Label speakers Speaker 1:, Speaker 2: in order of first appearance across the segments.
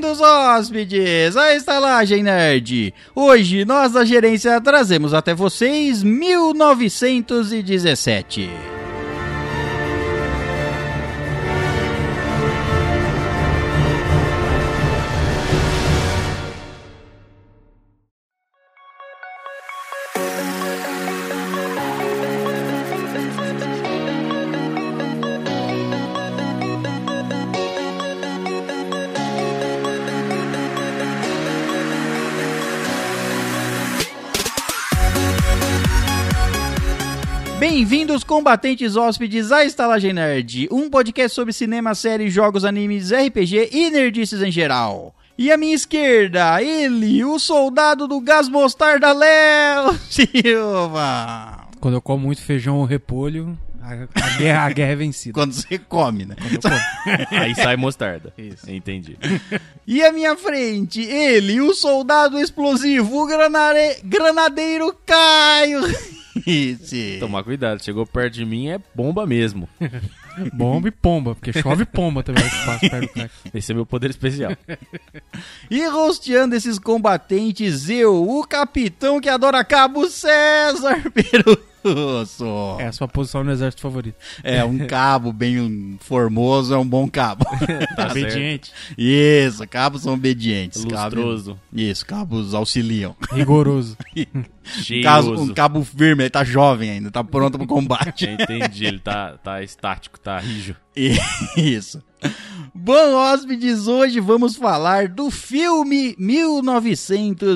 Speaker 1: meus hóspedes, a Estalagem Nerd. Hoje nós da gerência trazemos até vocês 1917. Bem-vindos, combatentes hóspedes, à Estalagem Nerd, um podcast sobre cinema, séries, jogos, animes, RPG e nerdices em geral. E à minha esquerda, ele, o soldado do gás mostarda Léo Silva.
Speaker 2: Quando eu como muito feijão ou repolho, a, a guerra, a guerra é vencida.
Speaker 1: Quando você come, né?
Speaker 2: Quando eu como.
Speaker 3: Aí sai mostarda.
Speaker 1: Isso.
Speaker 3: Entendi.
Speaker 1: E à minha frente, ele, o soldado explosivo, o granare... granadeiro Caio. Ritchie.
Speaker 3: Tomar cuidado, chegou perto de mim é bomba mesmo.
Speaker 2: Bomba e pomba, porque chove pomba também que passa perto do cara.
Speaker 3: Esse é meu poder especial.
Speaker 1: Tá E rosteando esses combatentes, eu, o capitão que adora cabo, César Peruso.
Speaker 2: É a sua posição no exército favorito.
Speaker 1: É, um cabo bem formoso é um bom cabo.
Speaker 3: Tá certo.
Speaker 2: Obediente,
Speaker 1: Isso, cabos são obedientes. Cabos,
Speaker 3: Lustroso,
Speaker 1: isso, cabos auxiliam.
Speaker 2: rigoroso.
Speaker 1: Um caso-
Speaker 3: cheiroso.
Speaker 1: um cabo firme, ele tá jovem ainda, tá pronto pro combate.
Speaker 3: Entendi, ele tá, tá estático, tá rijo.
Speaker 1: Isso. Bom, hóspedes, hoje vamos falar do filme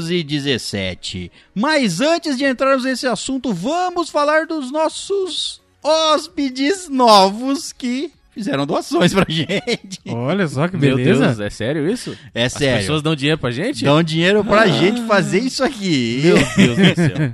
Speaker 1: 1917. Mas antes de entrarmos nesse assunto, vamos falar dos nossos hóspedes novos que fizeram doações pra gente.
Speaker 2: Olha só que
Speaker 3: Meu
Speaker 2: beleza.
Speaker 3: Deus, é sério isso?
Speaker 1: É
Speaker 3: As
Speaker 1: sério.
Speaker 3: pessoas dão dinheiro pra gente?
Speaker 1: Dão dinheiro pra gente fazer isso aqui.
Speaker 3: Meu Deus do céu.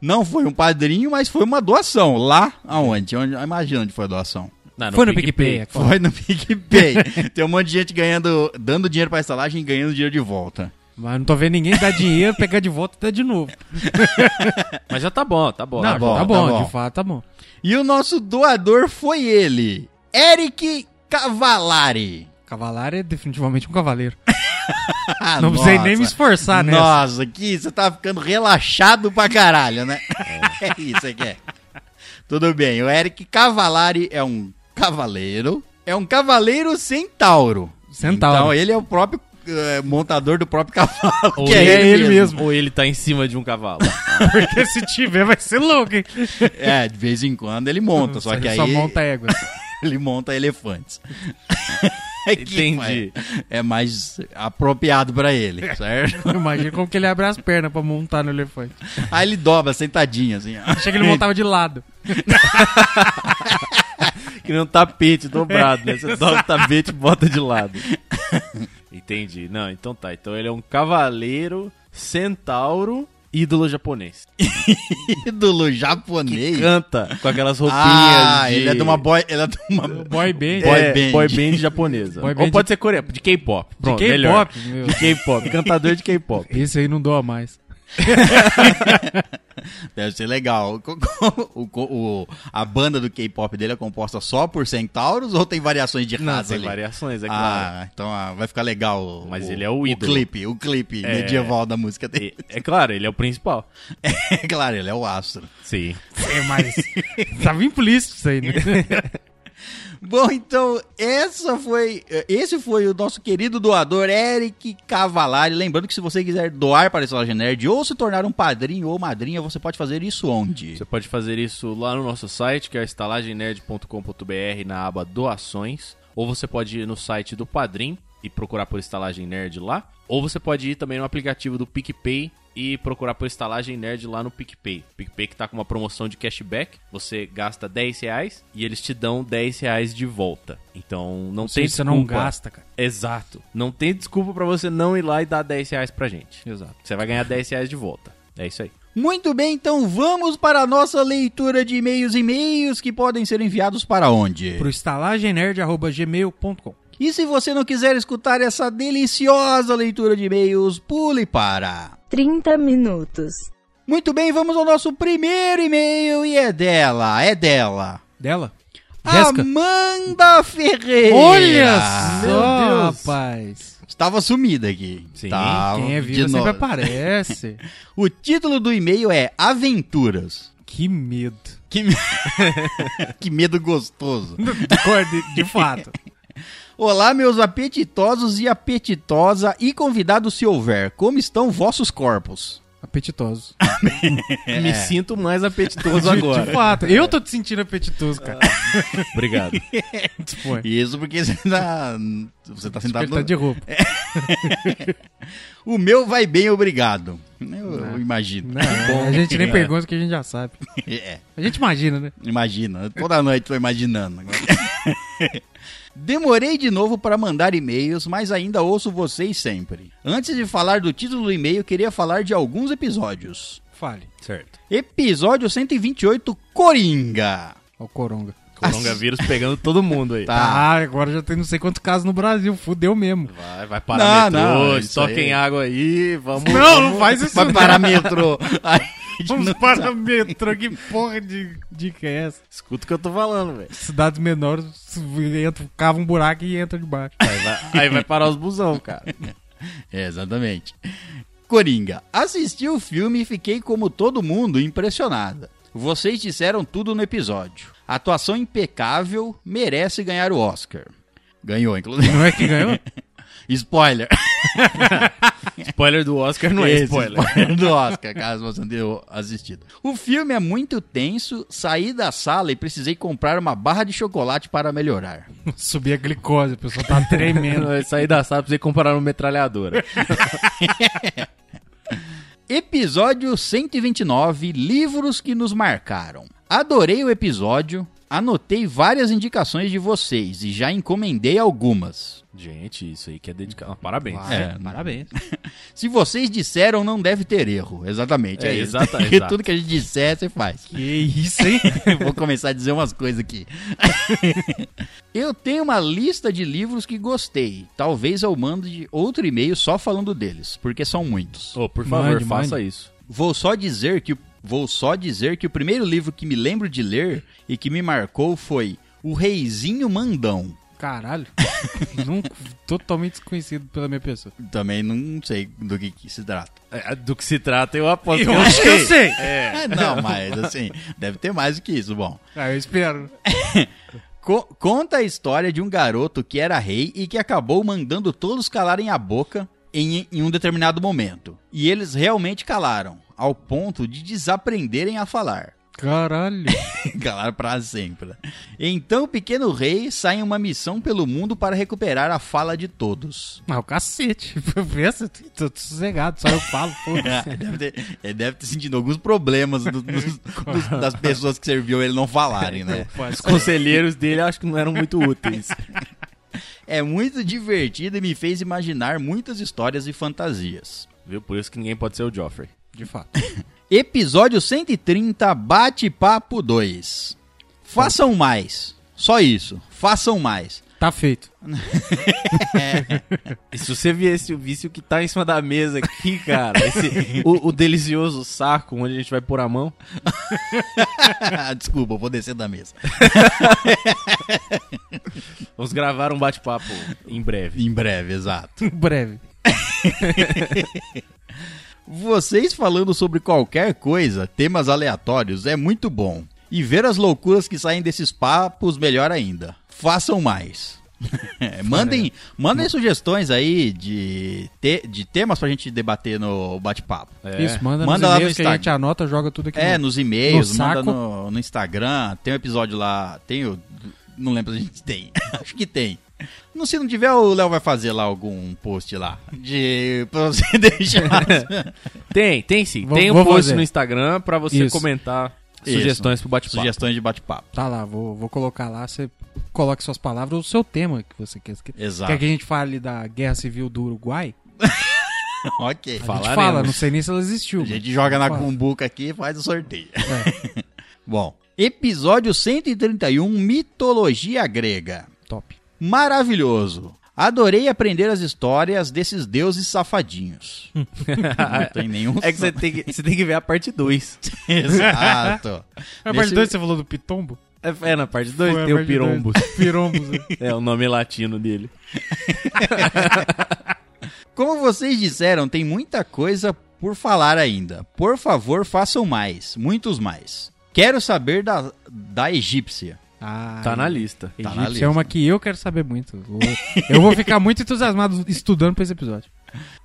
Speaker 1: Não foi um padrinho, mas foi uma doação. Lá aonde? Onde, imagina onde foi a doação.
Speaker 3: Não,
Speaker 2: Foi no PicPay. é claro.
Speaker 1: Foi no PicPay. Tem um monte de gente ganhando, dando dinheiro pra estalagem e ganhando dinheiro de volta.
Speaker 2: Mas não tô vendo ninguém dar dinheiro, pegar de volta e dar de novo.
Speaker 3: Mas já tá bom, tá bom.
Speaker 2: não,
Speaker 3: Tá
Speaker 1: bom,
Speaker 2: tá
Speaker 1: tá
Speaker 2: bom,
Speaker 1: bom.
Speaker 2: de fato tá bom.
Speaker 1: E o nosso doador foi ele, Eric Cavalari.
Speaker 2: Cavalar é definitivamente um cavaleiro.
Speaker 1: Ah,
Speaker 2: não precisei
Speaker 1: nossa.
Speaker 2: nem me esforçar né? nessa.
Speaker 1: Nossa, que você tá ficando relaxado pra caralho, né? É isso que é. Tudo bem, o Eric Cavalari é um cavaleiro, é um cavaleiro centauro.
Speaker 2: Centauro.
Speaker 1: Então ele é o próprio eh, montador do próprio cavalo.
Speaker 3: Ou
Speaker 1: que é ele, mesmo.
Speaker 3: Ou ele tá em cima de um cavalo.
Speaker 2: Porque se tiver vai ser louco, hein?
Speaker 1: É, de vez em quando ele monta, Então só que aí
Speaker 2: Só monta égua.
Speaker 1: ele monta elefantes. É que
Speaker 3: Entendi.
Speaker 1: É mais apropriado pra ele, certo?
Speaker 2: Imagina como que ele abre as pernas pra montar no elefante.
Speaker 1: Aí ele dobra sentadinho, assim. ó.
Speaker 2: Achei que ele montava de lado.
Speaker 3: que nem um tapete dobrado, né? Você dobra o tapete e bota de lado. Entendi. Não, então tá. Então ele é um cavaleiro, centauro, ídolo japonês.
Speaker 1: Ídolo japonês.
Speaker 3: Canta com aquelas roupinhas
Speaker 1: Ah,
Speaker 3: de...
Speaker 1: ele é de uma boy. Ele é de uma.
Speaker 2: Boy band.
Speaker 1: boy
Speaker 3: é,
Speaker 1: band.
Speaker 3: boy band japonesa.
Speaker 2: Boy
Speaker 3: Ou
Speaker 2: band
Speaker 3: pode ser coreano, de K-pop. Pronto,
Speaker 2: K-pop,
Speaker 3: melhor.
Speaker 2: meu.
Speaker 3: De K-pop, cantador de K-pop.
Speaker 2: Esse aí não doa mais.
Speaker 1: Deve ser legal. Co- co- O, co- o- a banda do K-pop dele é composta só por centauros ou tem variações de
Speaker 3: Não,
Speaker 1: raça
Speaker 3: tem
Speaker 1: ali?
Speaker 3: variações, é claro.
Speaker 1: Ah, então ah, vai ficar legal. o-
Speaker 3: Mas ele é o ídolo.
Speaker 1: O clipe, o clipe
Speaker 3: É.
Speaker 1: medieval da música dele.
Speaker 3: E- É claro, ele é o principal.
Speaker 1: É claro, ele é o astro.
Speaker 3: Sim.
Speaker 2: É, mas tava implícito isso aí, né?
Speaker 1: Bom, então, essa foi, esse foi o nosso querido doador Eric Cavalari. Lembrando que se você quiser doar para a Estalagem Nerd ou se tornar um padrinho ou madrinha, você pode fazer isso onde?
Speaker 3: Você pode fazer isso lá no nosso site, que é estalagemnerd.com.br, na aba doações. Ou você pode ir no site do Padrim e procurar por Estalagem Nerd lá. Ou você pode ir também no aplicativo do PicPay e procurar por Estalagem Nerd lá no PicPay. PicPay que tá com uma promoção de cashback. Você gasta 10 reais e eles te dão 10 reais de volta. Então não tem
Speaker 2: Você
Speaker 3: desculpa.
Speaker 2: não gasta, cara.
Speaker 3: Exato. Não tem desculpa pra você não ir lá e dar 10 reais pra gente. Exato. Você vai ganhar 10 reais de volta. É isso aí.
Speaker 1: Muito bem, então vamos para a nossa leitura de e-mails e e-mails que podem ser enviados para onde?
Speaker 2: Pro estalagemnerd.gmail.com
Speaker 1: E se você não quiser escutar essa deliciosa leitura de e-mails, pule para.
Speaker 4: 30 minutos.
Speaker 1: Muito bem, vamos ao nosso primeiro e-mail e é dela, é dela.
Speaker 2: Dela? Jéssica?
Speaker 1: Amanda Ferreira. Ah.
Speaker 2: Olha
Speaker 5: Meu
Speaker 2: só,
Speaker 5: Deus.
Speaker 2: rapaz.
Speaker 1: Estava sumida aqui.
Speaker 5: Sim,
Speaker 1: Tava
Speaker 2: Quem é
Speaker 1: de
Speaker 2: vivo
Speaker 1: novo.
Speaker 2: sempre aparece.
Speaker 1: O título do e-mail é Aventuras.
Speaker 2: que medo.
Speaker 1: Que, me- que medo gostoso.
Speaker 2: De cor, de, de fato.
Speaker 1: Olá, meus apetitosos e apetitosa e convidados se houver. Como estão vossos corpos?
Speaker 2: Apetitoso.
Speaker 5: Me sinto mais apetitoso
Speaker 2: De-
Speaker 5: agora.
Speaker 2: De fato. Eu tô te sentindo apetitoso, cara.
Speaker 5: Obrigado.
Speaker 2: Dispõe.
Speaker 1: Isso porque você tá, você tá sentado...
Speaker 2: Ele tá de roupa.
Speaker 1: O meu vai bem, obrigado. Eu,
Speaker 2: Né?
Speaker 1: eu imagino.
Speaker 2: Não, a gente nem
Speaker 5: É.
Speaker 2: pergunta o que a gente já sabe.
Speaker 1: É.
Speaker 2: A gente imagina, né?
Speaker 1: Imagina, toda noite tô imaginando. Demorei de novo para mandar e-mails, mas ainda ouço vocês sempre. Antes de falar do título do e-mail, queria falar de alguns episódios.
Speaker 2: Fale.
Speaker 5: Certo.
Speaker 1: Episódio 128 Coringa.
Speaker 2: Ó o Coronga.
Speaker 5: Coronavírus pegando todo mundo aí.
Speaker 1: Tá.
Speaker 2: Ah, agora já tem não sei quantos casos no Brasil. Fudeu mesmo.
Speaker 5: Vai, vai parar
Speaker 1: Não,
Speaker 5: metrô,
Speaker 1: não, isso
Speaker 5: estoquem
Speaker 1: aí.
Speaker 5: água é aí, vamos...
Speaker 2: Não, não faz isso
Speaker 1: Vai
Speaker 2: não.
Speaker 1: parar metrô. Ai,
Speaker 2: Vamos para o metrô, que porra de dica é essa?
Speaker 5: Escuta o que eu tô falando, velho.
Speaker 2: Cidades menores, entra, cava um buraco e entra debaixo.
Speaker 5: Aí vai, aí vai parar os busão, cara.
Speaker 1: É, exatamente. Coringa. Assisti o filme e fiquei, como todo mundo, impressionada. Vocês disseram tudo no episódio. Atuação impecável, merece ganhar o Oscar. Ganhou, inclusive.
Speaker 2: Não é que ganhou?
Speaker 1: Spoiler.
Speaker 5: Spoiler do Oscar não é
Speaker 1: Esse
Speaker 5: spoiler.
Speaker 1: do Oscar, caso você não tenha assistido. O filme é muito tenso, saí da sala e precisei comprar uma barra de chocolate para melhorar.
Speaker 2: Subir a glicose, a pessoa tá tremendo.
Speaker 5: Não, Sair da sala pra você comparar uma metralhadora.
Speaker 1: Episódio 129, livros que nos marcaram. Adorei o episódio, anotei várias indicações de vocês e já encomendei algumas.
Speaker 5: Gente, isso aí que é dedicar. Ah, parabéns.
Speaker 2: Claro. É,
Speaker 1: parabéns. Se vocês disseram, não deve ter erro. Exatamente, é,
Speaker 5: É,
Speaker 1: isso.
Speaker 5: exata-
Speaker 1: Porque
Speaker 5: exato.
Speaker 1: tudo que a gente disser, você faz.
Speaker 2: Que isso, hein?
Speaker 1: Vou começar a dizer umas coisas aqui. eu tenho uma lista de livros que gostei. Talvez eu mande outro e-mail só falando deles, porque são muitos.
Speaker 5: Ô, por favor,
Speaker 2: Mande,
Speaker 5: faça isso.
Speaker 1: Vou só dizer que o- vou só dizer que o primeiro livro que me lembro de ler e que me marcou foi O Reizinho Mandão.
Speaker 2: Caralho. Nunca, totalmente desconhecido pela minha pessoa.
Speaker 1: Também não sei do que, que se trata.
Speaker 5: É, Do que se trata, eu aposto. que
Speaker 2: sei.
Speaker 5: É.
Speaker 1: É, não, mas assim, deve ter mais do que isso, bom.
Speaker 2: Ah, eu espero.
Speaker 1: Co- conta a história de um garoto que era rei e que acabou mandando todos calarem a boca em, em um determinado momento. E eles realmente calaram, ao ponto de desaprenderem a falar.
Speaker 2: Caralho.
Speaker 1: Calaram pra sempre. Então o pequeno rei sai em uma missão pelo mundo para recuperar a fala de todos.
Speaker 2: Ah, o cacete. Pensa, tô, tô sossegado, só eu falo. foda-se.
Speaker 5: É.
Speaker 1: Ele deve, ter, ele deve ter sentido alguns problemas do- dos- dos- das pessoas que serviu ele não falarem,
Speaker 2: É.
Speaker 1: né?
Speaker 5: Os conselheiros dele acho que não eram muito úteis.
Speaker 1: É muito divertido e me fez imaginar muitas histórias e fantasias.
Speaker 5: Viu? Por isso que ninguém pode ser o Joffrey.
Speaker 2: De fato.
Speaker 1: Episódio 130 Bate-Papo 2. Façam mais. Só isso. Façam mais.
Speaker 2: Tá feito.
Speaker 5: E se você visse, visse o que tá em cima da mesa aqui, cara, esse- o, o delicioso saco onde a gente vai pôr a mão.
Speaker 1: Desculpa, eu vou descer da mesa.
Speaker 5: Vamos gravar um bate-papo em breve.
Speaker 1: Em breve, exato.
Speaker 2: Em breve.
Speaker 1: Vocês falando sobre qualquer coisa, temas aleatórios, é muito bom. E ver as loucuras que saem desses papos, melhor ainda. Façam mais. mandem, mandem sugestões aí de, te- de temas pra gente debater no bate-papo.
Speaker 5: É.
Speaker 2: Isso, manda,
Speaker 1: Manda lá no
Speaker 2: nos e-mails que a gente
Speaker 1: Instagram.
Speaker 2: anota, joga tudo aqui.
Speaker 1: É,
Speaker 2: no...
Speaker 1: nos e-mails,
Speaker 2: no
Speaker 1: manda
Speaker 2: saco.
Speaker 1: no, no Instagram. Tem um episódio lá, tem o... Não lembro se a gente tem. Acho que tem. Não, se não tiver, o Léo vai fazer lá algum post lá. De, pra você deixar.
Speaker 5: Tem, tem sim.
Speaker 2: Vou-
Speaker 5: tem um
Speaker 2: vou
Speaker 5: post
Speaker 2: fazer.
Speaker 5: no Instagram pra você
Speaker 2: Isso.
Speaker 5: comentar
Speaker 1: Isso.
Speaker 5: sugestões pro bate-papo.
Speaker 1: Sugestões de bate-papo.
Speaker 2: Tá lá, vou, vou colocar lá, você coloca suas palavras ou o seu tema que você quer. Quer
Speaker 1: Exato.
Speaker 2: quer que a gente fale da Guerra Civil do Uruguai?
Speaker 1: Ok.
Speaker 2: A gente
Speaker 5: Falaremos.
Speaker 2: fala, não sei nem se ela existiu.
Speaker 1: A gente joga na
Speaker 2: Fala.
Speaker 1: cumbuca aqui e faz o sorteio.
Speaker 2: É.
Speaker 1: Bom, episódio 131, Mitologia Grega.
Speaker 2: Top.
Speaker 1: Maravilhoso. Adorei aprender as histórias desses deuses safadinhos.
Speaker 2: Hum.
Speaker 1: Não tem nenhum...
Speaker 5: É que você tem que, você tem que ver a parte 2.
Speaker 1: Exato.
Speaker 2: A
Speaker 1: Nesse-
Speaker 2: É, parte 2 você falou do Pitombo?
Speaker 5: É, é, na parte 2 tem o Pirombos.
Speaker 2: Pirombos. né?
Speaker 5: É o nome latino dele.
Speaker 1: Como vocês disseram, tem muita coisa por falar ainda. Por favor, façam mais, muitos mais. Quero saber da, da egípcia.
Speaker 2: Ah,
Speaker 5: Tá na lista.
Speaker 1: Tá na
Speaker 2: Egípcio
Speaker 1: lista.
Speaker 2: é uma que eu quero saber muito. Eu- Eu vou ficar muito entusiasmado estudando pra esse episódio.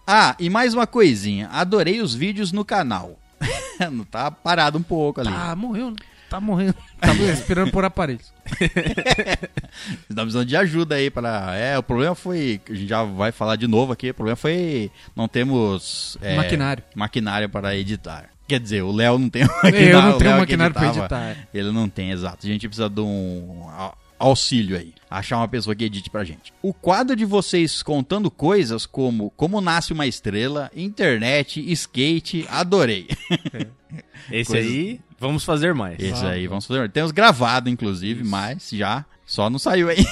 Speaker 1: Ah, e mais uma coisinha. Adorei os vídeos no canal. Não tá parado um pouco ali.
Speaker 2: Tá, morreu, né? Tá morrendo. Tá respirando por aparelhos.
Speaker 1: Você tá precisando de ajuda aí para. É, o problema foi. A gente já vai falar de novo aqui. O problema foi. Não temos. é,
Speaker 2: Maquinário.
Speaker 1: Maquinário para editar. Quer dizer, o Léo não tem maquinário.
Speaker 2: Eu
Speaker 1: o
Speaker 2: não tenho
Speaker 1: Léo que
Speaker 2: maquinário pra
Speaker 1: editava.
Speaker 2: editar. é.
Speaker 1: Ele não tem, exato. A gente precisa de um au- auxílio aí. Achar uma pessoa que edite pra gente. O quadro de vocês contando coisas como Como Nasce uma Estrela, Internet, Skate, adorei.
Speaker 5: Esse
Speaker 1: Coisa-
Speaker 5: aí, vamos fazer mais.
Speaker 1: Esse aí, vamos fazer. um- Temos gravado, inclusive, mas já. Só não saiu aí.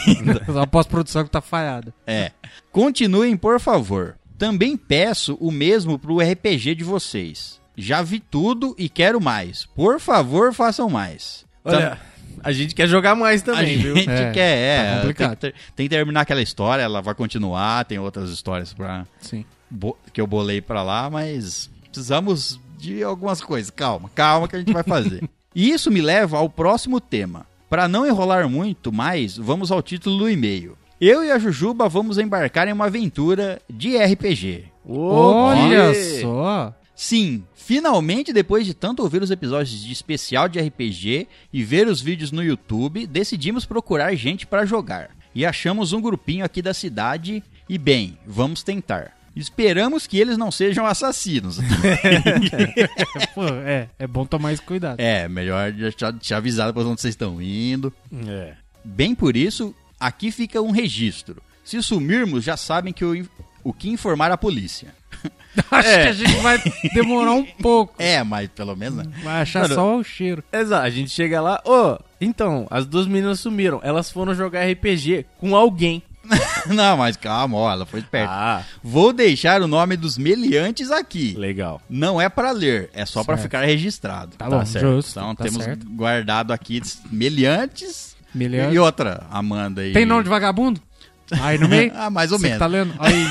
Speaker 2: Só a pós-produção que tá falhada.
Speaker 1: É. Continuem, por favor. Também peço o mesmo pro RPG de vocês. Já vi tudo e quero mais. Por favor, façam mais.
Speaker 2: Tá.
Speaker 5: Olha, a gente quer jogar mais
Speaker 1: Tam- a
Speaker 5: também, viu?
Speaker 1: gente
Speaker 2: É,
Speaker 1: quer, é.
Speaker 2: tá complicado.
Speaker 1: Tem, que ter- tem que terminar aquela história, ela vai continuar, tem outras histórias pra,
Speaker 2: Sim.
Speaker 1: bo- que eu bolei pra lá, mas precisamos de algumas coisas. Calma, calma que a gente vai fazer. e isso me leva ao próximo tema. Pra não enrolar muito mais, vamos ao título do e-mail. Eu e a Jujuba vamos embarcar em uma aventura de RPG.
Speaker 2: Olha
Speaker 5: Opa!
Speaker 2: só.
Speaker 1: Sim, finalmente depois de tanto ouvir os episódios de especial de RPG e ver os vídeos no YouTube, decidimos procurar gente pra jogar. E achamos um grupinho aqui da cidade e bem, vamos tentar. Esperamos que eles não sejam assassinos.
Speaker 2: Pô, é, é bom tomar esse cuidado.
Speaker 1: é, melhor já te- te avisar depois onde vocês estão indo.
Speaker 5: É.
Speaker 1: Bem por isso, aqui fica um registro. Se sumirmos, já sabem que eu in- o que informar a polícia.
Speaker 2: Acho que a gente vai demorar um pouco.
Speaker 1: É, mas pelo menos. né?
Speaker 2: Vai achar
Speaker 5: Mano,
Speaker 2: só o cheiro.
Speaker 5: Exato, a gente chega lá, ô, então, as duas meninas sumiram, elas foram jogar RPG com alguém.
Speaker 1: Não, mas calma, ó, ela foi esperta.
Speaker 5: Ah,
Speaker 1: Vou deixar o nome dos meliantes aqui.
Speaker 5: legal.
Speaker 1: Não é pra ler, é só pra
Speaker 2: Certo.
Speaker 1: ficar registrado.
Speaker 2: Tá bom, justo,
Speaker 1: Então
Speaker 2: tá
Speaker 1: temos
Speaker 2: certo.
Speaker 1: guardado aqui meliantes
Speaker 2: Melhor.
Speaker 1: e outra, Amanda aí.
Speaker 2: Tem nome de vagabundo? Aí no meio?
Speaker 1: Ah, mais ou
Speaker 2: Você
Speaker 1: menos.
Speaker 2: que tá lendo? Aí.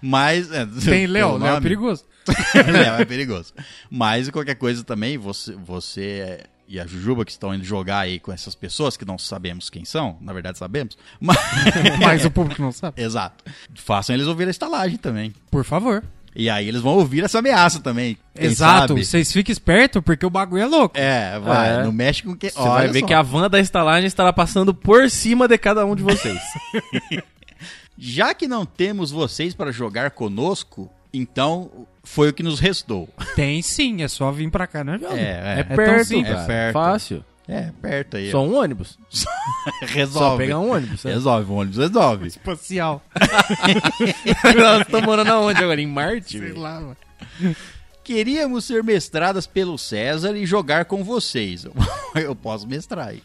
Speaker 1: Mas é,
Speaker 2: Tem
Speaker 1: pelo
Speaker 2: Léo, Léo é
Speaker 1: nome-
Speaker 2: perigoso.
Speaker 1: Léo é perigoso. Mas qualquer coisa também, você, você e a Jujuba que estão indo jogar aí com essas pessoas que não sabemos quem são, na verdade sabemos, mas
Speaker 2: Mas o público não sabe.
Speaker 1: exato. Façam eles ouvir a estalagem também.
Speaker 2: Por favor.
Speaker 1: E aí eles vão ouvir essa ameaça também. quem
Speaker 2: Exato.
Speaker 1: sabe?
Speaker 2: Vocês fiquem espertos porque o bagulho é louco.
Speaker 1: É, vai,
Speaker 5: É.
Speaker 1: não mexe com quem.
Speaker 5: Você vai ver que a van da estalagem estará passando por cima de cada um de vocês.
Speaker 1: Já que não temos vocês para jogar conosco, então foi o que nos restou.
Speaker 2: Tem sim, é só vir pra cá, né? jovem?
Speaker 1: É, é.
Speaker 5: É,
Speaker 2: tão
Speaker 5: perto,
Speaker 2: simples.
Speaker 5: cara.
Speaker 1: É perto.
Speaker 5: Fácil.
Speaker 1: É, aperta aí.
Speaker 5: Só
Speaker 1: ó.
Speaker 5: um ônibus.
Speaker 1: resolve.
Speaker 5: Só pegar um ônibus. é.
Speaker 1: Resolve, o ônibus resolve.
Speaker 2: Espacial.
Speaker 5: Nós estamos morando aonde agora? Em Marte?
Speaker 2: Sei
Speaker 5: velho?
Speaker 2: lá, mano.
Speaker 1: Queríamos ser mestradas pelo César e jogar com vocês. Eu posso mestrar aí.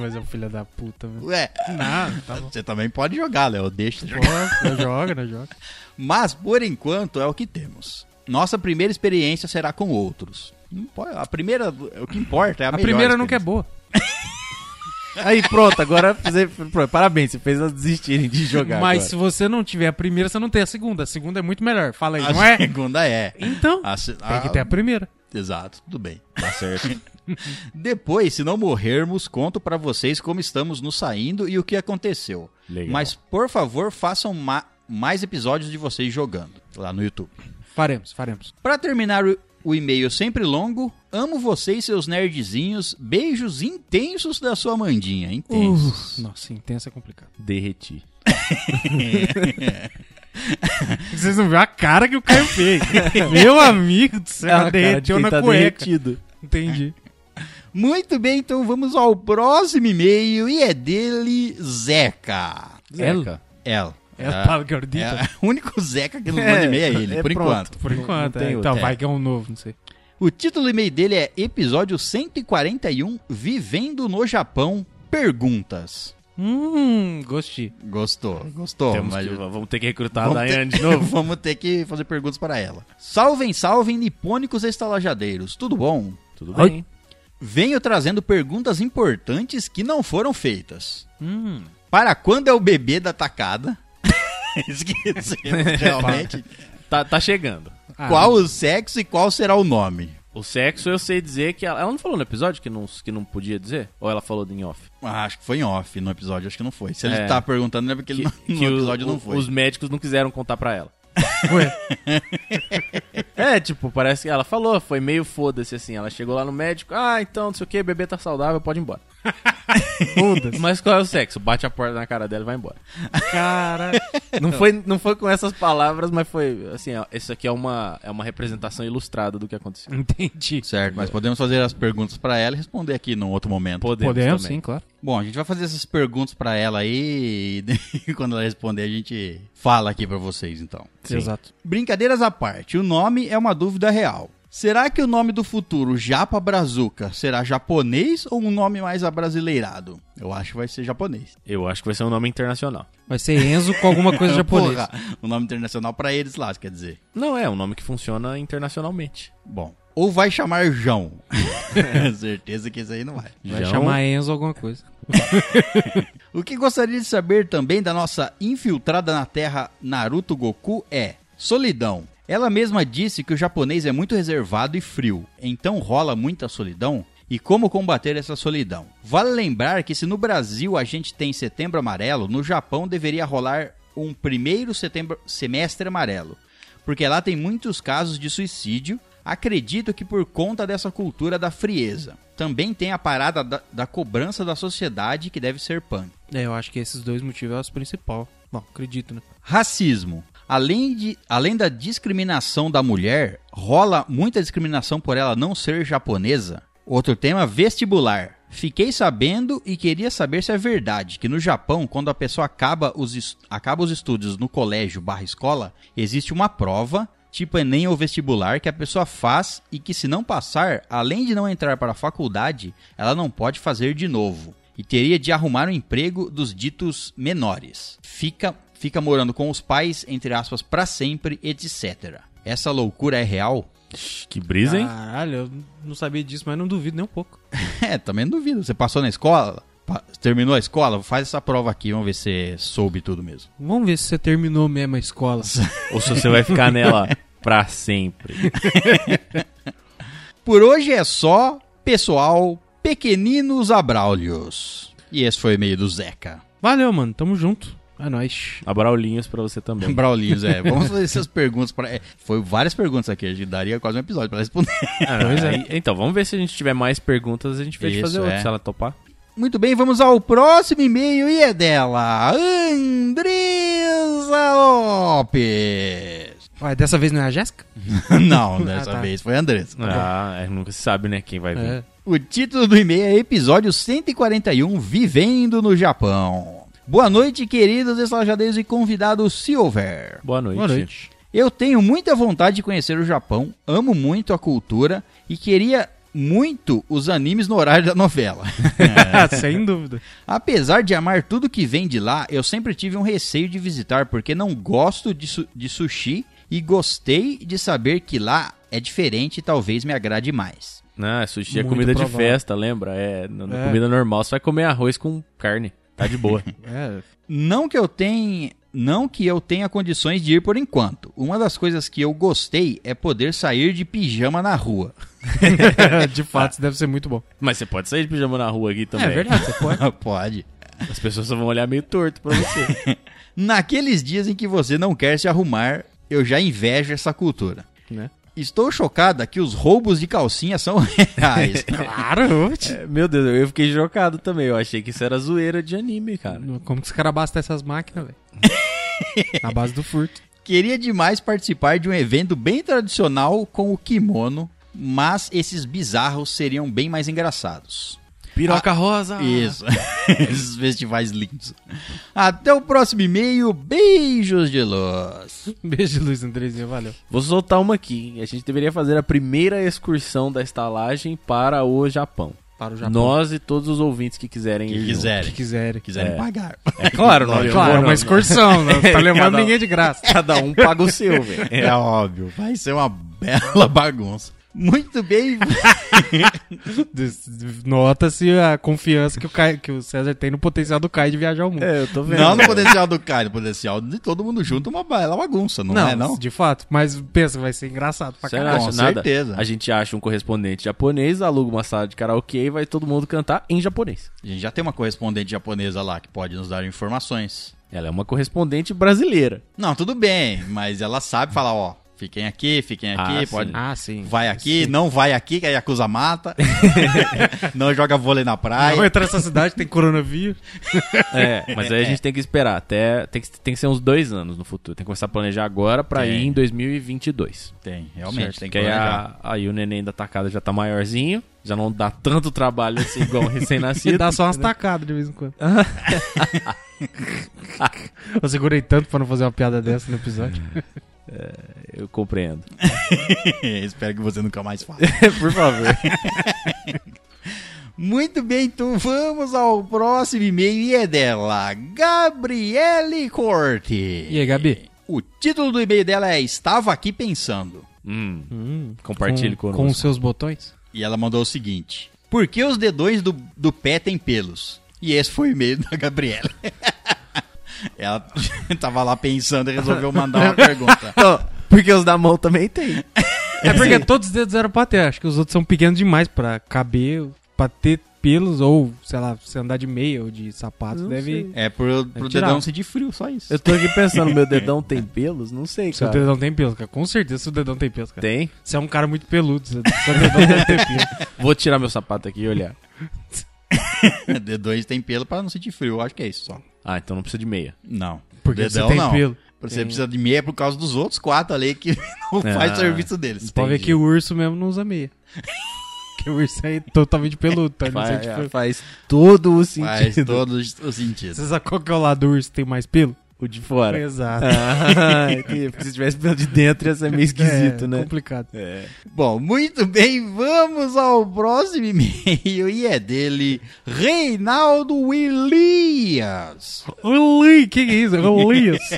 Speaker 2: Mas é um filho da puta, mano.
Speaker 1: Ué,
Speaker 2: Não, tá bom.
Speaker 1: você também pode jogar, Léo. Deixa de
Speaker 2: Pô, não né, joga, não
Speaker 1: É
Speaker 2: joga.
Speaker 1: Mas, por enquanto, é o que temos. Nossa primeira experiência será com outros. Não pode- A primeira, o que importa é a,
Speaker 2: A
Speaker 1: melhor
Speaker 2: primeira nunca é
Speaker 1: experiência.
Speaker 2: boa.
Speaker 5: Aí pronto, agora você- pronto, parabéns, você fez elas desistirem de jogar.
Speaker 2: Mas se
Speaker 5: agora.
Speaker 2: você não tiver a primeira, você não tem a segunda. A segunda é muito melhor. Fala aí, não
Speaker 1: A
Speaker 2: é?
Speaker 1: segunda é.
Speaker 2: Então,
Speaker 1: A se-
Speaker 2: tem que
Speaker 1: a-
Speaker 2: ter a primeira.
Speaker 1: Exato, tudo bem. Tá certo. Depois, se não morrermos, conto pra vocês como estamos nos saindo e o que aconteceu.
Speaker 5: Legal.
Speaker 1: Mas, por favor, façam ma- mais episódios de vocês jogando lá no YouTube.
Speaker 2: Faremos, faremos.
Speaker 1: Pra terminar o, o e-mail sempre longo, amo vocês, seus nerdzinhos. Beijos intensos da sua Mandinha. Intensos.
Speaker 2: Nossa, intensa é complicado.
Speaker 5: derreti.
Speaker 2: Vocês não viram a cara que o Caio fez. Meu amigo do céu,
Speaker 5: Ah, cara, de
Speaker 2: derreteu
Speaker 5: quem
Speaker 2: na
Speaker 5: tá
Speaker 2: cueca.
Speaker 5: derretido.
Speaker 2: Entendi.
Speaker 1: Muito bem, então vamos ao próximo e-mail e é dele, Zeca.
Speaker 5: Zeca.
Speaker 1: El.
Speaker 2: É a Paulo gordita.
Speaker 1: É, o único Zeca que não manda e-mail é ele,
Speaker 5: É,
Speaker 1: por
Speaker 5: pronto.
Speaker 1: enquanto.
Speaker 2: Por
Speaker 5: Não-
Speaker 2: enquanto,
Speaker 5: não tem
Speaker 2: é.
Speaker 5: outro.
Speaker 2: Então,
Speaker 1: É.
Speaker 2: vai que é um novo, não sei.
Speaker 1: O título do e-mail dele é Episódio 141 Vivendo no Japão Perguntas.
Speaker 2: Hum, gostei.
Speaker 1: Gostou, gostou.
Speaker 5: Temos
Speaker 1: mas
Speaker 5: que- vamos ter que recrutar
Speaker 1: vamos
Speaker 5: a
Speaker 1: ter-
Speaker 5: Daiane de novo.
Speaker 1: Vamos ter que fazer perguntas para ela. Salvem, salvem, nipônicos estalajadeiros. Tudo bom?
Speaker 5: Tudo
Speaker 2: Oi.
Speaker 5: bem.
Speaker 1: Venho trazendo perguntas importantes que não foram feitas.
Speaker 2: Hum.
Speaker 1: Para quando é o bebê da tacada?
Speaker 5: É,
Speaker 1: Esquecemos, realmente.
Speaker 3: Tá, tá chegando.
Speaker 2: Ah,
Speaker 1: Qual o sexo e qual será o nome?
Speaker 3: O sexo eu sei dizer que ela, ela não falou no episódio que não, que não podia dizer? Ou ela falou em off?
Speaker 1: Ah, acho que foi em off no episódio, acho que não foi. Se ele
Speaker 3: É.
Speaker 1: tá perguntando, é porque ele
Speaker 3: que,
Speaker 1: no
Speaker 3: que o-
Speaker 1: episódio
Speaker 3: o-
Speaker 1: não foi.
Speaker 3: Os médicos não quiseram contar pra ela.
Speaker 2: Ué,
Speaker 3: É, tipo, parece que ela falou, foi meio foda-se assim. Ela chegou lá no médico, ah, então, não sei o que, bebê tá saudável, pode ir embora.
Speaker 2: foda-se.
Speaker 3: Mas qual é o sexo? Bate a porta na cara dela e vai embora.
Speaker 2: Cara.
Speaker 3: Não foi, não foi com essas palavras, mas foi assim, ó, isso aqui é uma, é uma representação ilustrada do que aconteceu.
Speaker 2: Entendi.
Speaker 1: Certo,
Speaker 3: É.
Speaker 1: mas podemos fazer as perguntas pra ela e responder aqui num outro momento.
Speaker 3: Podemos,
Speaker 2: Podemos,
Speaker 3: também.
Speaker 2: sim, claro.
Speaker 1: Bom, a gente vai fazer essas perguntas pra ela aí e quando ela responder a gente fala aqui pra vocês então.
Speaker 2: Exato.
Speaker 1: Brincadeiras à parte, o nome é uma dúvida real. Será que o nome do futuro Japa Brazuca será japonês ou um nome mais abrasileirado? Eu acho que vai ser japonês.
Speaker 3: Eu acho que vai ser um nome internacional.
Speaker 2: Vai ser Enzo com alguma coisa japonesa.
Speaker 1: Porra, um nome internacional pra eles lá, quer dizer.
Speaker 3: Não, é um nome que funciona internacionalmente.
Speaker 1: Bom, ou vai chamar João. Certeza que isso aí não vai.
Speaker 2: Vai
Speaker 3: João-
Speaker 2: chamar Enzo alguma coisa.
Speaker 1: O que gostaria de saber também da nossa infiltrada na Terra Naruto Goku é solidão. Ela mesma disse que o japonês é muito reservado e frio, então rola muita solidão. E como combater essa solidão? Vale lembrar que se no Brasil a gente tem setembro amarelo, no Japão deveria rolar um primeiro setembro- semestre amarelo, porque lá tem muitos casos de suicídio. Acredito que por conta dessa cultura da frieza. Também tem a parada da, da cobrança da sociedade que deve ser punk.
Speaker 2: É, eu acho que esses dois motivos é os principal. Bom, acredito, né?
Speaker 1: Racismo. Além, de, além da discriminação da mulher, rola muita discriminação por ela não ser japonesa. Outro tema, vestibular. Fiquei sabendo e queria saber se é verdade que no Japão, quando a pessoa acaba os, es- acaba os estudos no colégio barra escola, existe uma prova, tipo Enem ou vestibular, que a pessoa faz e que se não passar, além de não entrar para a faculdade, ela não pode fazer de novo e teria de arrumar o emprego dos ditos menores. Fica, fica morando com os pais, entre aspas, para sempre, etc. Essa loucura é real?
Speaker 3: Que brisa, hein?
Speaker 2: Caralho, eu não sabia disso, mas não duvido nem um pouco.
Speaker 1: É, também não duvido. Você passou na escola? Pa- Terminou a escola? Faz essa prova aqui, vamos ver se você soube tudo mesmo.
Speaker 2: Vamos ver se você terminou mesmo a escola.
Speaker 3: Ah. Ou se você vai ficar nela pra sempre.
Speaker 1: Por hoje é só, pessoal, pequeninos abraulios. E esse foi o e-mail do Zeca.
Speaker 2: Valeu, mano. Tamo junto. É nóis.
Speaker 3: Abraulinhos pra você também.
Speaker 1: Braulinhos, é. Vamos fazer essas perguntas para. foi várias perguntas aqui, a gente daria quase um episódio para responder.
Speaker 2: Pois é.
Speaker 3: Aí, então, vamos ver se a gente tiver mais perguntas, a gente vai
Speaker 1: Isso,
Speaker 3: fazer outro,
Speaker 1: é.
Speaker 3: se ela topar.
Speaker 1: Muito bem, vamos ao próximo e-mail e é dela, Andresa Lopes.
Speaker 2: Ué, dessa vez não é a Jéssica?
Speaker 1: Não, dessa
Speaker 2: Ah, tá.
Speaker 1: vez foi a Andressa.
Speaker 3: Ah, é, nunca se sabe, né, quem vai vir.
Speaker 2: É.
Speaker 1: O título do e-mail é Episódio 141 Vivendo no Japão. Boa noite, queridos estalajadeiros e convidados, se houver.
Speaker 3: Boa noite.
Speaker 2: Boa noite.
Speaker 1: Eu tenho muita vontade de conhecer o Japão, amo muito a cultura e queria muito os animes no horário da novela.
Speaker 2: É. Sem dúvida.
Speaker 1: Apesar de amar tudo que vem de lá, eu sempre tive um receio de visitar porque não gosto de, su- de sushi e gostei de saber que lá é diferente e talvez me agrade mais.
Speaker 3: Ah, sushi é
Speaker 2: Muito
Speaker 3: comida de
Speaker 2: provável.
Speaker 3: festa, lembra? É, n-
Speaker 2: É.
Speaker 3: comida normal. Você vai comer arroz com carne. Tá de boa.
Speaker 2: É,
Speaker 1: Não que eu tenha, não que eu tenha condições de ir por enquanto. Uma das coisas que eu gostei é poder sair de pijama na rua.
Speaker 2: de fato, isso deve ser muito bom.
Speaker 3: Mas você pode sair de pijama na rua aqui também.
Speaker 2: É verdade, você pode.
Speaker 1: Pode.
Speaker 3: As pessoas só vão olhar meio torto pra você.
Speaker 1: Naqueles dias em que você não quer se arrumar, eu já invejo essa cultura.
Speaker 2: né?
Speaker 1: Estou chocada que os roubos de calcinha são reais.
Speaker 2: Claro.
Speaker 3: É, meu Deus, eu fiquei chocado também. Eu achei que isso era zoeira de anime, cara.
Speaker 2: Como que os caras abastecem essas máquinas, velho? Na base do furto.
Speaker 1: Queria demais participar de um evento bem tradicional com o kimono, mas esses bizarros seriam bem mais engraçados.
Speaker 3: Piroca rosa!
Speaker 1: Isso. Esses festivais lindos. Até o próximo e-mail. Beijos de luz.
Speaker 2: Beijo, Luiz Andrezinho, valeu.
Speaker 3: Vou soltar uma aqui. hein? A gente deveria fazer a primeira excursão da estalagem para o Japão.
Speaker 2: Para o Japão.
Speaker 3: Nós e todos os ouvintes que quiserem ir. junto.
Speaker 2: Que quiserem.
Speaker 1: Quiserem
Speaker 3: É.
Speaker 1: pagar.
Speaker 3: É claro, não, eu
Speaker 2: Claro, é
Speaker 3: vou,
Speaker 2: uma
Speaker 3: não.
Speaker 2: excursão, não tá levando
Speaker 3: Cada um.
Speaker 2: ninguém de graça.
Speaker 3: Cada um paga o seu, velho.
Speaker 1: É óbvio. Vai ser uma bela bagunça. Muito bem.
Speaker 2: Nota-se a confiança que o, Caio- que o César tem no potencial do Caio de viajar o mundo.
Speaker 3: É, eu tô vendo.
Speaker 1: não no
Speaker 3: cara.
Speaker 1: potencial do Caio, no potencial de todo mundo junto, uma bela bagunça, não, é não?
Speaker 2: de fato. Mas pensa, vai ser engraçado pra
Speaker 5: Você
Speaker 2: caralho.
Speaker 5: não acha
Speaker 1: Com
Speaker 5: nada?
Speaker 1: certeza.
Speaker 5: A gente acha um correspondente japonês, aluga uma sala de karaokê e vai todo mundo cantar em japonês.
Speaker 1: A gente já tem uma correspondente japonesa lá que pode nos dar informações.
Speaker 5: Ela é uma correspondente brasileira.
Speaker 1: Não, tudo bem, mas ela sabe falar, ó, fiquem aqui, fiquem aqui,
Speaker 5: Ah, sim.
Speaker 1: pode...
Speaker 2: Ah, sim.
Speaker 1: Vai aqui, não vai aqui, que a Yakuza mata. não joga vôlei na praia.
Speaker 2: Vai entrar nessa cidade, tem coronavírus.
Speaker 5: É, mas aí a gente tem que esperar até. Tem que, tem que ser uns dois anos no futuro. Tem que começar a planejar agora pra
Speaker 1: Tem.
Speaker 5: ir em 2022.
Speaker 1: Tem, realmente,
Speaker 5: Certo? é
Speaker 1: tem que
Speaker 5: Porque aí,
Speaker 1: planejar.
Speaker 5: a- aí o neném da tacada já tá maiorzinho, já não dá tanto trabalho assim igual um
Speaker 2: E
Speaker 5: recém-nascido.
Speaker 2: dá só umas tacadas de vez em quando. Eu segurei tanto pra não fazer uma piada dessa no episódio.
Speaker 5: Eu compreendo.
Speaker 1: Espero que você nunca mais faça.
Speaker 5: Por favor.
Speaker 1: Muito bem, então vamos ao próximo e-mail e é dela, Gabriele Corte.
Speaker 2: E aí, Gabi?
Speaker 1: O título do e-mail dela é Estava Aqui Pensando.
Speaker 5: Hum, compartilhe
Speaker 2: com,
Speaker 5: conosco.
Speaker 2: com os seus botões?
Speaker 1: E ela mandou o seguinte: Por que os dedões do, do pé têm pelos? E esse foi o e-mail da Gabriela. ela tava lá pensando e resolveu mandar uma pergunta.
Speaker 3: Porque os da mão também tem.
Speaker 2: É porque todos os dedos eram pra ter. Acho que os outros são pequenos demais pra caber, pra ter pelos ou, sei lá, se andar de meia ou de sapato.
Speaker 3: Não
Speaker 2: deve.
Speaker 3: sei.
Speaker 1: É pro, pro
Speaker 2: tirar.
Speaker 1: dedão sentir frio, só isso.
Speaker 3: Eu tô aqui pensando, meu dedão tem pelos? Não sei,
Speaker 2: Seu
Speaker 3: cara.
Speaker 2: dedão tem pelos, cara. Com certeza seu dedão tem pelos, cara.
Speaker 5: Tem?
Speaker 2: Você é um cara muito peludo. Seu seu dedão deve ter pelos.
Speaker 5: Vou tirar meu sapato aqui e olhar.
Speaker 1: É, dedões têm pelo pra não sentir frio, eu acho que é isso só.
Speaker 5: Ah, então não precisa de meia.
Speaker 1: Não.
Speaker 2: Porque
Speaker 1: dedão
Speaker 2: você tem
Speaker 1: não.
Speaker 2: pelo.
Speaker 1: Você
Speaker 2: Tem.
Speaker 1: precisa de meia por causa dos outros quatro ali que não
Speaker 5: Ah,
Speaker 1: faz serviço deles.
Speaker 2: Pode ver
Speaker 5: Entendi.
Speaker 2: que o urso mesmo não usa meia. Porque o urso é totalmente peludo, tá? Ele não
Speaker 3: Faz,
Speaker 2: sente pelo.
Speaker 3: faz todo o
Speaker 1: Faz
Speaker 3: sentido.
Speaker 1: todo o sentido.
Speaker 2: Você sabe qual que é o lado do urso que tem mais pelo?
Speaker 3: O de fora.
Speaker 2: Exato.
Speaker 3: Ah, entendi. Porque se tivesse pelo de dentro ia ser meio esquisito,
Speaker 2: É,
Speaker 3: né?
Speaker 2: complicado.
Speaker 1: Bom, muito bem, vamos ao próximo e-mail e é dele, Reinaldo Elias.
Speaker 2: Ui, que que é isso? Ui, isso.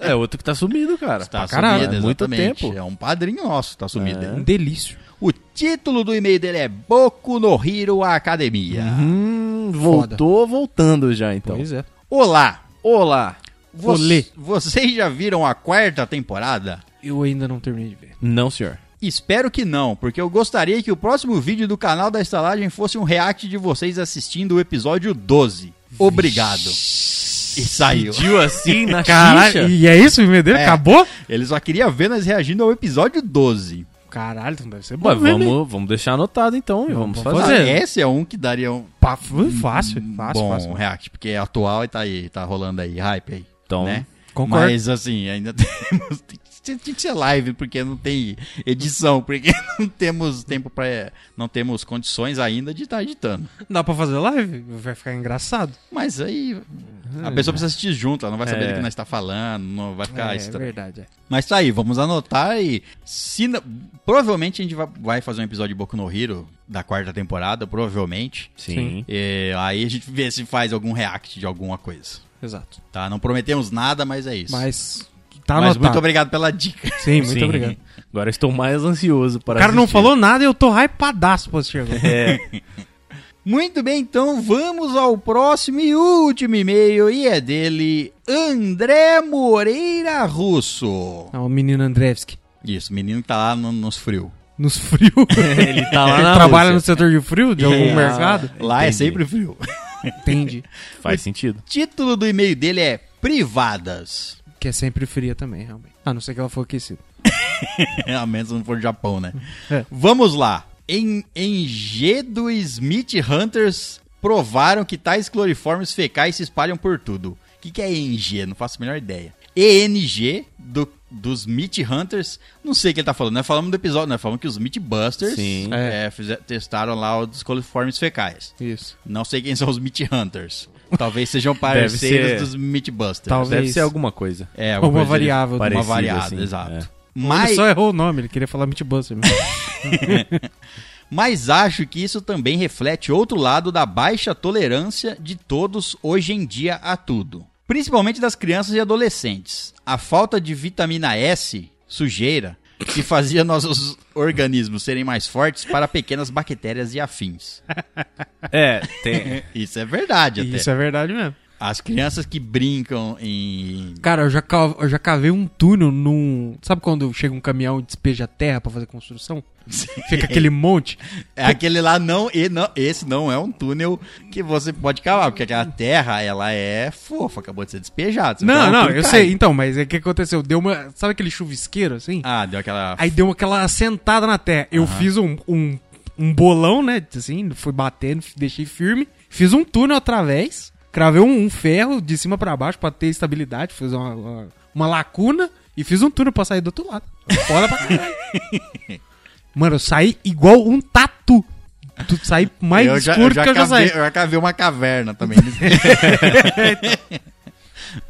Speaker 5: É, outro que tá sumido, cara.
Speaker 1: Tá
Speaker 2: caralho,
Speaker 1: sumido,
Speaker 5: é muito
Speaker 1: exatamente.
Speaker 5: tempo. É.
Speaker 1: É um padrinho nosso, tá sumido.
Speaker 2: Um
Speaker 1: hein?
Speaker 2: delício.
Speaker 1: O título do e-mail dele é Boku no Hero Academia.
Speaker 3: Hum, voltou voltando já, então.
Speaker 2: Pois é.
Speaker 1: Olá,
Speaker 5: Olá!
Speaker 1: vo-
Speaker 2: Olê.
Speaker 1: vocês já viram a quarta temporada?
Speaker 2: Eu ainda não terminei de ver.
Speaker 5: Não, senhor.
Speaker 1: Espero que não, porque eu gostaria que o próximo vídeo do canal da estalagem fosse um react de vocês assistindo o episódio 12. Obrigado. E saiu.
Speaker 5: Pediu assim na
Speaker 2: Caralho,
Speaker 5: xixa?
Speaker 2: e é isso o e-mail dele?
Speaker 1: É.
Speaker 2: Acabou?
Speaker 1: Ele só queria ver nós reagindo ao episódio 12.
Speaker 2: Caralho, então deve ser bom.
Speaker 5: Ué,
Speaker 2: mesmo, hein?
Speaker 5: vamos, vamos deixar anotado então e vamos,
Speaker 2: Vamos
Speaker 5: fazer.
Speaker 2: fazer.
Speaker 1: Ah, esse é um que daria um
Speaker 2: Pá, foi fácil, fácil,
Speaker 1: bom
Speaker 2: fácil.
Speaker 1: react, porque é atual e tá aí, tá rolando aí, hype aí.
Speaker 5: Então,
Speaker 1: né?
Speaker 2: Concordo.
Speaker 1: Mas assim, ainda temos. Tinha tinha que ser live, porque não tem edição, porque não temos tempo pra. Não temos condições ainda de estar editando.
Speaker 2: Dá pra fazer live? Vai ficar engraçado.
Speaker 1: Mas aí. A pessoa precisa assistir junto, ela não vai saber
Speaker 5: É.
Speaker 1: do que nós está falando, não vai ficar
Speaker 2: é, é
Speaker 1: estranho.
Speaker 2: verdade. é.
Speaker 1: Mas tá aí, vamos anotar e. se não- provavelmente a gente vai- vai fazer um episódio de Boku no Hero da quarta temporada, provavelmente.
Speaker 5: sim.
Speaker 1: É, aí a gente vê se faz algum react de alguma coisa.
Speaker 2: Exato.
Speaker 1: Tá? Não prometemos nada, mas é isso.
Speaker 2: Mas tá
Speaker 1: Mas
Speaker 2: anotado.
Speaker 1: muito obrigado pela dica.
Speaker 2: Sim, muito
Speaker 5: Sim.
Speaker 2: obrigado.
Speaker 5: Agora estou mais ansioso para
Speaker 2: O cara não
Speaker 5: assistir.
Speaker 2: falou nada e eu tô hypadaço pra assistir agora.
Speaker 1: Muito bem, então vamos ao próximo e último e-mail, e é dele, André Moreira Russo.
Speaker 2: Ah, o menino Andrevski.
Speaker 1: Isso, menino que tá lá no- nos frio.
Speaker 2: Nos frio. É.
Speaker 5: Ele tá lá
Speaker 2: Ele
Speaker 5: na
Speaker 2: trabalha no
Speaker 5: Rússia.
Speaker 2: setor de frio de algum
Speaker 5: Ah.
Speaker 2: mercado?
Speaker 1: Lá é
Speaker 5: Entendi.
Speaker 1: sempre frio.
Speaker 2: Entendi.
Speaker 5: Faz sentido.
Speaker 1: Título do e-mail dele é Privadas.
Speaker 2: Que é sempre fria também, realmente. A não ser que ela for aquecida.
Speaker 1: É, A menos se não for do Japão, né?
Speaker 2: É.
Speaker 1: Vamos lá. Em, em G do Smith Hunters provaram que tais cloriformes fecais se espalham por tudo. O que, que é ENG? Não faço a menor ideia. ENG do, dos Meat Hunters, não sei o que ele tá falando. Nós falamos do episódio, nós falamos que os Meat Busters
Speaker 5: Sim.
Speaker 1: é, fizer- testaram lá os coliformes fecais.
Speaker 2: Isso.
Speaker 1: Não sei quem são os Meat Hunters. Talvez sejam parceiros
Speaker 5: ser-
Speaker 1: dos Meat Busters.
Speaker 2: Talvez.
Speaker 5: Deve ser alguma coisa.
Speaker 1: É,
Speaker 2: Alguma
Speaker 1: coisa
Speaker 2: variável.
Speaker 1: Uma
Speaker 5: Parecida,
Speaker 1: variável,
Speaker 5: assim,
Speaker 1: exato.
Speaker 5: é.
Speaker 2: Ele
Speaker 1: Mas,
Speaker 2: só errou o nome, ele queria falar Meatbuster mesmo.
Speaker 1: mas acho que isso também reflete outro lado da baixa tolerância de todos hoje em dia a tudo. Principalmente das crianças e adolescentes. A falta de vitamina S, sujeira, que fazia nossos organismos serem mais fortes para pequenas bactérias e afins.
Speaker 3: É, tem.
Speaker 1: Isso é verdade até.
Speaker 2: Isso é verdade mesmo.
Speaker 1: As crianças que brincam em.
Speaker 2: Cara, eu já, ca- eu já cavei um túnel num. Sabe quando chega um caminhão e despeja terra pra fazer construção? Fica aquele monte.
Speaker 1: É aquele lá não, e não, esse não é um túnel que você pode cavar, porque aquela terra, ela é fofa, acabou de ser despejada. Você vai
Speaker 2: Não,
Speaker 1: cavar, o
Speaker 2: não,
Speaker 1: túnel
Speaker 2: eu
Speaker 1: cai.
Speaker 2: sei. Então, mas é o que aconteceu? Deu uma. Sabe aquele chuvisqueiro assim?
Speaker 1: Ah, deu aquela.
Speaker 2: Aí deu aquela sentada na terra. Eu fiz um, um, um bolão, né? Assim, fui batendo, deixei firme. Fiz um túnel através. Cravei um, um ferro de cima pra baixo pra ter estabilidade. Fiz uma, uma, uma lacuna. E fiz um túnel pra sair do outro lado. Foda pra caralho. Mano, eu saí igual um tatu. Tu saí mais
Speaker 1: eu já, eu
Speaker 2: escuro
Speaker 1: já
Speaker 2: que eu já
Speaker 1: cavei,
Speaker 2: saí.
Speaker 1: eu já cavei uma caverna também.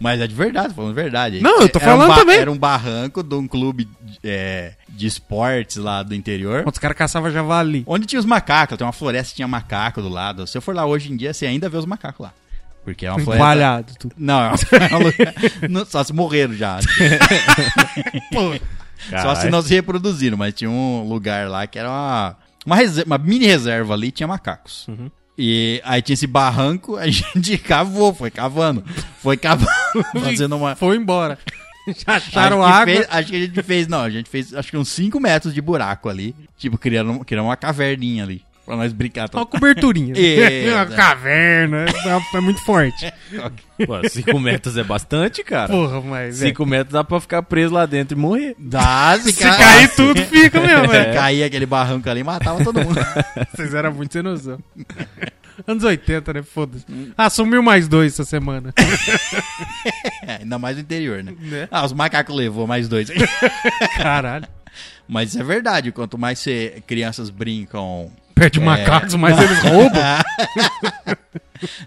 Speaker 1: Mas é de verdade, tô falando verdade.
Speaker 2: Não, eu tô
Speaker 1: Era um
Speaker 2: falando
Speaker 1: ba-
Speaker 2: também.
Speaker 1: Era um barranco de um clube é, de esportes lá do interior.
Speaker 2: Os caras caçavam javali.
Speaker 1: Onde tinha os macacos, tem uma floresta que tinha macaco do lado. Se eu for lá hoje em dia, você ainda vê os macacos lá. Porque é uma floresta.
Speaker 2: Empalhado, tudo.
Speaker 1: Não, é uma- é um lugar- não, só se morreram já. Só se não se reproduziram, mas tinha um lugar lá que era uma, uma, reser- uma mini reserva ali, tinha macacos.
Speaker 2: Uhum.
Speaker 1: E aí tinha esse barranco, a gente cavou, foi cavando, foi cavando, fazendo uma...
Speaker 2: Foi embora. Já acharam
Speaker 1: Acho que
Speaker 2: água.
Speaker 1: fez- acho que a gente fez, não, a gente fez acho que uns 5 metros de buraco ali, tipo, criando, criando uma caverninha ali, pra nós brincar.
Speaker 2: Uma coberturinha.
Speaker 1: É,
Speaker 2: uma
Speaker 1: né?
Speaker 2: caverna. É muito forte.
Speaker 3: Pô, 5 metros é bastante, cara.
Speaker 2: Porra, mas. é.
Speaker 3: 5 metros dá pra ficar preso lá dentro e morrer.
Speaker 1: Dá, se,
Speaker 2: Se cair tudo, fica mesmo,
Speaker 1: Se
Speaker 2: velho.
Speaker 1: cair aquele barranco ali, matava todo mundo.
Speaker 2: Vocês eram muito sem noção. Anos 80, né? Foda-se. Ah, sumiu mais dois essa semana.
Speaker 1: É, ainda mais no interior, né?
Speaker 2: Né?
Speaker 1: Ah, os macacos levou mais dois.
Speaker 2: Caralho.
Speaker 1: Mas é verdade, quanto mais cê- crianças brincam.
Speaker 2: Perde macacos, mas eles roubam.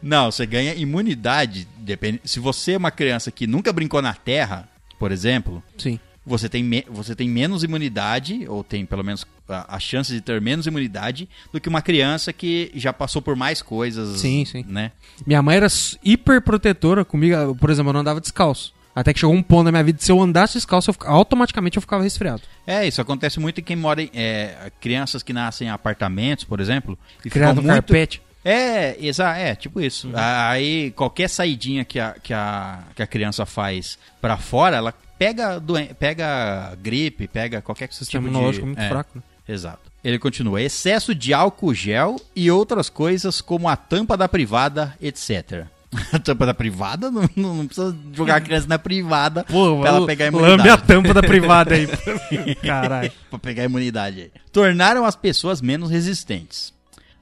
Speaker 1: Não, você ganha imunidade. Depende, se você é uma criança que nunca brincou na terra, por exemplo,
Speaker 2: Sim.
Speaker 1: você tem, me- você tem menos imunidade, ou tem pelo menos a, a chance de ter menos imunidade, do que uma criança que já passou por mais coisas.
Speaker 2: Sim, sim.
Speaker 1: Né?
Speaker 2: Minha mãe era s- hiper protetora comigo. Eu, Por exemplo, eu não andava descalço. Até que chegou um ponto na minha vida, se eu andasse descalço, eu fica- automaticamente eu ficava resfriado.
Speaker 1: É, isso acontece muito em quem mora em. é, crianças que nascem em apartamentos, por exemplo. E ficam
Speaker 2: Criado um
Speaker 1: muito
Speaker 2: carpete.
Speaker 1: É, exa é, tipo isso.
Speaker 2: Uhum.
Speaker 1: Aí qualquer saidinha que a, que a, que a criança faz pra fora, ela pega, doen pega gripe, pega qualquer
Speaker 2: Sistema
Speaker 1: tipo de...
Speaker 2: imunológico muito
Speaker 1: é,
Speaker 2: fraco. né?
Speaker 1: Exato. Ele continua, excesso de álcool gel e outras coisas como a tampa da privada, etc. A tampa da privada? Não, não- não precisa jogar a criança na privada pra ela pegar a imunidade.
Speaker 2: lambe a tampa da privada aí. Caralho.
Speaker 1: Pra pegar a imunidade aí. Tornaram as pessoas menos resistentes.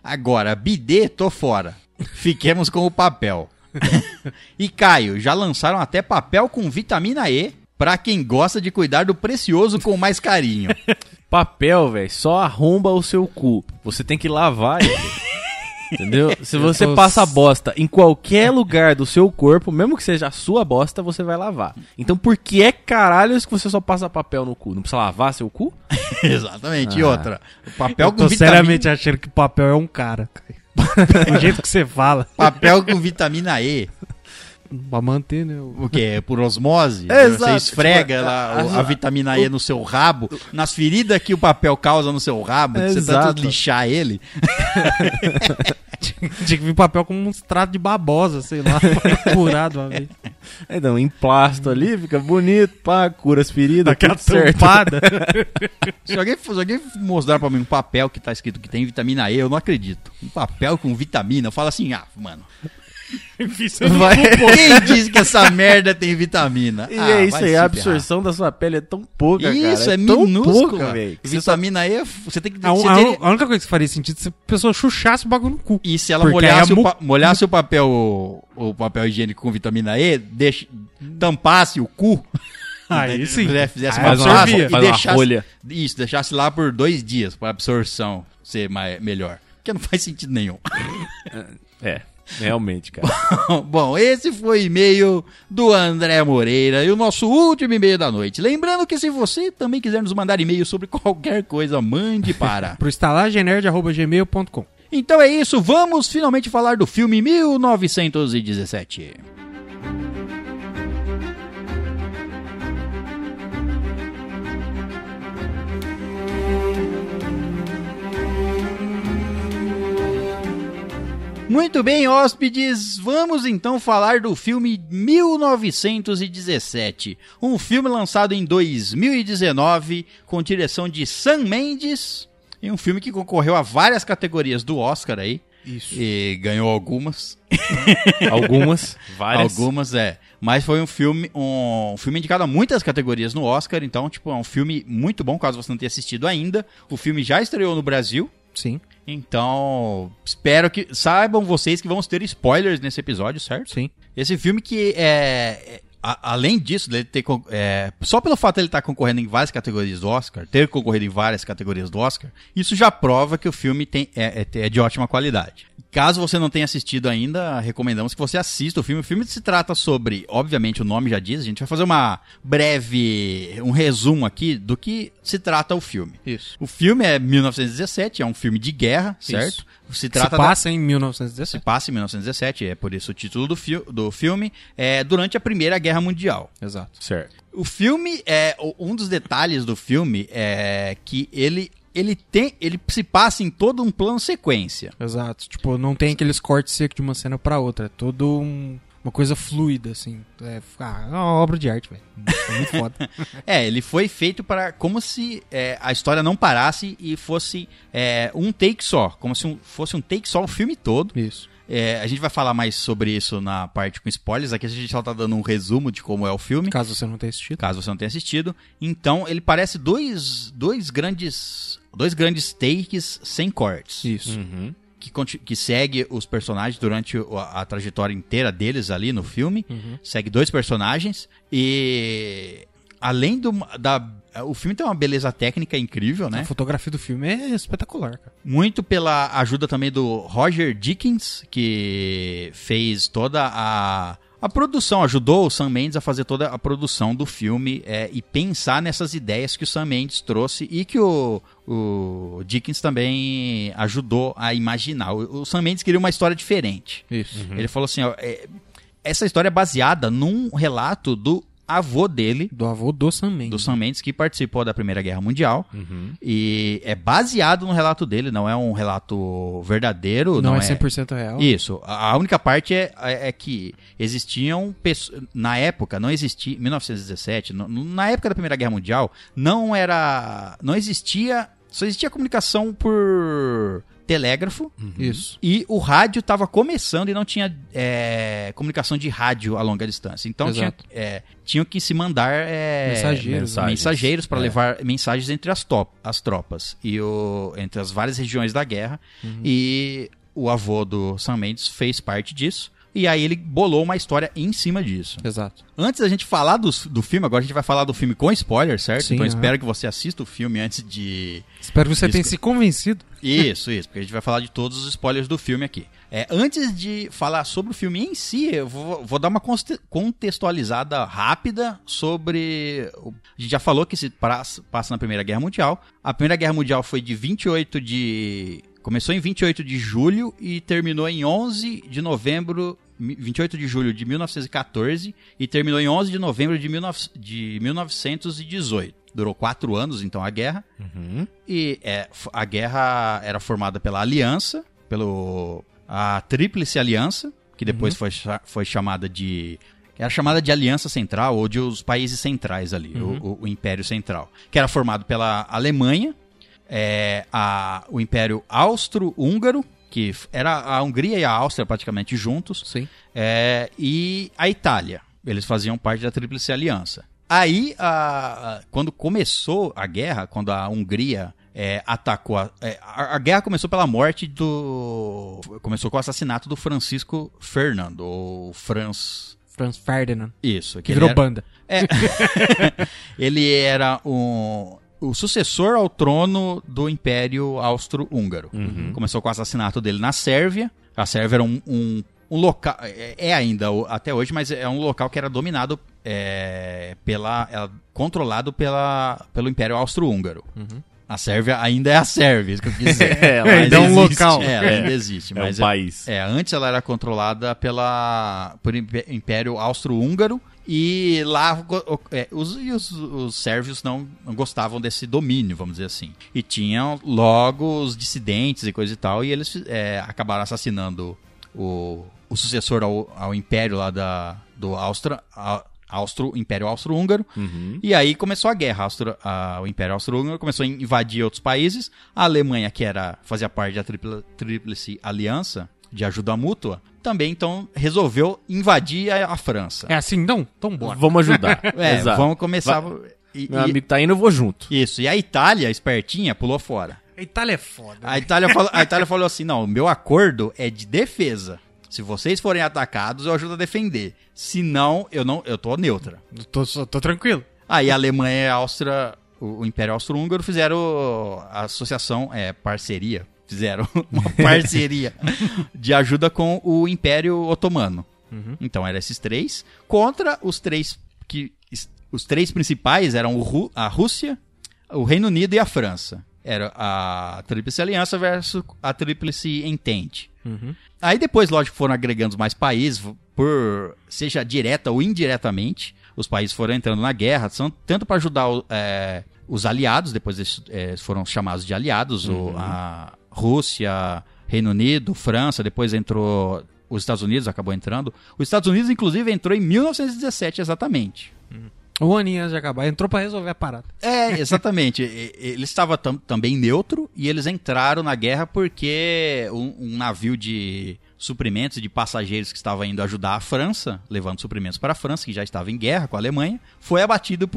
Speaker 1: Agora, bidê, tô fora. Fiquemos com o papel. e Caio, já lançaram até papel com vitamina E pra quem gosta de cuidar do precioso com mais carinho.
Speaker 3: Papel, velho, só arromba o seu cu. Você tem que lavar ele. Entendeu? Se você
Speaker 2: tô
Speaker 3: passa a
Speaker 2: s-
Speaker 3: bosta em qualquer lugar do seu corpo, mesmo que seja a sua bosta, você vai lavar. Então por que é caralho que você só passa papel no cu? Não precisa lavar seu cu?
Speaker 1: Exatamente. E outra, o papel
Speaker 2: Eu
Speaker 1: com
Speaker 2: tô
Speaker 1: vitamina
Speaker 2: seriamente achando que papel é um cara. Do jeito que você fala.
Speaker 1: Papel com vitamina E,
Speaker 2: Pra manter, né? o-
Speaker 1: o que é por osmose, você
Speaker 3: Exato.
Speaker 1: esfrega lá o- a, vitamina E no seu rabo, nas feridas que o papel causa no seu rabo, que você tenta
Speaker 3: Exato.
Speaker 1: lixar ele,
Speaker 2: Tinha que vir papel com um extrato de babosa, sei lá. Curado uma vez.
Speaker 3: Então, emplasto ali, fica bonito, pá, cura as feridas,
Speaker 2: Daquela
Speaker 3: tudo certo.
Speaker 2: tampada.
Speaker 1: Se alguém, se alguém mostrar pra mim um papel que tá escrito que tem vitamina E, eu não acredito. Um papel com vitamina, eu falo assim, ah, mano. É
Speaker 3: Vai-
Speaker 1: Quem disse que essa merda tem vitamina?
Speaker 3: E
Speaker 1: Ah,
Speaker 3: é
Speaker 1: vai
Speaker 3: isso aí,
Speaker 1: se
Speaker 3: a
Speaker 1: ferrar.
Speaker 3: absorção da sua pele é tão pouca, cara.
Speaker 1: Isso, é
Speaker 3: tão
Speaker 1: minúsculo.
Speaker 3: velho. que você tá- É um- só-
Speaker 1: Vitamina E, é você tem que
Speaker 2: A,
Speaker 1: você
Speaker 2: a-
Speaker 1: teria-
Speaker 2: a única coisa que faria sentido é se a pessoa chuchasse o bagulho no cu.
Speaker 1: E se ela
Speaker 2: Porque
Speaker 1: molhasse,
Speaker 2: é a
Speaker 1: o
Speaker 2: mu-
Speaker 1: pa- molhasse o papel o papel higiênico com vitamina E, deixa, tampasse o cu,
Speaker 2: Aí sim.
Speaker 1: né, fizesse
Speaker 2: Aí
Speaker 1: uma
Speaker 2: absorvia.
Speaker 1: plástica
Speaker 3: Faz uma rolha.
Speaker 1: Isso, deixasse lá por dois dias pra absorção ser mai- melhor. Porque não faz sentido nenhum.
Speaker 3: É, realmente, cara.
Speaker 1: Bom, esse foi o e-mail do André Moreira e o nosso último e-mail da noite. Lembrando que se você também quiser nos mandar e-mail sobre qualquer coisa, mande para.
Speaker 2: Pro estalagenerd.gmail.com.
Speaker 1: então é isso, vamos finalmente falar do filme 1917. Muito bem, hóspedes, vamos então falar do filme 1917. Um filme lançado em 2019 com direção de Sam Mendes. E um filme que concorreu a várias categorias do Oscar aí.
Speaker 2: Isso.
Speaker 1: E ganhou algumas.
Speaker 3: Algumas.
Speaker 5: Várias.
Speaker 1: Algumas, é. Mas foi um filme, um, filme indicado a muitas categorias no Oscar, então, tipo, é um filme muito bom, caso você não tenha assistido ainda. O filme já estreou no Brasil,
Speaker 2: Sim,
Speaker 1: então espero que saibam vocês que vamos ter spoilers nesse episódio, certo?
Speaker 2: sim.
Speaker 1: Esse filme que é. é, a- além disso, dele ter. con- é, só pelo fato dele estar concorrendo em várias categorias do Oscar, ter concorrido em várias categorias do Oscar, isso já prova que o filme tem, é, é- é de ótima qualidade. Caso você não tenha assistido ainda, recomendamos que você assista o filme. O filme se trata sobre, obviamente, o nome já diz, a gente vai fazer uma breve. um resumo aqui do que se trata o filme.
Speaker 2: Isso.
Speaker 1: O filme é 1917, é um filme de guerra, certo? Se
Speaker 2: Se
Speaker 1: trata da-
Speaker 2: passa em
Speaker 1: se
Speaker 2: 1917.
Speaker 1: passa em 1917, é por isso o título do, fil- do filme, é durante a Primeira Guerra Mundial.
Speaker 2: Exato.
Speaker 3: Certo.
Speaker 1: O filme é o- um dos detalhes do filme é que ele ele tem ele se passa em todo um plano sequência.
Speaker 2: Exato. Tipo, não tem aqueles cortes secos de uma cena pra outra. É todo um- uma coisa fluida, assim. É, ah, é uma obra de arte, velho. É muito foda.
Speaker 1: É, ele foi feito para como se é, a história não parasse e fosse é, um take só, como se um- fosse um take só o filme todo.
Speaker 2: Isso.
Speaker 1: É, a gente vai falar mais sobre isso na parte com spoilers. Aqui a gente só tá dando um resumo de como é o filme.
Speaker 2: Caso você não tenha assistido.
Speaker 1: caso você não tenha assistido. Então, ele parece dois, dois grandes dois grandes takes sem cortes,
Speaker 2: Isso.
Speaker 1: que, conti- que segue os personagens durante o- a, a trajetória inteira deles ali no filme. Segue dois personagens e além do da o filme tem uma beleza técnica incrível,
Speaker 2: A
Speaker 1: né?
Speaker 2: fotografia do filme é espetacular, cara.
Speaker 1: Muito pela ajuda também do Roger Dickens, que fez toda a, a produção, ajudou o Sam Mendes a fazer toda a produção do filme é, e pensar nessas ideias que o Sam Mendes trouxe e que o, o Dickens também ajudou a imaginar. O, o Sam Mendes queria uma história diferente.
Speaker 2: Isso.
Speaker 1: Ele falou assim: ó, é, essa história é baseada num relato do avô dele,
Speaker 2: Do avô do Sam Mendes.
Speaker 1: do Sam Mendes, que participou da Primeira Guerra Mundial. E é baseado no relato dele, não é um relato verdadeiro.
Speaker 2: Não,
Speaker 1: Não,
Speaker 2: é 100% real.
Speaker 1: Isso. A a única parte é, é é que existiam pessoas. Na época, não existia. 1917, no- no- na época da Primeira Guerra Mundial, não era. Não existia. Só existia comunicação por telégrafo.
Speaker 2: Isso.
Speaker 1: E o rádio estava começando e não tinha é, comunicação de rádio a longa distância. Então tinha,
Speaker 2: Exato.
Speaker 1: é, tinham que se mandar é,
Speaker 2: Mensageiros.
Speaker 1: mensageiros,
Speaker 2: Mensagens.
Speaker 3: É.
Speaker 1: para levar mensagens entre as, top, as tropas e o, entre as várias regiões da guerra. E o avô do Sam Mendes fez parte disso. E aí ele bolou uma história em cima disso.
Speaker 2: Exato.
Speaker 1: Antes da gente falar do, do filme, agora a gente vai falar do filme com spoiler, certo?
Speaker 2: Sim,
Speaker 1: então eu
Speaker 2: aham.
Speaker 1: espero que você assista o filme antes de
Speaker 2: Espero que você
Speaker 1: Isso.
Speaker 2: tenha se convencido.
Speaker 1: isso, isso, porque a gente vai falar de todos os spoilers do filme aqui. É, antes de falar sobre o filme em si, eu vou, vou dar uma conste- contextualizada rápida sobre. o- A gente já falou que se pra- passa na Primeira Guerra Mundial. A Primeira Guerra Mundial foi de 28 de. Começou em 28 de julho e terminou em 11 de novembro. mi- 28 de julho de 1914 e terminou em 11 de novembro de, 19 de 1918. Durou quatro anos, então, a guerra.
Speaker 3: Uhum.
Speaker 1: E é, f- a guerra era formada pela Aliança, pelo a Tríplice Aliança, que depois foi, cha- foi chamada de era chamada de Aliança Central ou de os países centrais ali, o- o, o Império Central, que era formado pela Alemanha, é, a- o Império Austro-Húngaro, que f- era a Hungria e a Áustria praticamente juntos,
Speaker 2: Sim.
Speaker 1: é, e a Itália. Eles faziam parte da Tríplice Aliança. Aí, a- a- quando começou a guerra, quando a Hungria é, atacou. A, é, a, a guerra começou pela morte do. Começou com o assassinato do Francisco Fernando, ou Franz.
Speaker 2: Franz Ferdinand.
Speaker 1: Isso, que
Speaker 2: Que
Speaker 1: ele
Speaker 2: virou
Speaker 1: era-
Speaker 2: banda.
Speaker 1: ele era um, o sucessor ao trono do Império Austro-Húngaro. Uhum. Começou com o assassinato dele na Sérvia. A Sérvia era um, um, local. É, é ainda o- até hoje, mas é um local que era dominado é, pela. é, controlado pela, pelo Império Austro-Húngaro. A Sérvia ainda é a Sérvia, isso que eu quis dizer.
Speaker 5: É, ela
Speaker 1: Mas
Speaker 2: ainda é um
Speaker 1: existe.
Speaker 2: local.
Speaker 1: É, ela ainda existe.
Speaker 5: É
Speaker 1: mas
Speaker 5: um país.
Speaker 1: é, antes ela era controlada pela por imp- Império Austro-Húngaro e lá go- o- é, os, e os, os sérvios não, não gostavam desse domínio, vamos dizer assim. E tinham logo os dissidentes e coisa e tal, e eles é, acabaram assassinando o, o sucessor ao, ao império lá da, do Austra, a- Austro, Império Austro-Húngaro.
Speaker 6: Uhum.
Speaker 1: E aí começou a guerra. Austro- a- o Império Austro-Húngaro começou a invadir outros países. A Alemanha, que era fazia parte da tripla- Tríplice Aliança de ajuda mútua, também então resolveu invadir a, a França.
Speaker 2: É assim, não? Então bora.
Speaker 6: Vamos ajudar.
Speaker 1: É,
Speaker 6: Exato.
Speaker 1: vamos começar. e-
Speaker 6: Meu
Speaker 1: e-
Speaker 6: amigo tá indo, eu vou junto.
Speaker 1: isso, e a Itália, espertinha, pulou fora.
Speaker 2: A Itália é foda.
Speaker 1: A Itália, falou, a Itália falou assim: não, o meu acordo é de defesa. Se vocês forem atacados, eu ajudo a defender. Se não, eu não, eu tô neutra.
Speaker 2: Tô, só- tô tranquilo.
Speaker 1: Aí a Alemanha e a Áustria, o, o Império Austro-Húngaro fizeram a associação, é, parceria, fizeram uma parceria de ajuda com o Império Otomano. Então eram esses três contra os três que os três principais eram o Ru- a Rússia, o Reino Unido e a França. Era a Tríplice Aliança versus a Tríplice Entente. Aí depois, lógico, foram agregando mais países, por seja direta ou indiretamente, os países foram entrando na guerra, são- tanto para ajudar o- é, os aliados, depois eles é, foram chamados de aliados, o- a Rússia, Reino Unido, França, depois entrou os Estados Unidos, acabou entrando. Os Estados Unidos, inclusive, entrou em 1917 exatamente.
Speaker 2: O Um aninho antes de acabar. Entrou pra resolver a parada.
Speaker 1: É, exatamente. E- e- Ele estava tam- também neutro e eles entraram na guerra porque um, um navio de suprimentos de passageiros que estava indo ajudar a França, levando suprimentos para a França, que já estava em guerra com a Alemanha, foi abatido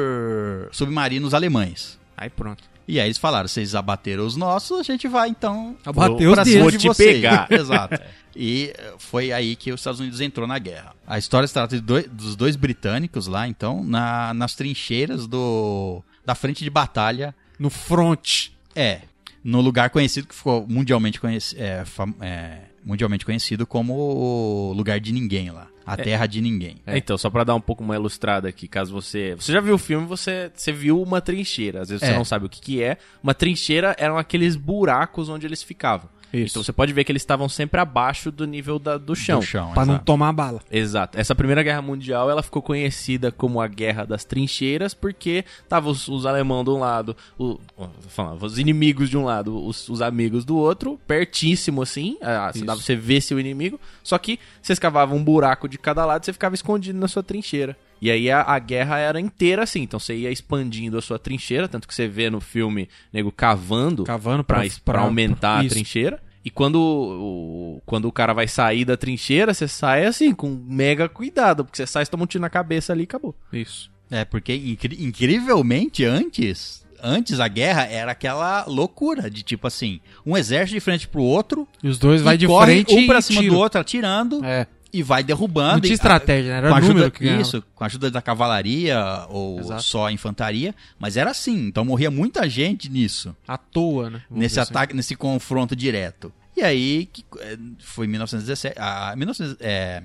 Speaker 1: por submarinos alemães.
Speaker 2: Aí pronto.
Speaker 1: E aí eles falaram: vocês abateram os nossos, a gente vai então
Speaker 2: Abateu os
Speaker 1: pra
Speaker 2: dedos.
Speaker 1: cima
Speaker 3: vou
Speaker 1: de
Speaker 3: te
Speaker 1: vocês.
Speaker 3: pegar.
Speaker 1: Exato. E eh, foi aí que os Estados Unidos entrou na guerra. A história se trata de dois- dos dois britânicos lá, então, na- nas trincheiras do, da frente de batalha.
Speaker 2: No front.
Speaker 1: É, no lugar conhecido que ficou mundialmente, conheci, é, fam- é, mundialmente conhecido como o lugar de ninguém lá. A terra de ninguém.
Speaker 3: É, Então, só pra dar um pouco uma ilustrada aqui, caso você. Você já viu o filme, você, você viu uma trincheira. Às vezes você
Speaker 1: É.
Speaker 3: não sabe o que, que é. Uma trincheira eram aqueles buracos onde eles ficavam.
Speaker 2: Isso.
Speaker 3: Então você pode ver que eles estavam sempre abaixo do nível da- do chão.
Speaker 1: Do chão,
Speaker 2: pra não
Speaker 1: exato.
Speaker 2: tomar bala.
Speaker 3: Exato. Essa Primeira Guerra Mundial, ela ficou conhecida como a Guerra das Trincheiras, porque tava os, os alemão de um lado, o- ó, vou falar, os inimigos de um lado, os, os amigos do outro, pertíssimo assim, ah, você,
Speaker 2: Isso.
Speaker 3: dava, você vê seu inimigo, só que você escavava um buraco de cada lado, você ficava escondido na sua trincheira. E aí a, a guerra era inteira assim, então você ia expandindo a sua trincheira, tanto que você vê no filme, nego cavando,
Speaker 2: Cavando pra,
Speaker 3: pra, pra aumentar a
Speaker 2: isso.
Speaker 3: trincheira. E quando o, quando o cara vai sair da trincheira, você sai assim, com mega cuidado, porque você sai, você toma um tiro na cabeça ali e acabou.
Speaker 2: Isso.
Speaker 1: É, porque incri- incrivelmente antes, antes a guerra era aquela loucura de tipo assim, um exército de frente pro outro,
Speaker 2: E os dois vai
Speaker 1: e
Speaker 2: de
Speaker 1: corre
Speaker 2: frente
Speaker 1: um pra
Speaker 2: e
Speaker 1: cima
Speaker 2: tiro.
Speaker 1: do outro atirando
Speaker 2: É.
Speaker 1: e vai derrubando.
Speaker 2: Não tinha
Speaker 1: e-
Speaker 2: estratégia, né? Era
Speaker 1: com a
Speaker 2: número
Speaker 1: ajuda,
Speaker 2: que ganhava.
Speaker 1: isso, com a ajuda da cavalaria ou
Speaker 2: Exato.
Speaker 1: só a infantaria, mas era assim, então morria muita gente nisso,
Speaker 2: À toa, né? Vamos
Speaker 1: nesse
Speaker 2: dizer assim.
Speaker 1: ataque, nesse confronto direto. E aí que eh, foi 1917, a 1900, é,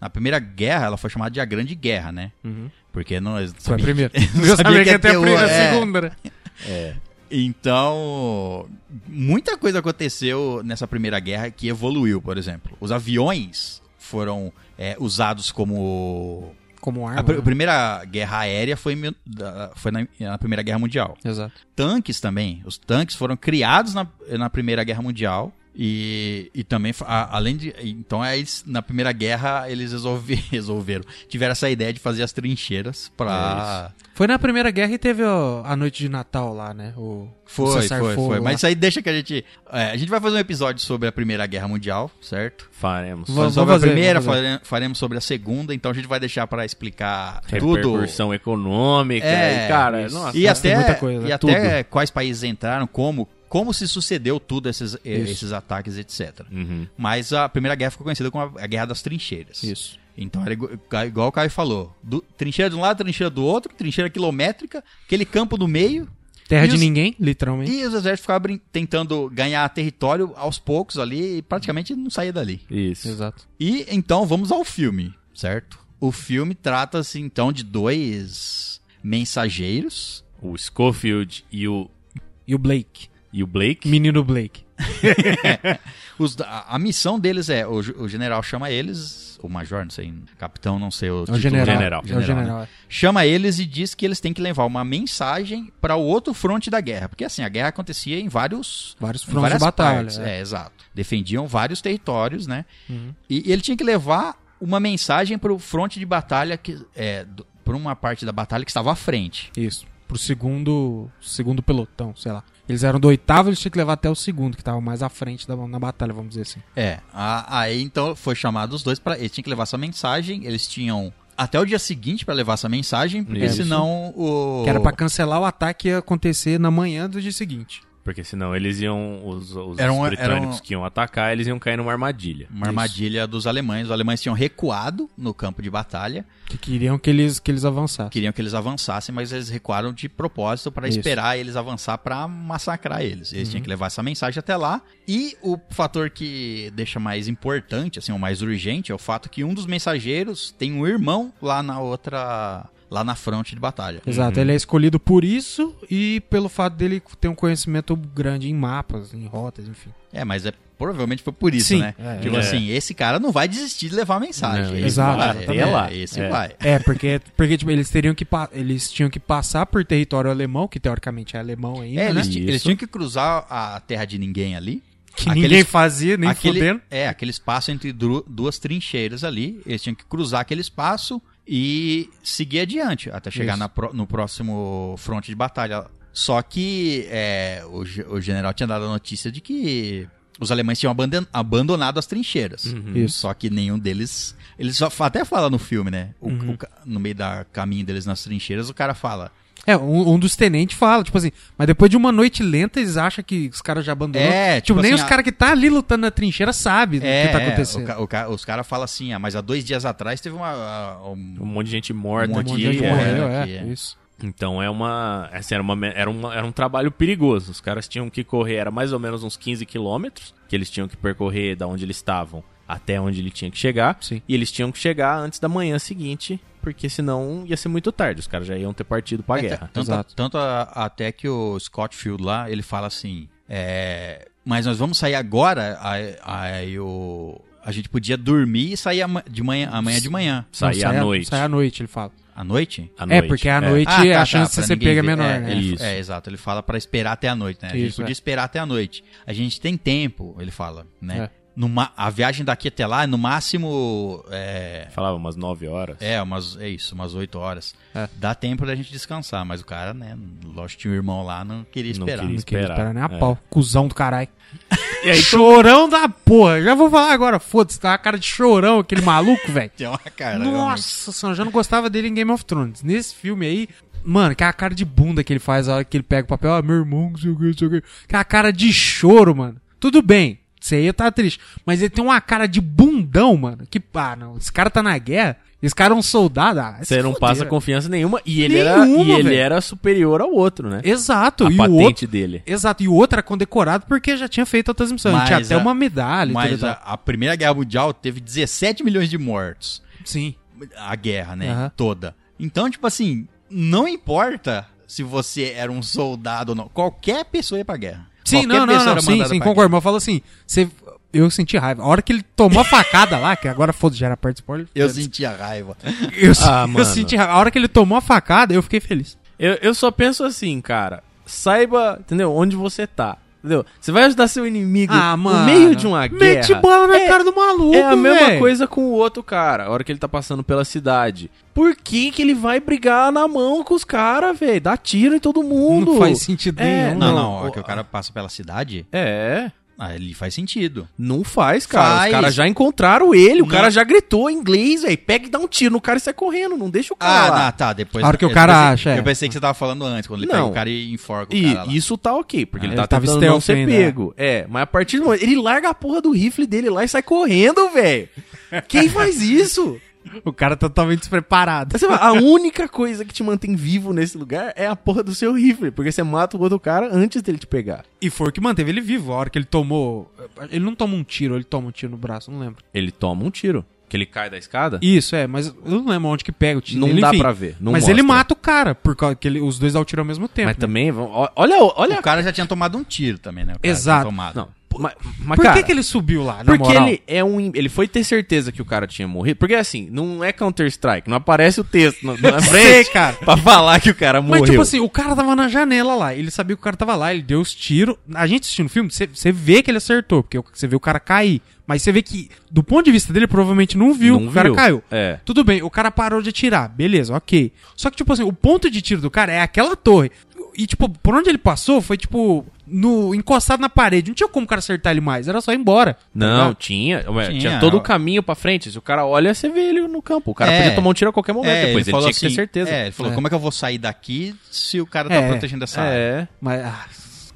Speaker 1: na primeira guerra ela foi chamada de a Grande Guerra, né?
Speaker 2: Uhum.
Speaker 1: Porque não
Speaker 2: Foi a primeira.
Speaker 1: Não
Speaker 2: Eu sabia que ia ter a
Speaker 1: ter
Speaker 2: primeira,
Speaker 1: uma,
Speaker 2: a
Speaker 1: é.
Speaker 2: segunda, né?
Speaker 1: Então, muita coisa aconteceu nessa primeira guerra que evoluiu, por exemplo. Os aviões foram é, usados como.
Speaker 2: Como arma.
Speaker 1: A, pr-
Speaker 2: né?
Speaker 1: primeira guerra aérea foi, em mil- da- foi na, na Primeira Guerra Mundial.
Speaker 2: Exato.
Speaker 1: Tanques também. Os tanques foram criados na, na Primeira Guerra Mundial. E, e também, fa- a- além de. Então, aí eles- na Primeira Guerra, eles resolve- resolveram. Tiveram essa ideia de fazer as trincheiras pra.
Speaker 2: Foi na primeira guerra e teve ó, a noite de Natal lá, né? O, o
Speaker 1: Foi, foi,
Speaker 2: cessar-fogo
Speaker 1: foi.
Speaker 2: lá.
Speaker 1: Mas isso aí deixa que a gente. é, a gente vai fazer um episódio sobre a Primeira Guerra Mundial, certo?
Speaker 3: Faremos.
Speaker 2: Vamos
Speaker 1: sobre
Speaker 2: fazer,
Speaker 1: a primeira,
Speaker 2: vamos fazer.
Speaker 1: fare- faremos sobre a segunda, então a gente vai deixar pra explicar tudo.
Speaker 3: Repercussão econômica.
Speaker 1: É,
Speaker 3: e, cara,
Speaker 2: isso.
Speaker 3: nossa.
Speaker 1: E
Speaker 2: Nossa, tem
Speaker 1: até,
Speaker 2: muita coisa,
Speaker 1: e
Speaker 2: né?
Speaker 1: até quais países entraram, como, como se sucedeu tudo esses, eh,
Speaker 2: Isso.
Speaker 1: esses ataques, etc.
Speaker 3: Uhum.
Speaker 1: Mas a Primeira Guerra ficou conhecida como a a Guerra das Trincheiras.
Speaker 2: Isso.
Speaker 1: Então era igu- ca- igual o Caio falou: do- trincheira de um lado, trincheira do outro, trincheira quilométrica, aquele campo no meio,
Speaker 2: Terra
Speaker 1: E
Speaker 2: de
Speaker 1: os-
Speaker 2: ninguém, literalmente.
Speaker 1: E os exércitos ficavam brin- tentando ganhar território aos poucos ali e praticamente não saía dali.
Speaker 3: Isso.
Speaker 2: Exato.
Speaker 1: E então vamos ao filme, certo? O filme trata-se então de dois mensageiros.
Speaker 3: O Schofield e o
Speaker 2: E o Blake.
Speaker 3: e o Blake.
Speaker 2: Menino Blake.
Speaker 1: Os da- a, a missão deles é, o, ju- o general chama eles, o major, não sei, capitão, não sei o
Speaker 2: É o
Speaker 1: título.
Speaker 2: general.
Speaker 3: general.
Speaker 2: É o
Speaker 1: né?
Speaker 2: general.
Speaker 1: Chama eles e diz que eles têm que levar uma mensagem para o outro fronte da guerra, porque assim, a guerra acontecia em vários
Speaker 2: Vários
Speaker 1: em
Speaker 2: frontes de
Speaker 1: várias
Speaker 2: batalha.
Speaker 1: partes,
Speaker 2: é.
Speaker 1: é, exato. Defendiam vários territórios, né?
Speaker 2: Uhum.
Speaker 1: E, e ele tinha que levar uma mensagem para o fronte de batalha que é para uma parte da batalha que estava à frente.
Speaker 2: Isso. Pro segundo, segundo pelotão, sei lá. Eles eram do oitavo, eles tinham que levar até o segundo, que tava mais à frente da, na batalha, vamos dizer assim.
Speaker 1: É. a- aí então foi chamado os dois para eles tinham que levar essa mensagem. Eles tinham até o dia seguinte para levar essa mensagem, porque
Speaker 3: Isso.
Speaker 1: senão o
Speaker 2: Que era pra cancelar o ataque que ia acontecer na manhã do dia seguinte.
Speaker 3: Porque senão eles iam. Os, os
Speaker 1: Era um-
Speaker 3: britânicos
Speaker 1: era um-
Speaker 3: que iam atacar, eles iam cair numa armadilha.
Speaker 1: uma armadilha dos alemães. Os alemães tinham recuado no campo de batalha.
Speaker 2: Que queriam que eles, que eles avançassem.
Speaker 1: Queriam que eles avançassem, mas eles recuaram de propósito para
Speaker 2: Isso.
Speaker 1: esperar eles avançar para massacrar eles. Eles tinham que levar essa mensagem até lá. E o fator que deixa mais importante, assim, o mais urgente, é o fato que um dos mensageiros tem um irmão lá na outra. lá na fronte de batalha.
Speaker 2: Exato, ele é escolhido por isso e pelo fato dele ter um conhecimento grande em mapas, em rotas, enfim.
Speaker 1: É, mas é, provavelmente foi por isso,
Speaker 2: Sim,
Speaker 1: né?
Speaker 2: é,
Speaker 1: tipo
Speaker 3: é.
Speaker 1: assim, esse cara não vai desistir de levar a mensagem.
Speaker 3: Não,
Speaker 1: Esse
Speaker 2: exato,
Speaker 1: vai,
Speaker 3: até
Speaker 1: é,
Speaker 3: lá.
Speaker 1: Esse
Speaker 3: É.
Speaker 1: vai.
Speaker 2: É, porque, porque tipo, eles teriam que pa- eles tinham que passar por território alemão, que teoricamente é alemão ainda,
Speaker 1: É,
Speaker 2: né?
Speaker 1: eles, ti-
Speaker 3: Isso.
Speaker 1: eles tinham que cruzar a terra de ninguém ali.
Speaker 2: Que
Speaker 1: aqueles-
Speaker 2: ninguém fazia, nem
Speaker 1: aquele,
Speaker 2: fudendo.
Speaker 1: é, aquele espaço entre dru- duas trincheiras ali. Eles tinham que cruzar aquele espaço e seguir adiante até chegar
Speaker 2: Isso.
Speaker 1: na pró- no próximo fronte de batalha. Só que é, o, ge- o general tinha dado a notícia de que os alemães tinham abanden- abandonado as trincheiras.
Speaker 2: Uhum.
Speaker 1: Uhum.
Speaker 2: Isso.
Speaker 1: Só que nenhum deles. Eles só, até fala no filme, né? O-
Speaker 2: Uhum.
Speaker 1: o ca- no meio do caminho deles nas trincheiras, o cara fala:
Speaker 2: É, um, um dos tenentes fala, tipo assim, mas depois de uma noite lenta, eles acham que os caras já abandonou.
Speaker 1: É,
Speaker 2: tipo,
Speaker 1: tipo
Speaker 2: nem
Speaker 1: assim,
Speaker 2: os
Speaker 1: a-
Speaker 2: caras que tá ali lutando na trincheira sabem o que tá
Speaker 1: É, o
Speaker 2: acontecendo.
Speaker 1: ca- o ca- os caras falam assim, ah, mas há dois dias atrás teve uma. a-
Speaker 3: Um
Speaker 1: um-
Speaker 3: monte de gente morta
Speaker 1: Um monte de
Speaker 3: aqui.
Speaker 1: gente
Speaker 2: Onde
Speaker 1: é,
Speaker 2: morreu,
Speaker 1: é,
Speaker 2: é,
Speaker 1: que é.
Speaker 2: Isso.
Speaker 3: Então é uma, assim, era, uma, me- era, uma- era um trabalho perigoso. Os caras tinham que correr, era mais ou menos uns 15 quilômetros que eles tinham que percorrer da onde eles estavam até onde ele tinha que chegar.
Speaker 2: Sim.
Speaker 3: E eles tinham que chegar antes da manhã seguinte, porque senão ia ser muito tarde. Os caras já iam ter partido pra
Speaker 2: tá.
Speaker 1: é,
Speaker 3: guerra.
Speaker 1: Tanto,
Speaker 2: Exato.
Speaker 1: tanto a- até que o Scott Field lá, ele fala assim, é, mas nós vamos sair agora, aí, aí o, a gente podia dormir e sair ama- de manhã, amanhã de manhã,
Speaker 3: Sair
Speaker 2: Não,
Speaker 3: à noite.
Speaker 2: Sai à noite, ele fala.
Speaker 1: à noite.
Speaker 3: À
Speaker 2: É,
Speaker 3: noite. né?
Speaker 2: porque à noite
Speaker 1: Ah, tá,
Speaker 2: a
Speaker 1: tá,
Speaker 2: chance
Speaker 1: pra
Speaker 2: de você
Speaker 1: ninguém
Speaker 2: pega é
Speaker 1: ver.
Speaker 2: menor,
Speaker 1: é,
Speaker 2: né?
Speaker 1: ele-
Speaker 3: Isso.
Speaker 1: é, exato. Ele fala pra esperar até a noite, né? A gente
Speaker 2: Isso,
Speaker 1: podia
Speaker 2: é.
Speaker 1: esperar até a noite. A gente tem tempo, ele fala, né?
Speaker 2: É.
Speaker 1: No ma- a viagem daqui até lá é no máximo é,
Speaker 3: Falava umas 9 horas.
Speaker 1: é, umas, é isso, umas 8 horas.
Speaker 2: É.
Speaker 1: Dá tempo da gente descansar, mas o cara, né, lógico, tinha um irmão lá, não queria
Speaker 3: Não
Speaker 1: esperar.
Speaker 3: queria.
Speaker 2: Não queria
Speaker 3: Esperar,
Speaker 2: esperar nem a
Speaker 3: é.
Speaker 2: pau. Cusão do caralho.
Speaker 3: E aí,
Speaker 2: Chorão da porra. Já vou falar agora, foda-se, tá uma cara de chorão, aquele maluco, velho.
Speaker 1: Tem uma
Speaker 3: É
Speaker 1: cara. né? realmente.
Speaker 2: Nossa senhora, eu já não gostava dele em Game of Thrones. Nesse filme aí, mano, que é a cara de bunda que ele faz a hora que ele pega o papel, ah, meu irmão, não sei o que, não sei o que. Que é a cara de choro, mano. Tudo bem, você aí tá triste. Mas ele tem uma cara de bundão, mano. Que, ah, não, esse cara tá na guerra, esse cara é um soldado. Ah, vai se
Speaker 3: Você não
Speaker 2: fuder,
Speaker 3: passa
Speaker 2: velho.
Speaker 3: confiança nenhuma. E ele,
Speaker 2: Nenhuma,
Speaker 3: era, e ele
Speaker 2: velho.
Speaker 3: era superior ao outro, né?
Speaker 2: Exato,
Speaker 3: A
Speaker 2: e o
Speaker 3: patente
Speaker 2: outro.
Speaker 3: dele.
Speaker 2: Exato, e o outro era condecorado porque já tinha feito outras missões.
Speaker 1: Mas
Speaker 2: tinha até
Speaker 1: a-
Speaker 2: uma medalha e tudo e
Speaker 1: Mas
Speaker 2: tal.
Speaker 1: a, a Primeira Guerra Mundial teve 17 milhões de mortos.
Speaker 2: Sim.
Speaker 1: A guerra, né?
Speaker 2: Aham.
Speaker 1: Toda. Então, tipo assim, não importa se você era um soldado ou não. Qualquer pessoa ia pra guerra.
Speaker 2: Sim,
Speaker 1: Qualquer
Speaker 2: não, não,
Speaker 1: pessoa
Speaker 2: não,
Speaker 1: era
Speaker 2: sim,
Speaker 1: mandada
Speaker 2: sim,
Speaker 1: pra
Speaker 2: concordo. Mas eu falo assim, você- eu senti raiva. A hora que ele tomou a facada lá, que agora foda-se, já era perto do spoiler.
Speaker 1: guerra. Eu sentia raiva.
Speaker 2: Eu, se-
Speaker 3: Ah,
Speaker 2: eu
Speaker 3: mano.
Speaker 2: senti raiva. A hora que ele tomou a facada, eu fiquei feliz.
Speaker 3: Eu, eu só penso assim, cara. Saiba, entendeu? Onde você tá. Entendeu? Você vai ajudar seu inimigo
Speaker 1: Ah,
Speaker 3: no meio de uma guerra.
Speaker 2: Mete bola na cara do maluco,
Speaker 3: É a mesma
Speaker 2: véi.
Speaker 3: coisa com o outro cara, a hora que ele tá passando pela cidade. Por que que ele vai brigar na mão com os caras, velho? Dá tiro em todo mundo.
Speaker 2: Não faz sentido
Speaker 3: É,
Speaker 2: nenhum.
Speaker 1: Não,
Speaker 3: Não,
Speaker 1: não,
Speaker 3: o-
Speaker 1: o... que o cara passa pela cidade,
Speaker 3: É,
Speaker 1: ah, ele faz sentido.
Speaker 3: não faz, cara.
Speaker 1: Faz.
Speaker 3: Os caras já encontraram ele, o
Speaker 1: Não.
Speaker 3: cara já gritou em inglês, velho. Pega e dá um tiro no cara e sai correndo, não deixa o cara lá.
Speaker 1: Ah, não, tá, depois...
Speaker 2: A hora que o
Speaker 1: eu
Speaker 2: cara
Speaker 1: pensei-
Speaker 2: acha, é.
Speaker 1: Eu pensei que você tava falando antes, quando ele
Speaker 3: Não.
Speaker 1: pega o cara e enforca o
Speaker 3: E
Speaker 1: cara lá.
Speaker 3: isso tá ok, porque
Speaker 2: Ah,
Speaker 3: ele
Speaker 2: ele
Speaker 3: tá
Speaker 2: tava
Speaker 3: tentando não
Speaker 2: stealth
Speaker 3: ser
Speaker 2: ainda,
Speaker 3: pego. É, mas a partir do momento... Ele larga a porra do rifle dele lá e sai correndo, velho. Quem faz isso?
Speaker 2: O cara tá totalmente despreparado.
Speaker 3: Aí você fala, a única coisa que te mantém vivo nesse lugar é a porra do seu rifle, porque você mata o outro cara antes dele te pegar.
Speaker 2: E foi o que manteve ele vivo. A hora que ele tomou... Ele não toma um tiro, ele toma um tiro no braço, não lembro.
Speaker 3: Ele toma um tiro.
Speaker 5: Que ele cai da escada?
Speaker 2: Isso, é, mas eu não lembro onde que pega o tiro.
Speaker 3: Não
Speaker 2: dele,
Speaker 3: dá
Speaker 2: enfim.
Speaker 3: pra ver, não
Speaker 2: mas ele
Speaker 3: mostra.
Speaker 2: mata o cara, porque os dois dá o tiro ao mesmo tempo.
Speaker 3: Mas
Speaker 2: né?
Speaker 3: também, vamos- ó- olha, olha.
Speaker 1: O cara já tinha tomado um tiro também, né? O cara tinha
Speaker 2: Exato.
Speaker 1: tomado.
Speaker 3: é Não, mas, mas
Speaker 2: Por
Speaker 3: cara,
Speaker 2: que, que ele subiu lá? Na
Speaker 3: porque
Speaker 2: moral?
Speaker 3: ele é um, im- ele foi ter certeza que o cara tinha morrido. Porque assim, não é Counter Strike, não aparece o texto na, na
Speaker 2: sei,
Speaker 3: frente
Speaker 2: cara.
Speaker 3: pra falar que o cara
Speaker 2: Mas,
Speaker 3: morreu.
Speaker 2: tipo assim, o cara tava na janela lá. Ele sabia que o cara tava lá, ele deu os tiros. A gente assistindo o filme, você- você vê que ele acertou, porque você vê o cara cair. Mas você vê que, do ponto de vista dele, provavelmente não viu
Speaker 3: Não
Speaker 2: que o cara
Speaker 3: viu.
Speaker 2: caiu.
Speaker 3: É.
Speaker 2: Tudo bem, o cara parou de atirar. Beleza, ok. Só que, tipo assim, o ponto de tiro do cara é aquela torre. E, tipo, por onde ele passou foi, tipo, no encostado na parede. Não tinha como o cara acertar ele mais, era só ir embora.
Speaker 3: Não, tinha, ué,
Speaker 1: Tinha.
Speaker 3: tinha. todo o caminho pra frente. Se o cara olha, você vê ele no campo. O cara
Speaker 1: É.
Speaker 3: podia tomar um tiro a qualquer momento
Speaker 1: É,
Speaker 3: depois. Ele,
Speaker 1: falou
Speaker 3: tinha que ter
Speaker 1: assim,
Speaker 3: certeza.
Speaker 1: É, ele falou,
Speaker 2: É.
Speaker 1: como é que eu vou sair daqui se o cara tá
Speaker 2: É,
Speaker 1: protegendo essa área?
Speaker 3: É.
Speaker 2: Mas, ah,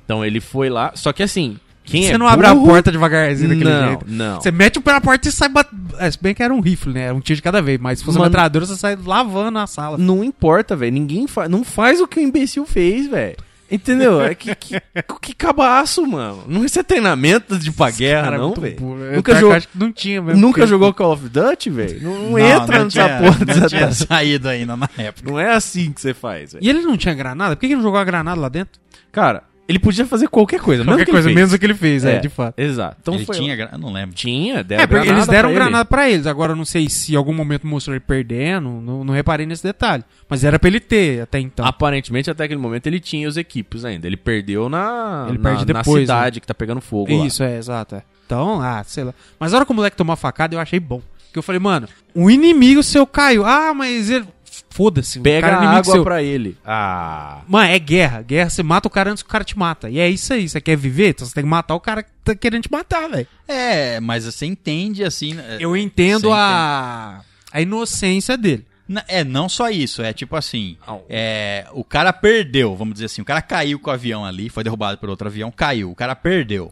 Speaker 3: Então ele foi lá. Só que assim, quem
Speaker 2: você
Speaker 3: é
Speaker 2: não abre a
Speaker 3: burro-
Speaker 2: porta devagarzinho daquele
Speaker 3: Não,
Speaker 2: jeito.
Speaker 3: não.
Speaker 2: Você mete o pé na porta e sai batendo. É, se bem que era um rifle, né? Era um tiro de cada vez. Mas se fosse
Speaker 3: Mano-
Speaker 2: uma metralhadora, você sai lavando a sala.
Speaker 3: Não importa, velho. Ninguém faz. Não faz o que o imbecil fez, velho. Entendeu? É que, que, que cabaço, mano. Não isso é treinamento de pra guerra,
Speaker 2: Cara, é
Speaker 3: não,
Speaker 2: muito
Speaker 3: velho.
Speaker 2: burro. Eu
Speaker 3: Nunca,
Speaker 2: acho-
Speaker 3: jogou-
Speaker 2: acho que não tinha mesmo.
Speaker 3: nunca
Speaker 2: porque-
Speaker 3: jogou Call of Duty, velho. Não, não
Speaker 1: Não,
Speaker 3: entra
Speaker 1: não
Speaker 3: nessa
Speaker 1: tinha-
Speaker 3: porra
Speaker 1: Não tinha
Speaker 3: dessa.
Speaker 1: saído ainda na época.
Speaker 3: Não é assim que você faz, velho.
Speaker 2: E ele não tinha granada? Por que que ele não jogou a granada lá dentro?
Speaker 3: Cara, ele podia fazer qualquer coisa, mesmo
Speaker 2: Qualquer
Speaker 3: que ele
Speaker 2: coisa,
Speaker 3: fez.
Speaker 2: menos o que ele fez, é, de fato.
Speaker 3: Exato. Então
Speaker 1: ele
Speaker 3: foi
Speaker 1: tinha, gra- eu não lembro.
Speaker 3: Tinha, deram
Speaker 2: É, porque eles
Speaker 3: granada
Speaker 2: deram
Speaker 3: pra
Speaker 2: granada pra eles. Agora eu não sei se em algum momento mostrou ele perdendo, não, não reparei nesse detalhe. Mas era pra ele ter até então.
Speaker 3: Aparentemente, até aquele momento, ele tinha os equipes ainda. Ele perdeu na,
Speaker 2: Ele
Speaker 3: na,
Speaker 2: perde
Speaker 3: na
Speaker 2: depois, né?
Speaker 3: cidade que tá pegando fogo lá.
Speaker 2: Isso, é, exato. é. Então, ah, sei lá. Mas a hora que o moleque tomou a facada, eu achei bom. Porque eu falei, mano, um inimigo seu caiu. Ah, mas ele. Foda-se, o
Speaker 3: Pega
Speaker 2: cara é
Speaker 3: a
Speaker 2: inimigo
Speaker 3: água
Speaker 2: seu.
Speaker 3: pra ele. Ah.
Speaker 2: Mano, é guerra. Guerra, você mata o cara antes que o cara te mata. E é isso aí. Você quer viver? Então você tem que matar o cara que tá querendo te matar, velho.
Speaker 1: É, mas você entende assim. é-
Speaker 2: Eu entendo
Speaker 1: Você
Speaker 2: a... a inocência dele.
Speaker 1: Na- É, não só isso, é tipo assim,
Speaker 3: Au.
Speaker 1: é, o cara perdeu, vamos dizer assim, o cara caiu com o avião ali, foi derrubado por outro avião, caiu, o cara perdeu.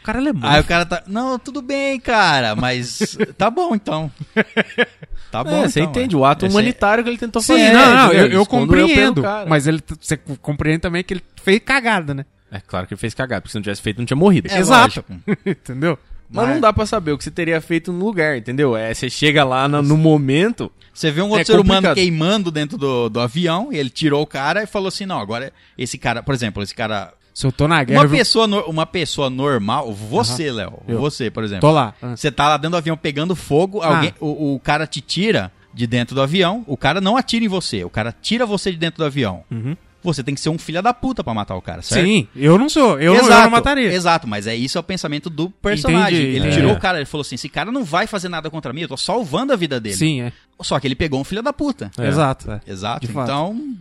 Speaker 2: O cara é
Speaker 3: Ah,
Speaker 2: alemão.
Speaker 1: Aí o cara tá, não, tudo bem, cara, mas tá bom então. Tá bom,
Speaker 3: É, você
Speaker 1: então,
Speaker 3: entende
Speaker 1: é.
Speaker 3: o ato
Speaker 1: Esse é-
Speaker 3: humanitário que ele tentou
Speaker 2: Sim,
Speaker 3: fazer.
Speaker 2: não, não,
Speaker 3: entendeu?
Speaker 2: eu, eu
Speaker 3: Isso, quando pego o
Speaker 2: compreendo.
Speaker 3: é, cara.
Speaker 2: mas ele, você compreende também que ele fez cagada, né?
Speaker 3: É claro que ele fez cagada, porque se não tivesse feito, não tinha morrido.
Speaker 1: É,
Speaker 2: Exato.
Speaker 1: lógico.
Speaker 2: Entendeu?
Speaker 3: Mas não dá pra saber o que você teria feito no lugar, entendeu? É, você chega lá na- no momento.
Speaker 1: Você vê um outro
Speaker 3: É
Speaker 1: ser humano
Speaker 3: complicado.
Speaker 1: queimando dentro do, do avião, e ele tirou o cara e falou assim, não, agora esse cara, por exemplo, esse cara...
Speaker 2: Se eu tô na guerra,
Speaker 1: Uma
Speaker 2: eu vi-
Speaker 1: pessoa, no- uma pessoa normal, você, Léo,
Speaker 2: Eu.
Speaker 1: você, por exemplo.
Speaker 2: tô lá.
Speaker 3: Ah.
Speaker 1: Você tá lá dentro do avião pegando fogo, alguém, o, o cara te tira de dentro do avião, o cara não atira em você, o cara tira você de dentro do avião.
Speaker 3: Uhum.
Speaker 1: Você tem que ser um filho da puta pra matar o cara, certo?
Speaker 2: Sim, eu não sou. Eu, eu não mataria. é.
Speaker 1: Exato, mas é isso é o pensamento do personagem.
Speaker 2: Entendi,
Speaker 1: Ele
Speaker 2: entendi.
Speaker 1: tirou o cara, ele falou assim: esse cara não vai fazer nada contra mim, eu tô salvando a vida dele.
Speaker 2: Sim, é.
Speaker 1: Só que ele pegou um filho da puta.
Speaker 3: É.
Speaker 2: Exato. é.
Speaker 1: Exato.
Speaker 2: De fato.
Speaker 1: então,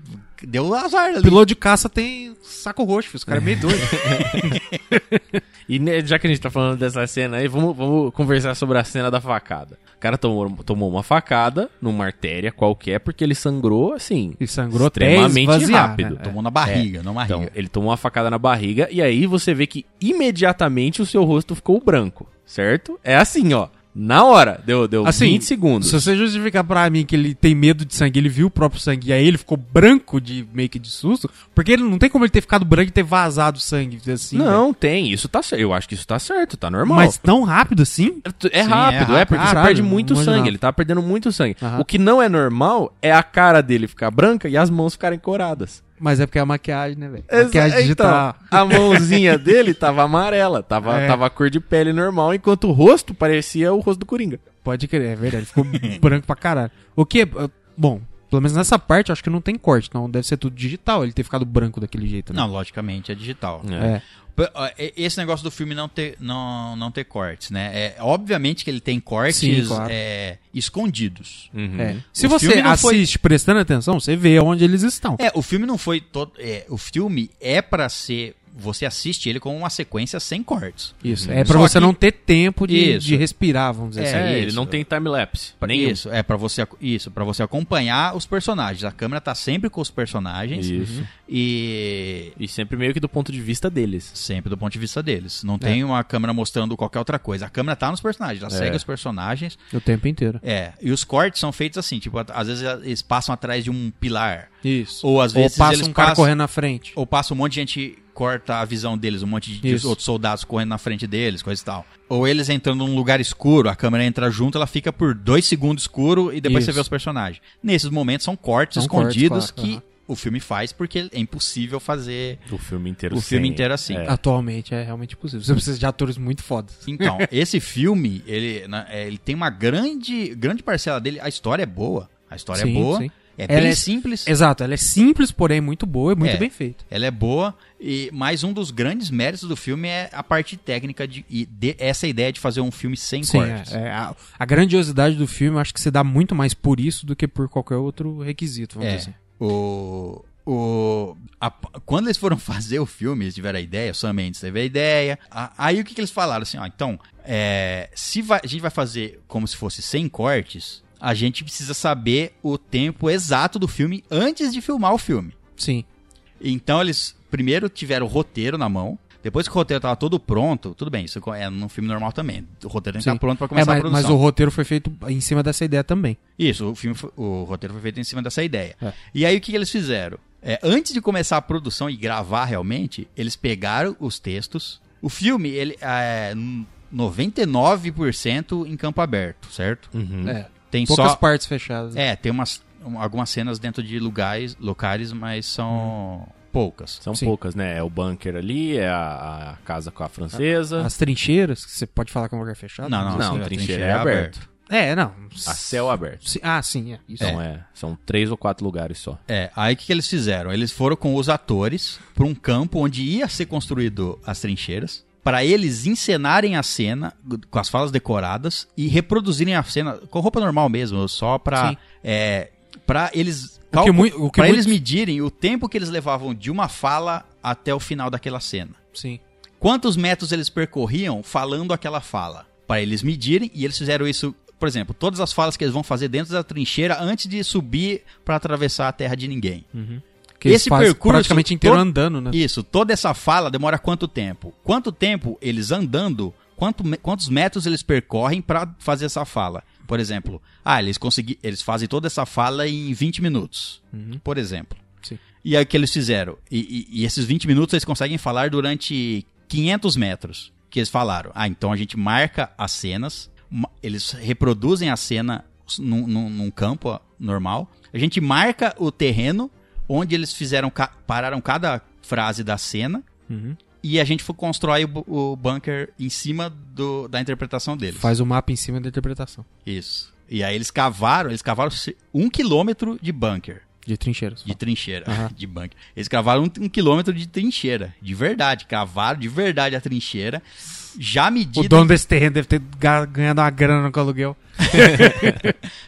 Speaker 1: deu azar ali.
Speaker 2: Piloto de caça tem saco roxo, os caras é meio doido.
Speaker 3: E né, já que a gente tá falando dessa cena aí, vamos, vamos conversar sobre a cena da facada. O cara tomou, tomou uma facada numa artéria qualquer, porque ele sangrou, assim,
Speaker 2: E sangrou até
Speaker 3: extremamente
Speaker 2: esvaziar,
Speaker 3: rápido.
Speaker 2: né?
Speaker 1: Tomou na barriga, não na barriga.
Speaker 3: Então, ele tomou uma facada na barriga e aí você vê que imediatamente o seu rosto ficou branco, certo? É assim, ó. Na hora, deu, deu
Speaker 2: Assim,
Speaker 3: 20 segundos.
Speaker 2: Se você justificar pra mim que ele tem medo de sangue, ele viu o próprio sangue e aí ele ficou branco de meio que de susto, porque ele não tem como ele ter ficado branco e ter vazado sangue assim.
Speaker 3: não, tem. Isso tá certo. Eu acho que isso tá certo, tá
Speaker 2: velho.
Speaker 3: normal.
Speaker 2: Mas tão rápido assim?
Speaker 3: É tu-
Speaker 1: Sim,
Speaker 3: É,
Speaker 1: é
Speaker 3: rápido, é,
Speaker 1: rápido.
Speaker 3: porque
Speaker 2: Caralho,
Speaker 3: você perde muito
Speaker 2: não imaginava.
Speaker 3: sangue. Ele tá perdendo muito sangue.
Speaker 2: Aham.
Speaker 3: O que não é normal é a cara dele ficar branca e as mãos ficarem coradas.
Speaker 2: Mas é porque é a maquiagem, né, velho?
Speaker 3: Exa-
Speaker 2: Maquiagem digital.
Speaker 3: Então, a mãozinha dele tava amarela, tava,
Speaker 2: É.
Speaker 3: tava a cor de pele normal, enquanto o rosto parecia o rosto do Coringa.
Speaker 2: Pode crer, é verdade. Ficou branco pra caralho. O que, eh, bom, pelo menos nessa parte eu acho que não tem corte, não deve ser tudo digital ele ter ficado branco daquele jeito, né?
Speaker 1: Não, logicamente é digital.
Speaker 2: É.
Speaker 1: P- ó, e- Esse negócio do filme não ter, não, não ter cortes, né? É, obviamente que ele tem cortes
Speaker 2: Sim, claro.
Speaker 1: é, escondidos.
Speaker 2: É. Se
Speaker 1: Uhum. O
Speaker 2: você
Speaker 1: filme não foi-
Speaker 2: assiste prestando atenção, você vê onde eles estão.
Speaker 1: É, o filme não foi todo. é, o filme é pra ser. Você assiste ele como uma sequência sem cortes.
Speaker 2: Isso. É pra
Speaker 1: Só
Speaker 2: você
Speaker 1: que-
Speaker 2: não ter tempo de,
Speaker 1: Isso.
Speaker 2: de respirar, vamos dizer assim.
Speaker 1: É,
Speaker 3: ele
Speaker 1: isso.
Speaker 3: não tem time-lapse. nenhum.
Speaker 1: Isso, é para você ac- isso, para você acompanhar os personagens. A câmera tá sempre com os personagens
Speaker 3: Isso.
Speaker 1: e
Speaker 3: E sempre meio que do ponto de vista deles.
Speaker 1: sempre do ponto de vista deles. Não
Speaker 3: É.
Speaker 1: tem uma câmera mostrando qualquer outra coisa. A câmera tá nos personagens, ela segue os personagens.
Speaker 2: assim, O tempo inteiro.
Speaker 1: É, e os cortes são feitos assim, tipo, às vezes eles passam atrás de um pilar
Speaker 2: Isso.
Speaker 1: Ou às vezes
Speaker 2: Ou passa
Speaker 1: eles
Speaker 2: um cara
Speaker 1: passam-
Speaker 2: correndo na frente.
Speaker 1: Ou passa um monte de gente corta a visão deles, um monte de
Speaker 2: Isso.
Speaker 1: outros soldados correndo na frente deles, coisa e tal. Ou eles entrando num lugar escuro, a câmera entra junto, ela fica por dois segundos escuro e depois você
Speaker 2: Isso.
Speaker 1: vê os personagens. Nesses momentos são cortes
Speaker 2: São cortes,
Speaker 1: escondidos
Speaker 2: claro,
Speaker 1: que
Speaker 2: aham.
Speaker 1: o filme faz porque é impossível fazer
Speaker 3: O filme inteiro
Speaker 1: o filme inteiro assim.
Speaker 2: Atualmente é realmente possível. Você precisa de atores muito fodas.
Speaker 1: Então, esse filme, ele, né, é, ele tem uma grande, grande parcela dele. A história é boa. A história é
Speaker 2: Sim,
Speaker 1: boa.
Speaker 2: sim.
Speaker 1: É
Speaker 2: Ela
Speaker 1: bem
Speaker 2: é-
Speaker 1: simples.
Speaker 2: Exato, ela é simples, porém muito boa e muito
Speaker 1: É.
Speaker 2: bem feita.
Speaker 1: Ela é boa. E mais um dos grandes méritos do filme é a parte técnica de, e de- essa ideia de fazer um filme sem
Speaker 2: Sim,
Speaker 1: cortes.
Speaker 2: é, é, a, a grandiosidade do filme eu acho que se dá muito mais por isso do que por qualquer outro requisito, vamos
Speaker 1: É.
Speaker 2: dizer. assim.
Speaker 1: O, o, a- quando eles foram fazer o filme, eles tiveram a ideia, o Sam Mendes teve a ideia. A- aí o que, que eles falaram? Assim, ó, então, é, se vai- a gente vai fazer como se fosse sem cortes, a gente precisa saber o tempo exato do filme antes de filmar o filme.
Speaker 2: Sim.
Speaker 1: Então eles primeiro tiveram o roteiro na mão. Depois que o roteiro tava todo pronto, tudo bem, isso é num filme normal também. O roteiro tem que
Speaker 2: Sim.
Speaker 1: estar pronto pra
Speaker 2: É,
Speaker 1: começar a
Speaker 2: mas,
Speaker 1: produção.
Speaker 2: mas o roteiro foi feito em cima dessa ideia também.
Speaker 1: Isso, o filme, foi- o roteiro foi feito em cima dessa ideia.
Speaker 2: É.
Speaker 1: E aí o que que eles fizeram? É, antes de começar a produção e gravar realmente, eles pegaram os textos. O filme, ele é n- 99% em campo aberto, certo?
Speaker 3: Uhum.
Speaker 2: É.
Speaker 1: Tem
Speaker 2: Poucas
Speaker 1: Uhum. só
Speaker 2: partes fechadas.
Speaker 1: é, tem umas um- algumas cenas dentro de lugares, locais, mas
Speaker 2: Uhum.
Speaker 1: são poucas.
Speaker 3: São
Speaker 2: Sim.
Speaker 3: poucas, né? É o bunker ali, é a, a casa com a francesa.
Speaker 2: As trincheiras, que você pode falar que é um lugar fechado?
Speaker 1: Não, Ah. não,
Speaker 3: não,
Speaker 1: a
Speaker 3: trincheira é aberto.
Speaker 2: É, não.
Speaker 3: A céu aberto.
Speaker 2: Sim- Ah, sim, é. Isso.
Speaker 3: Então é, são três ou quatro lugares só.
Speaker 1: É, aí o que, que eles fizeram? Eles foram com os atores para um campo onde ia ser construído as trincheiras, para eles encenarem a cena com as falas decoradas e reproduzirem a cena com roupa normal mesmo, só para
Speaker 2: Sim.
Speaker 1: é, para eles
Speaker 2: O que,
Speaker 1: calcu-
Speaker 2: mui- o que
Speaker 1: pra eles
Speaker 2: muitos-
Speaker 1: medirem o tempo que eles levavam de uma fala até o final daquela cena.
Speaker 2: Sim.
Speaker 1: Quantos metros eles percorriam falando aquela fala? Para eles medirem e eles fizeram isso, por exemplo, todas as falas que eles vão fazer dentro da trincheira antes de subir para atravessar a terra de ninguém.
Speaker 2: Que eles
Speaker 1: Esse
Speaker 2: fazem
Speaker 1: percurso
Speaker 2: praticamente inteiro
Speaker 1: todo-
Speaker 2: andando, né?
Speaker 1: Isso, toda essa fala demora quanto tempo? Quanto tempo eles andando, quanto me- quantos metros eles percorrem para fazer essa fala? Por exemplo, ah, eles consegui, eles fazem toda essa fala em 20 minutos,
Speaker 2: Uhum.
Speaker 1: por exemplo.
Speaker 2: Sim.
Speaker 1: E aí o que eles fizeram? E, e- e esses 20 minutos eles conseguem falar durante 500 metros que eles falaram. Ah, então a gente marca as cenas, ma- eles reproduzem a cena s- num, num- num campo ó, normal. A gente marca o terreno onde eles fizeram ca- pararam cada frase da cena
Speaker 2: Uhum.
Speaker 1: e a gente fo- constrói o, bu- o bunker em cima do- da interpretação deles.
Speaker 2: Faz o mapa em cima da interpretação.
Speaker 1: Isso. E aí eles cavaram, eles cavaram se- um quilômetro de bunker.
Speaker 2: De trincheiras.
Speaker 1: De trincheira,
Speaker 2: Aham.
Speaker 1: de bunker. Eles cavaram um, um quilômetro de trincheira, de verdade. Cavaram de verdade a trincheira, já
Speaker 2: O
Speaker 1: medida,
Speaker 2: dono desse terreno deve ter ga- ganhado uma grana com aluguel.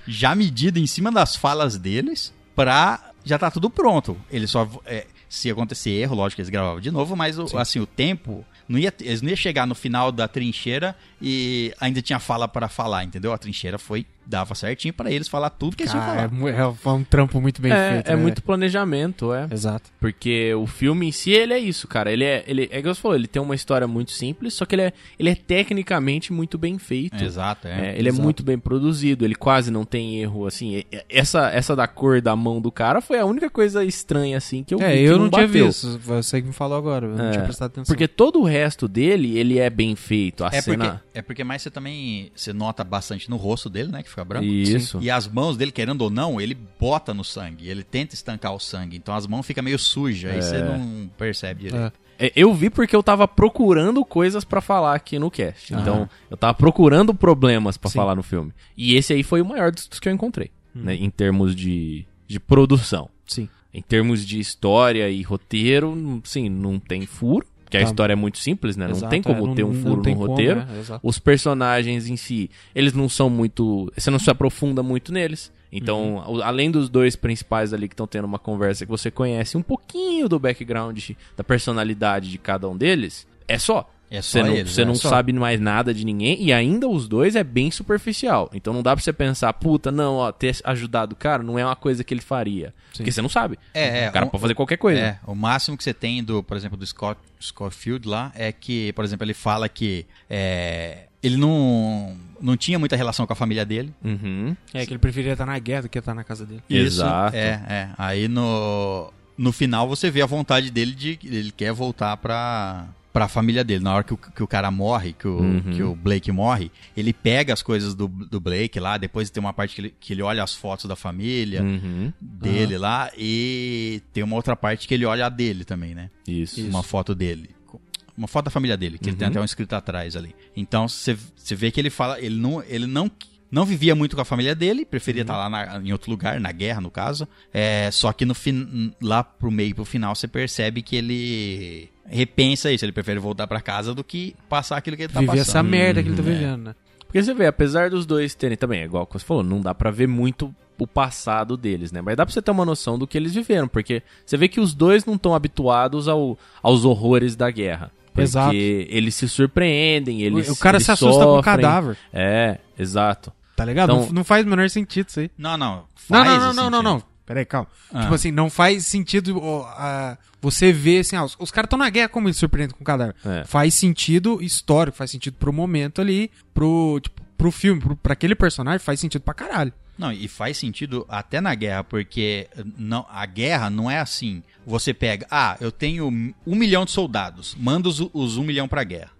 Speaker 1: já medida em cima das falas deles, pra. Já tá tudo pronto. Eles só. é, se acontecer erro, lógico que eles gravavam de novo, mas o- assim, o tempo. Não ia, eles não iam chegar no final da trincheira e ainda tinha fala pra falar, entendeu? A trincheira foi, dava certinho pra eles falar tudo que eles tinham que
Speaker 2: Cara, é,
Speaker 1: falar.
Speaker 2: mu- é um trampo muito bem
Speaker 3: é,
Speaker 2: feito.
Speaker 3: é
Speaker 2: né,
Speaker 3: muito planejamento, é.
Speaker 2: velho? Exato.
Speaker 3: Porque o filme em si, ele é isso, cara. Ele é, ele, é igual você falou, ele tem uma história muito simples, só que ele é, ele é tecnicamente muito bem feito.
Speaker 1: Exato,
Speaker 3: É, ele
Speaker 2: Exato.
Speaker 3: é muito bem produzido, ele quase não tem erro, assim. e- e- Essa, essa da cor da mão do cara foi a única coisa estranha, assim, que eu vi
Speaker 2: É,
Speaker 3: que
Speaker 2: eu não, tinha
Speaker 3: bateu. É,
Speaker 2: visto. Você que me falou agora. Eu não tinha prestado atenção.
Speaker 3: Porque todo o resto dele, ele é bem feito. A
Speaker 1: É porque,
Speaker 3: cena...
Speaker 1: é porque mais você também você nota bastante no rosto dele, né? Que fica branco.
Speaker 3: Isso.
Speaker 1: E as mãos dele, querendo ou não, ele bota no sangue. Ele tenta estancar o sangue. Então as mãos ficam meio sujas. Aí você não percebe direito.
Speaker 2: É.
Speaker 3: É, Eu vi porque eu tava procurando coisas pra falar aqui no cast. Então, eu tava procurando problemas pra
Speaker 2: Sim. Hum.
Speaker 3: falar no filme. E esse aí foi o maior dos, dos que eu encontrei, né, em termos de, de produção.
Speaker 2: Sim.
Speaker 3: Em termos de história e roteiro, n- sim, não tem furo, porque a
Speaker 2: Tá.
Speaker 3: história é muito simples, né? não
Speaker 2: Exato,
Speaker 3: tem
Speaker 2: é,
Speaker 3: como
Speaker 2: não-
Speaker 3: ter um
Speaker 2: não
Speaker 3: furo
Speaker 2: tem
Speaker 3: no
Speaker 2: como,
Speaker 3: roteiro.
Speaker 2: né? Exato.
Speaker 3: Os personagens em si, eles não são muito. Você não se aprofunda muito neles. Então,
Speaker 1: Uhum.
Speaker 3: o- além dos dois principais ali que estão tendo uma conversa que você conhece um pouquinho do background, da personalidade de cada um deles, é só.
Speaker 1: É
Speaker 3: Você
Speaker 1: só
Speaker 3: não,
Speaker 1: eles,
Speaker 3: você
Speaker 1: né?
Speaker 3: não
Speaker 1: Só.
Speaker 3: sabe mais nada de ninguém e ainda os dois é bem superficial. Então não dá pra você pensar, puta, não, ó, ter ajudado o cara não é uma coisa que ele faria. Porque você não sabe.
Speaker 1: É, é,
Speaker 3: o cara
Speaker 1: um-
Speaker 3: pode fazer qualquer coisa.
Speaker 1: É, o máximo que você tem do, por exemplo, do Scott, Scofield lá é que, por exemplo, ele fala que é, ele não, não tinha muita relação com a família dele.
Speaker 3: Uhum.
Speaker 1: É.
Speaker 2: É que ele preferia estar na guerra do que estar na casa dele.
Speaker 1: Isso,
Speaker 3: Exato.
Speaker 1: É, é. Aí no. no final você vê a vontade dele de ele quer voltar pra para família dele na hora que o, que o cara morre que o, que o Blake morre ele pega as coisas do, do Blake lá depois tem uma parte que ele, que ele olha as fotos da família
Speaker 3: Uhum.
Speaker 1: dele lá e tem uma outra parte que ele olha a dele também né
Speaker 3: Isso.
Speaker 1: uma foto dele. Uma foto da família dele, que ele tem
Speaker 2: Uhum.
Speaker 1: até um escrito atrás ali. Então você você vê que ele fala, ele não, ele não, não vivia muito com a família dele,
Speaker 2: Uhum.
Speaker 1: preferia estar lá na- em outro lugar, na guerra no caso. É, só que no fin, lá pro meio pro final você percebe que ele repensa isso, ele prefere voltar pra casa do que passar aquilo que ele tá
Speaker 2: Viver
Speaker 1: passando. Uhum.
Speaker 2: essa merda que ele tá vivendo, né?
Speaker 3: Porque você vê, apesar dos dois terem também, é igual que você falou, não dá pra ver muito o passado deles, né? Mas dá pra você ter uma noção do que eles viveram, porque você vê que os dois não estão habituados ao, aos horrores da guerra. Porque
Speaker 2: Exato.
Speaker 3: eles se surpreendem, eles
Speaker 2: o cara
Speaker 3: eles
Speaker 2: se assusta com o
Speaker 3: sofrem.
Speaker 2: cadáver,
Speaker 3: É, exato.
Speaker 2: tá ligado?
Speaker 3: Então-
Speaker 2: não, não faz o menor sentido isso aí.
Speaker 1: Não, não.
Speaker 2: Não,
Speaker 1: faz
Speaker 2: não, não,
Speaker 1: esse
Speaker 2: não, não,
Speaker 1: sentido.
Speaker 2: não. Peraí, calma.
Speaker 1: Ah.
Speaker 2: Tipo assim, não faz sentido ó, a- você ver assim, ah, os, os caras estão na guerra, como eles surpreendem com o cadáver.
Speaker 3: É.
Speaker 2: Faz sentido histórico, faz sentido pro momento ali, pro, tipo, pro filme, pro, pra aquele personagem, faz sentido pra caralho.
Speaker 1: Não, e faz sentido até na guerra, porque não, a guerra não é assim. Você pega, ah, eu tenho um milhão de soldados, manda os, os um milhão pra guerra.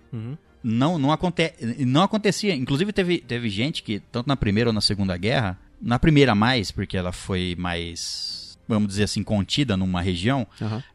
Speaker 1: Não, não, aconte, não acontecia. Inclusive, teve, teve gente que, tanto na primeira ou na segunda guerra, na primeira mais, porque ela foi mais, vamos dizer assim, contida numa região,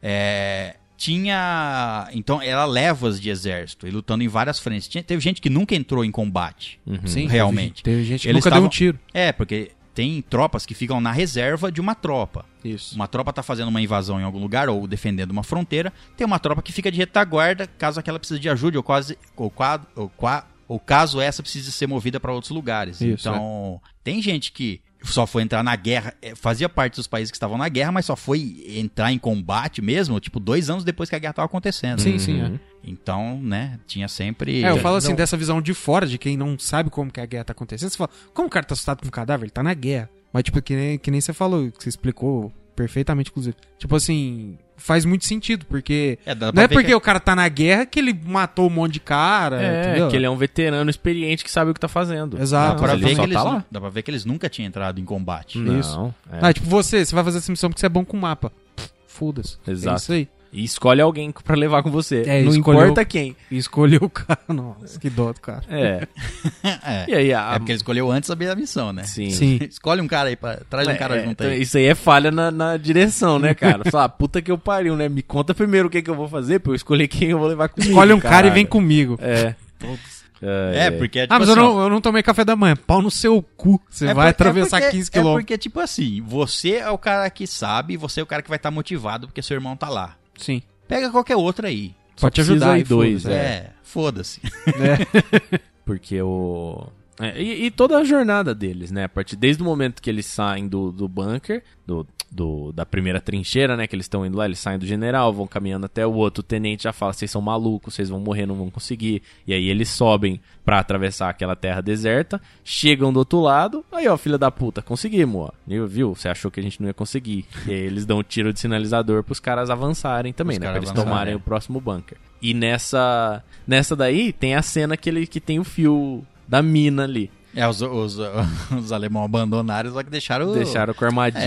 Speaker 1: é, tinha. Então, era levas de exército, e lutando em várias frentes. Tinha- teve gente que nunca entrou em combate.
Speaker 2: Uhum. Sim,
Speaker 1: Realmente.
Speaker 2: Teve, teve gente que
Speaker 1: Eles
Speaker 2: nunca
Speaker 1: estavam-
Speaker 2: deu um tiro.
Speaker 1: É, porque tem tropas que ficam na reserva de uma tropa.
Speaker 2: Isso.
Speaker 1: Uma tropa tá fazendo uma invasão em algum lugar ou defendendo uma fronteira, tem uma tropa que fica de retaguarda caso aquela precise de ajuda ou quase ou, qua- ou, qua- ou caso essa precise ser movida para outros lugares.
Speaker 2: Isso, é.
Speaker 1: então, tem gente que só foi entrar na guerra, eh, fazia parte dos países que estavam na guerra, mas só foi entrar em combate mesmo, tipo, dois anos depois que a guerra tava acontecendo.
Speaker 2: Sim, sim, é.
Speaker 1: Então, né, tinha sempre...
Speaker 2: É, eu falo assim,
Speaker 1: Não,
Speaker 2: dessa visão de fora, de quem não sabe como que a guerra tá acontecendo. Você fala, como o cara tá assustado com o cadáver? Ele tá na guerra. Mas, tipo, que nem, que nem você falou, que você explicou perfeitamente, inclusive. Tipo assim, faz muito sentido, porque.
Speaker 1: É, dá pra
Speaker 2: não é
Speaker 1: ver que-
Speaker 2: porque o cara tá na guerra que ele matou um monte de cara,
Speaker 3: É,
Speaker 2: entendeu?
Speaker 3: que ele é um veterano experiente que sabe o que tá fazendo.
Speaker 2: Exato.
Speaker 1: dá,
Speaker 3: Não,
Speaker 1: pra
Speaker 3: ele
Speaker 1: ver
Speaker 3: só
Speaker 1: que eles,
Speaker 3: tá
Speaker 1: nu-
Speaker 3: lá.
Speaker 1: dá pra ver que eles nunca tinham entrado em
Speaker 2: Hum.
Speaker 1: combate.
Speaker 3: Não, é.
Speaker 2: Ah, tipo, você, você vai fazer essa missão porque você é bom com mapa. Pff, Foda-se. É
Speaker 3: Exato.
Speaker 2: isso aí.
Speaker 3: E escolhe alguém pra levar com você.
Speaker 2: É,
Speaker 3: não
Speaker 2: escolheu-
Speaker 3: importa quem.
Speaker 2: E escolheu o cara. Nossa, que dó do cara.
Speaker 3: É.
Speaker 1: É.
Speaker 3: E aí, a...
Speaker 1: É porque ele escolheu antes saber a missão, né?
Speaker 3: Sim.
Speaker 2: Sim.
Speaker 1: Escolhe um cara aí, pra, traz um cara
Speaker 3: É,
Speaker 1: junto
Speaker 3: então
Speaker 1: aí.
Speaker 3: Isso aí é falha na, na direção, né, cara? Fala, ah, puta que eu pariu, né? Me conta primeiro o que, que eu vou fazer pra eu escolher quem eu vou levar comigo.
Speaker 2: Escolhe um cara e
Speaker 3: caralho.
Speaker 2: vem comigo.
Speaker 3: É.
Speaker 1: É, porque é tipo
Speaker 2: ah, mas eu
Speaker 1: assim, ó,
Speaker 2: não, eu não tomei café da manhã. Pau no seu cu. Você
Speaker 1: é
Speaker 2: vai
Speaker 1: por- é
Speaker 2: atravessar
Speaker 1: porque-
Speaker 2: 15
Speaker 1: É
Speaker 2: quilômetros.
Speaker 1: porque, tipo assim, você é o cara que sabe e você é o cara que vai estar motivado porque seu irmão tá lá.
Speaker 2: Sim.
Speaker 1: Pega qualquer outro aí.
Speaker 2: Pode te
Speaker 3: precisa
Speaker 2: ajudar
Speaker 3: ir
Speaker 2: e dois.
Speaker 3: dois,
Speaker 1: É,
Speaker 3: É.
Speaker 1: foda-se.
Speaker 3: Porque o. é, e, e toda a jornada deles, né? A partir desde o momento que eles saem do, do bunker, do, do- da primeira trincheira, né? Que eles estão indo lá, eles saem do general, vão caminhando até o outro. O tenente já fala: vocês são malucos, vocês vão morrer, não vão conseguir. E aí eles sobem pra atravessar aquela terra deserta, chegam do outro lado. Aí, ó, filha da puta, conseguimos, ó. Viu? Viu? Você achou que a gente não ia conseguir. E aí eles dão um tiro de sinalizador pros caras avançarem também,
Speaker 1: Os
Speaker 3: né?
Speaker 1: caras
Speaker 3: Pra eles
Speaker 1: avançarem,
Speaker 3: tomarem
Speaker 1: é.
Speaker 3: o próximo bunker. E nessa nessa daí tem a cena que ele que tem o fio da mina ali.
Speaker 1: É, os, os, os alemão abandonaram, só que deixaram... o-
Speaker 3: Deixaram com a armadilha.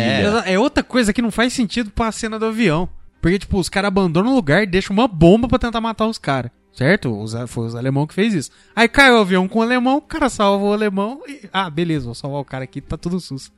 Speaker 2: É. outra coisa que não faz sentido pra cena do avião. Porque, tipo, os caras abandonam o lugar e deixam uma bomba pra tentar matar os caras. Certo? Os, foi os alemão que fez isso. Aí caiu o avião com o alemão, o cara salva o alemão e. Ah, beleza, vou salvar o cara aqui, tá tudo sus.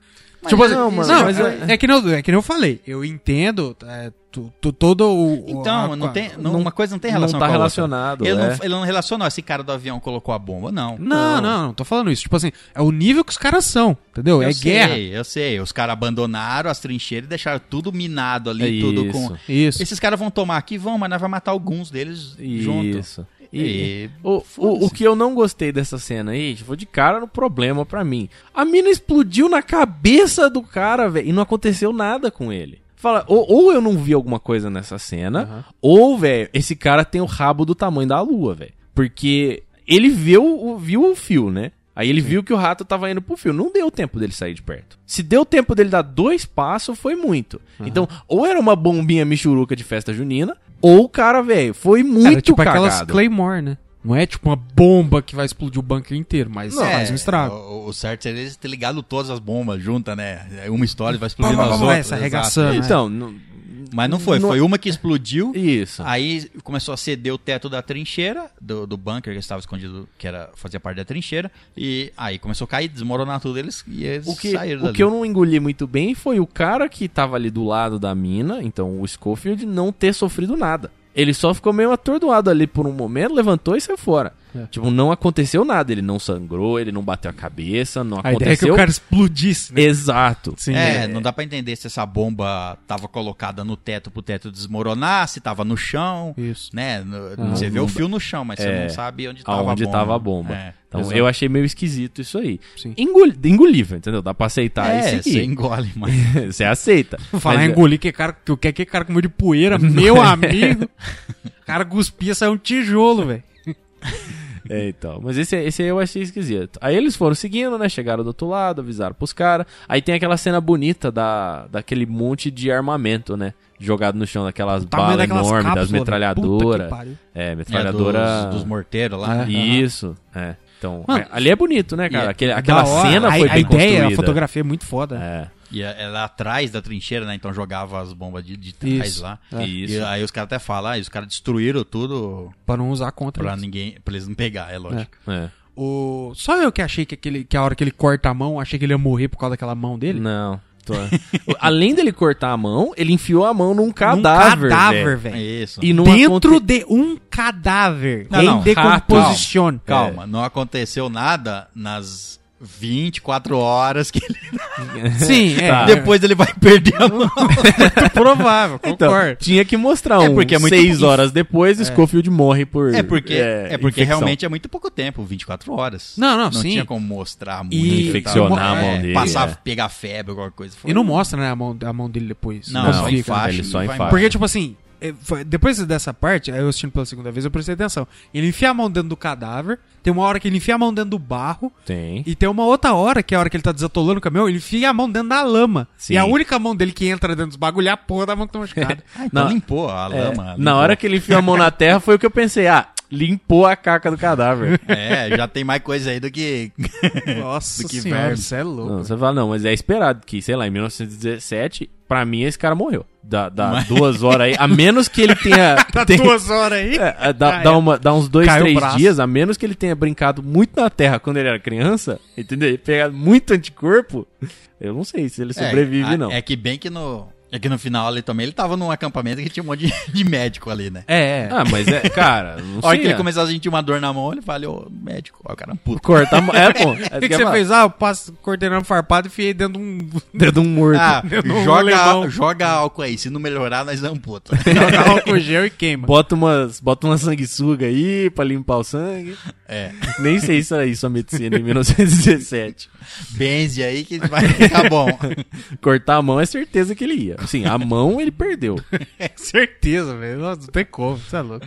Speaker 2: tipo,
Speaker 3: não,
Speaker 2: assim,
Speaker 3: mano,
Speaker 2: não,
Speaker 3: mas
Speaker 2: é, é que nem eu, é que nem eu falei. Eu entendo é, tu- tu- todo o. o-
Speaker 1: Então,
Speaker 2: a-
Speaker 1: não tem, não- uma coisa É, não tem
Speaker 3: Não
Speaker 1: relação
Speaker 3: tá
Speaker 1: com a outra.
Speaker 3: relacionado,
Speaker 1: Ele,
Speaker 3: é.
Speaker 1: não, ele não relacionou, esse cara do avião colocou a bomba, não.
Speaker 2: Não, não, não tô falando isso. Tipo assim, é o nível que os caras são, entendeu?
Speaker 1: Eu
Speaker 2: é
Speaker 1: sei,
Speaker 2: guerra.
Speaker 1: Eu sei, os caras abandonaram as trincheiras e deixaram tudo minado ali,
Speaker 3: É
Speaker 1: tudo com...
Speaker 3: isso.
Speaker 2: Isso.
Speaker 1: Esses caras vão tomar aqui, vão, mas nós vamos matar alguns deles juntos.
Speaker 3: Isso. E,
Speaker 1: E-
Speaker 3: o, o, o que eu não gostei dessa cena aí, foi de cara no problema pra mim. A mina explodiu na cabeça do cara, velho, e não aconteceu nada com ele. Fala, ou, ou eu não vi alguma coisa nessa cena, ou, velho, esse cara tem o rabo do tamanho da lua, velho. Porque ele viu, o- viu o fio, né? Aí ele viu que o rato tava indo pro fio. Não deu tempo dele sair de perto. Se deu tempo dele dar dois passos, foi muito. Então, ou era uma bombinha michuruca de festa junina, ou o cara, velho, foi muito
Speaker 2: Era tipo aquelas
Speaker 3: cagado.
Speaker 2: Claymore, né? Não é tipo uma bomba que vai explodir o bunker inteiro, mas
Speaker 1: É,
Speaker 2: faz um estrago.
Speaker 1: O, o certo seria eles ter ligado todas as bombas juntas, né? Uma história vai
Speaker 2: Pá,
Speaker 1: explodindo
Speaker 2: pá, pá,
Speaker 1: as
Speaker 2: pá,
Speaker 1: outras.
Speaker 2: essa
Speaker 1: exato.
Speaker 2: arregaçando. né?
Speaker 3: Então, não,
Speaker 1: Mas não foi,
Speaker 3: Não-
Speaker 1: foi uma que explodiu.
Speaker 3: Isso.
Speaker 2: Ah,
Speaker 1: Aí começou a ceder o teto da trincheira, do, do bunker que estava escondido, que era, fazia parte da trincheira. E aí começou a cair, desmoronar tudo eles e eles
Speaker 3: O que,
Speaker 1: saíram
Speaker 3: o
Speaker 1: dali.
Speaker 3: que eu não engoli muito bem foi o cara que tava ali do lado da mina, então o Schofield, não ter sofrido nada. Ele só ficou meio atordoado ali por um momento, levantou e saiu fora.
Speaker 2: É.
Speaker 3: Tipo, não aconteceu nada. Ele não sangrou, ele não bateu a cabeça, não
Speaker 2: A ideia é que
Speaker 3: aconteceu.
Speaker 2: o cara explodisse, né?
Speaker 3: Exato.
Speaker 2: Sim. né?
Speaker 1: É, não dá pra entender se essa bomba tava colocada no teto pro teto desmoronar, se tava no chão,
Speaker 2: Isso.
Speaker 1: né? No- você vê o fio no chão, mas você
Speaker 3: Ah, É,
Speaker 1: não sabe onde tava
Speaker 3: Aonde
Speaker 1: a bomba.
Speaker 3: tava a bomba.
Speaker 1: É.
Speaker 3: então
Speaker 2: né? exato.
Speaker 3: eu achei meio esquisito isso aí.
Speaker 2: Sim.
Speaker 3: Engoli- engolível, entendeu? Dá pra aceitar
Speaker 1: é,
Speaker 3: isso
Speaker 1: você
Speaker 3: aqui.
Speaker 1: engole, É, mas
Speaker 3: Você aceita.
Speaker 2: Falar
Speaker 3: Mas-
Speaker 2: em engolir, que cara, que o que é que cara comeu de poeira, meu amigo. O cara cuspia, saiu um tijolo, velho.
Speaker 3: É, então. Mas esse, esse aí eu achei esquisito. Aí eles foram seguindo, né? Chegaram do outro lado, avisaram pros caras. Aí tem aquela cena bonita da, daquele monte de armamento, né? Jogado no chão, daquelas
Speaker 2: Tamanho
Speaker 3: balas
Speaker 2: daquelas
Speaker 3: enormes, das
Speaker 2: cápsulas, velho. Puta que
Speaker 3: metralhadoras.
Speaker 2: pariu.
Speaker 3: É,
Speaker 1: é,
Speaker 3: metralhadora.
Speaker 1: dos, dos morteiros lá. né?
Speaker 3: Isso, é. Então,
Speaker 2: Mano,
Speaker 3: ali é bonito, né, cara?
Speaker 1: e é
Speaker 3: Aquele- aquela
Speaker 2: Da hora.
Speaker 3: cena
Speaker 2: a,
Speaker 3: foi
Speaker 2: a
Speaker 3: bem
Speaker 2: ideia, a
Speaker 3: construída.
Speaker 2: fotografia é muito foda. né?
Speaker 3: É,
Speaker 1: E é lá atrás da trincheira, né? Então jogava as bombas de, de trás
Speaker 2: Isso,
Speaker 1: lá.
Speaker 3: é. Isso.
Speaker 1: E aí os caras até falam, ah, e os caras destruíram tudo
Speaker 2: Pra não usar contra
Speaker 1: pra
Speaker 2: eles.
Speaker 1: ninguém, pra eles não pegar, é lógico.
Speaker 3: é.
Speaker 2: O... Só eu que achei que, aquele, que a hora que ele corta a mão, achei que ele ia morrer por causa daquela mão dele.
Speaker 3: Não. tô- Além dele cortar a mão, ele enfiou a mão num
Speaker 2: Num
Speaker 3: cadáver. velho.
Speaker 2: cadáver,
Speaker 1: É,
Speaker 2: velho.
Speaker 1: isso.
Speaker 3: E não
Speaker 2: Dentro de um cadáver É.
Speaker 1: Não,
Speaker 2: em
Speaker 1: não,
Speaker 2: decomposição.
Speaker 3: É.
Speaker 1: Calma, não aconteceu nada nas 24 horas que ele...
Speaker 2: Sim, é.
Speaker 3: Tá. Ah.
Speaker 1: depois ele vai perder a mão.
Speaker 2: provável,
Speaker 3: Então, tinha que mostrar um.
Speaker 1: É porque é muito-
Speaker 3: Seis horas depois, Schofield morre por.
Speaker 1: É porque, é, porque
Speaker 3: infecção.
Speaker 1: realmente é muito pouco tempo, 24 horas.
Speaker 2: Não, não, sim.
Speaker 1: tinha como mostrar muito.
Speaker 2: E-
Speaker 1: tal.
Speaker 3: Infeccionar a mão dele,
Speaker 1: Passar,
Speaker 3: é.
Speaker 1: pegar febre, alguma coisa. Foi-
Speaker 2: E não mostra, né, a mão, a mão dele depois.
Speaker 1: Não,
Speaker 3: Não,
Speaker 1: só
Speaker 2: fica,
Speaker 1: em faixa.
Speaker 3: né? ele só
Speaker 1: e vai
Speaker 3: em faixa.
Speaker 1: embora.
Speaker 2: Porque, tipo assim, é, foi- depois dessa parte, aí eu assistindo pela segunda vez, eu prestei atenção. Ele enfia a mão dentro do cadáver, tem uma hora que ele enfia a mão dentro do barro,
Speaker 3: Tem.
Speaker 2: e tem uma outra hora, que é a hora que ele tá desatolando o caminhão, ele enfia a mão dentro da lama.
Speaker 3: Sim.
Speaker 2: E a única mão dele que entra dentro dos bagulho é a porra da mão que tá machucada.
Speaker 1: Ah, então
Speaker 3: Na-
Speaker 1: limpou a
Speaker 3: É,
Speaker 1: lama.
Speaker 3: na
Speaker 1: limpou.
Speaker 3: hora que ele enfiou a mão na terra, foi o que eu pensei. Ah, limpou a caca do cadáver.
Speaker 1: É, já tem mais coisa aí do que.
Speaker 2: Nossa
Speaker 1: Do que
Speaker 2: senhora,
Speaker 1: verme.
Speaker 2: isso é louco.
Speaker 3: Não, você fala, não, mas é esperado que, sei lá, em 1917, pra mim, esse cara morreu. Dá, dá duas horas aí. A menos que ele tenha.
Speaker 2: Tá
Speaker 3: tenha-
Speaker 2: duas horas aí.
Speaker 3: É, é,
Speaker 2: Ah,
Speaker 3: dá,
Speaker 2: é.
Speaker 3: dá uma- dá uns dois,
Speaker 2: Caiu o
Speaker 3: três
Speaker 2: braço.
Speaker 3: dias, a menos que ele tenha brincado muito na terra quando ele era criança, entendeu? Ele pegado muito anticorpo. Eu não sei se ele sobrevive,
Speaker 1: é,
Speaker 3: não.
Speaker 1: É que bem que no. É que no final ali também ele tava num acampamento que tinha um monte de, de médico ali, né?
Speaker 2: É, é.
Speaker 3: Ah, mas é, cara, não
Speaker 1: A hora
Speaker 3: sei.
Speaker 1: que ele
Speaker 3: é.
Speaker 1: começou a sentir uma dor na mão, ele falou, ô, médico, ó, o cara, um puto.
Speaker 3: Cortar a mão. É, pô.
Speaker 2: O que, que você fez? Ah, eu passo, cortei na farpado e enfiei dentro de um...
Speaker 3: Dedo morto.
Speaker 1: Ah,
Speaker 2: não um-
Speaker 1: joga,
Speaker 2: alemão.
Speaker 1: joga álcool aí, se não melhorar, nós um amputa.
Speaker 2: Joga álcool gel e queima.
Speaker 3: Bota, umas, bota uma sanguessuga aí pra limpar o sangue.
Speaker 1: É.
Speaker 3: Nem sei se era isso a medicina em 1917.
Speaker 1: Benze aí que vai ficar bom.
Speaker 3: Cortar a mão é certeza que ele ia. Sim, a mão ele perdeu.
Speaker 2: É, Certeza, velho. Nossa, Não tem como, você é louco.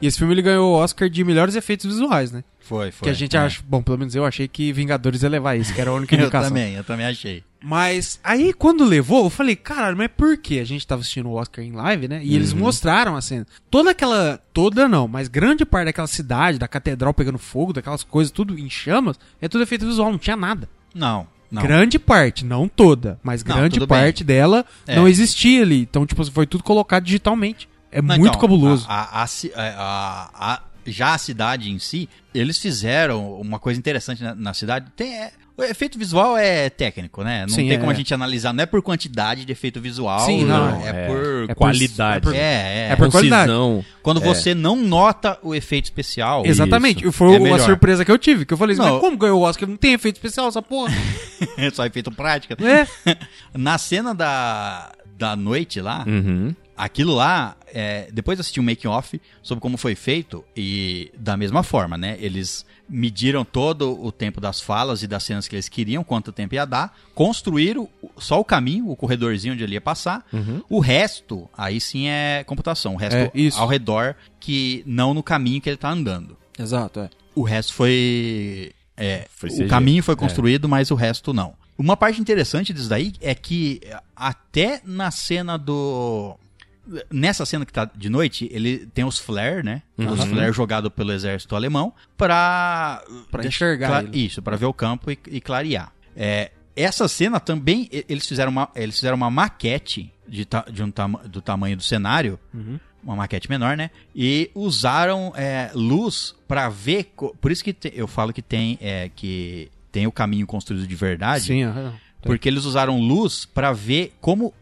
Speaker 2: E esse filme ele ganhou o Oscar de melhores efeitos visuais, né?
Speaker 1: Foi, foi.
Speaker 2: que a gente
Speaker 1: É.
Speaker 2: acha. Bom, pelo menos eu achei que Vingadores ia levar isso, que era a única
Speaker 1: Eu
Speaker 2: indicação.
Speaker 1: também, eu também achei.
Speaker 2: Mas aí quando levou, eu falei, caralho, mas por quê? A gente tava assistindo o Oscar em live, né? E eles
Speaker 1: Uhum.
Speaker 2: mostraram a cena. Toda aquela. Toda não, mas grande parte daquela cidade, da catedral pegando fogo, daquelas coisas, tudo em chamas, é tudo efeito visual, não tinha nada.
Speaker 1: Não, não.
Speaker 2: Grande parte, não toda, mas
Speaker 1: Não,
Speaker 2: grande
Speaker 1: tudo bem.
Speaker 2: parte dela
Speaker 1: É.
Speaker 2: não existia ali. Então, tipo, foi tudo colocado digitalmente. É
Speaker 1: Não,
Speaker 2: muito
Speaker 1: então,
Speaker 2: cabuloso.
Speaker 1: a- a- a ci- a- a- a- já a cidade em si, eles fizeram uma coisa interessante na, na cidade. Tem, é, o efeito visual é técnico, né? Não
Speaker 2: Sim,
Speaker 1: tem
Speaker 2: é,
Speaker 1: como a
Speaker 2: é.
Speaker 1: gente analisar. Não é por quantidade de efeito visual.
Speaker 2: Sim, não,
Speaker 1: É,
Speaker 3: é-
Speaker 1: por.
Speaker 3: é qualidade.
Speaker 1: É, é.
Speaker 3: Um
Speaker 2: é por é. qualidade.
Speaker 3: Concisão.
Speaker 1: Quando você não nota o efeito especial.
Speaker 2: Exatamente.
Speaker 3: isso.
Speaker 2: E Foi
Speaker 1: É
Speaker 2: uma
Speaker 1: melhor.
Speaker 2: surpresa que eu tive, que eu falei assim,
Speaker 1: Não.
Speaker 2: mas como ganhou o Oscar? Não tem efeito especial essa porra.
Speaker 1: É só efeito prático.
Speaker 2: É.
Speaker 1: Na cena da, da noite
Speaker 2: Hum.
Speaker 1: lá,
Speaker 3: Uhum.
Speaker 1: aquilo lá, é, depois eu assisti um making-off sobre como foi feito e da mesma forma, né? Eles mediram todo o tempo das falas e das cenas que eles queriam, quanto tempo ia dar, construíram o- só o caminho, o corredorzinho onde ele ia passar. O resto, aí sim é computação, o resto
Speaker 2: Uhum. É, isso.
Speaker 1: ao redor, que não no caminho que ele tá andando.
Speaker 2: Exato, é.
Speaker 1: O resto foi. é,
Speaker 3: Foi
Speaker 1: o
Speaker 3: CG.
Speaker 1: caminho foi construído, mas o resto não. Uma parte interessante disso daí é que até na cena do. nessa cena que tá de noite, ele tem os flare, né? Os flare jogado pelo exército alemão pra...
Speaker 2: Pra
Speaker 1: deixa-
Speaker 2: enxergar
Speaker 1: cla-
Speaker 2: ele.
Speaker 1: Isso, pra ver o campo e, e clarear. É, essa cena também, e- eles fizeram uma, eles fizeram uma maquete de, ta- de um tama- do tamanho do cenário, uma maquete menor, né? E usaram é, luz pra ver... co- Por isso que te- eu falo que tem, é, que tem o caminho construído de verdade.
Speaker 2: Sim, tá. aham.
Speaker 1: Porque eles usaram luz pra ver como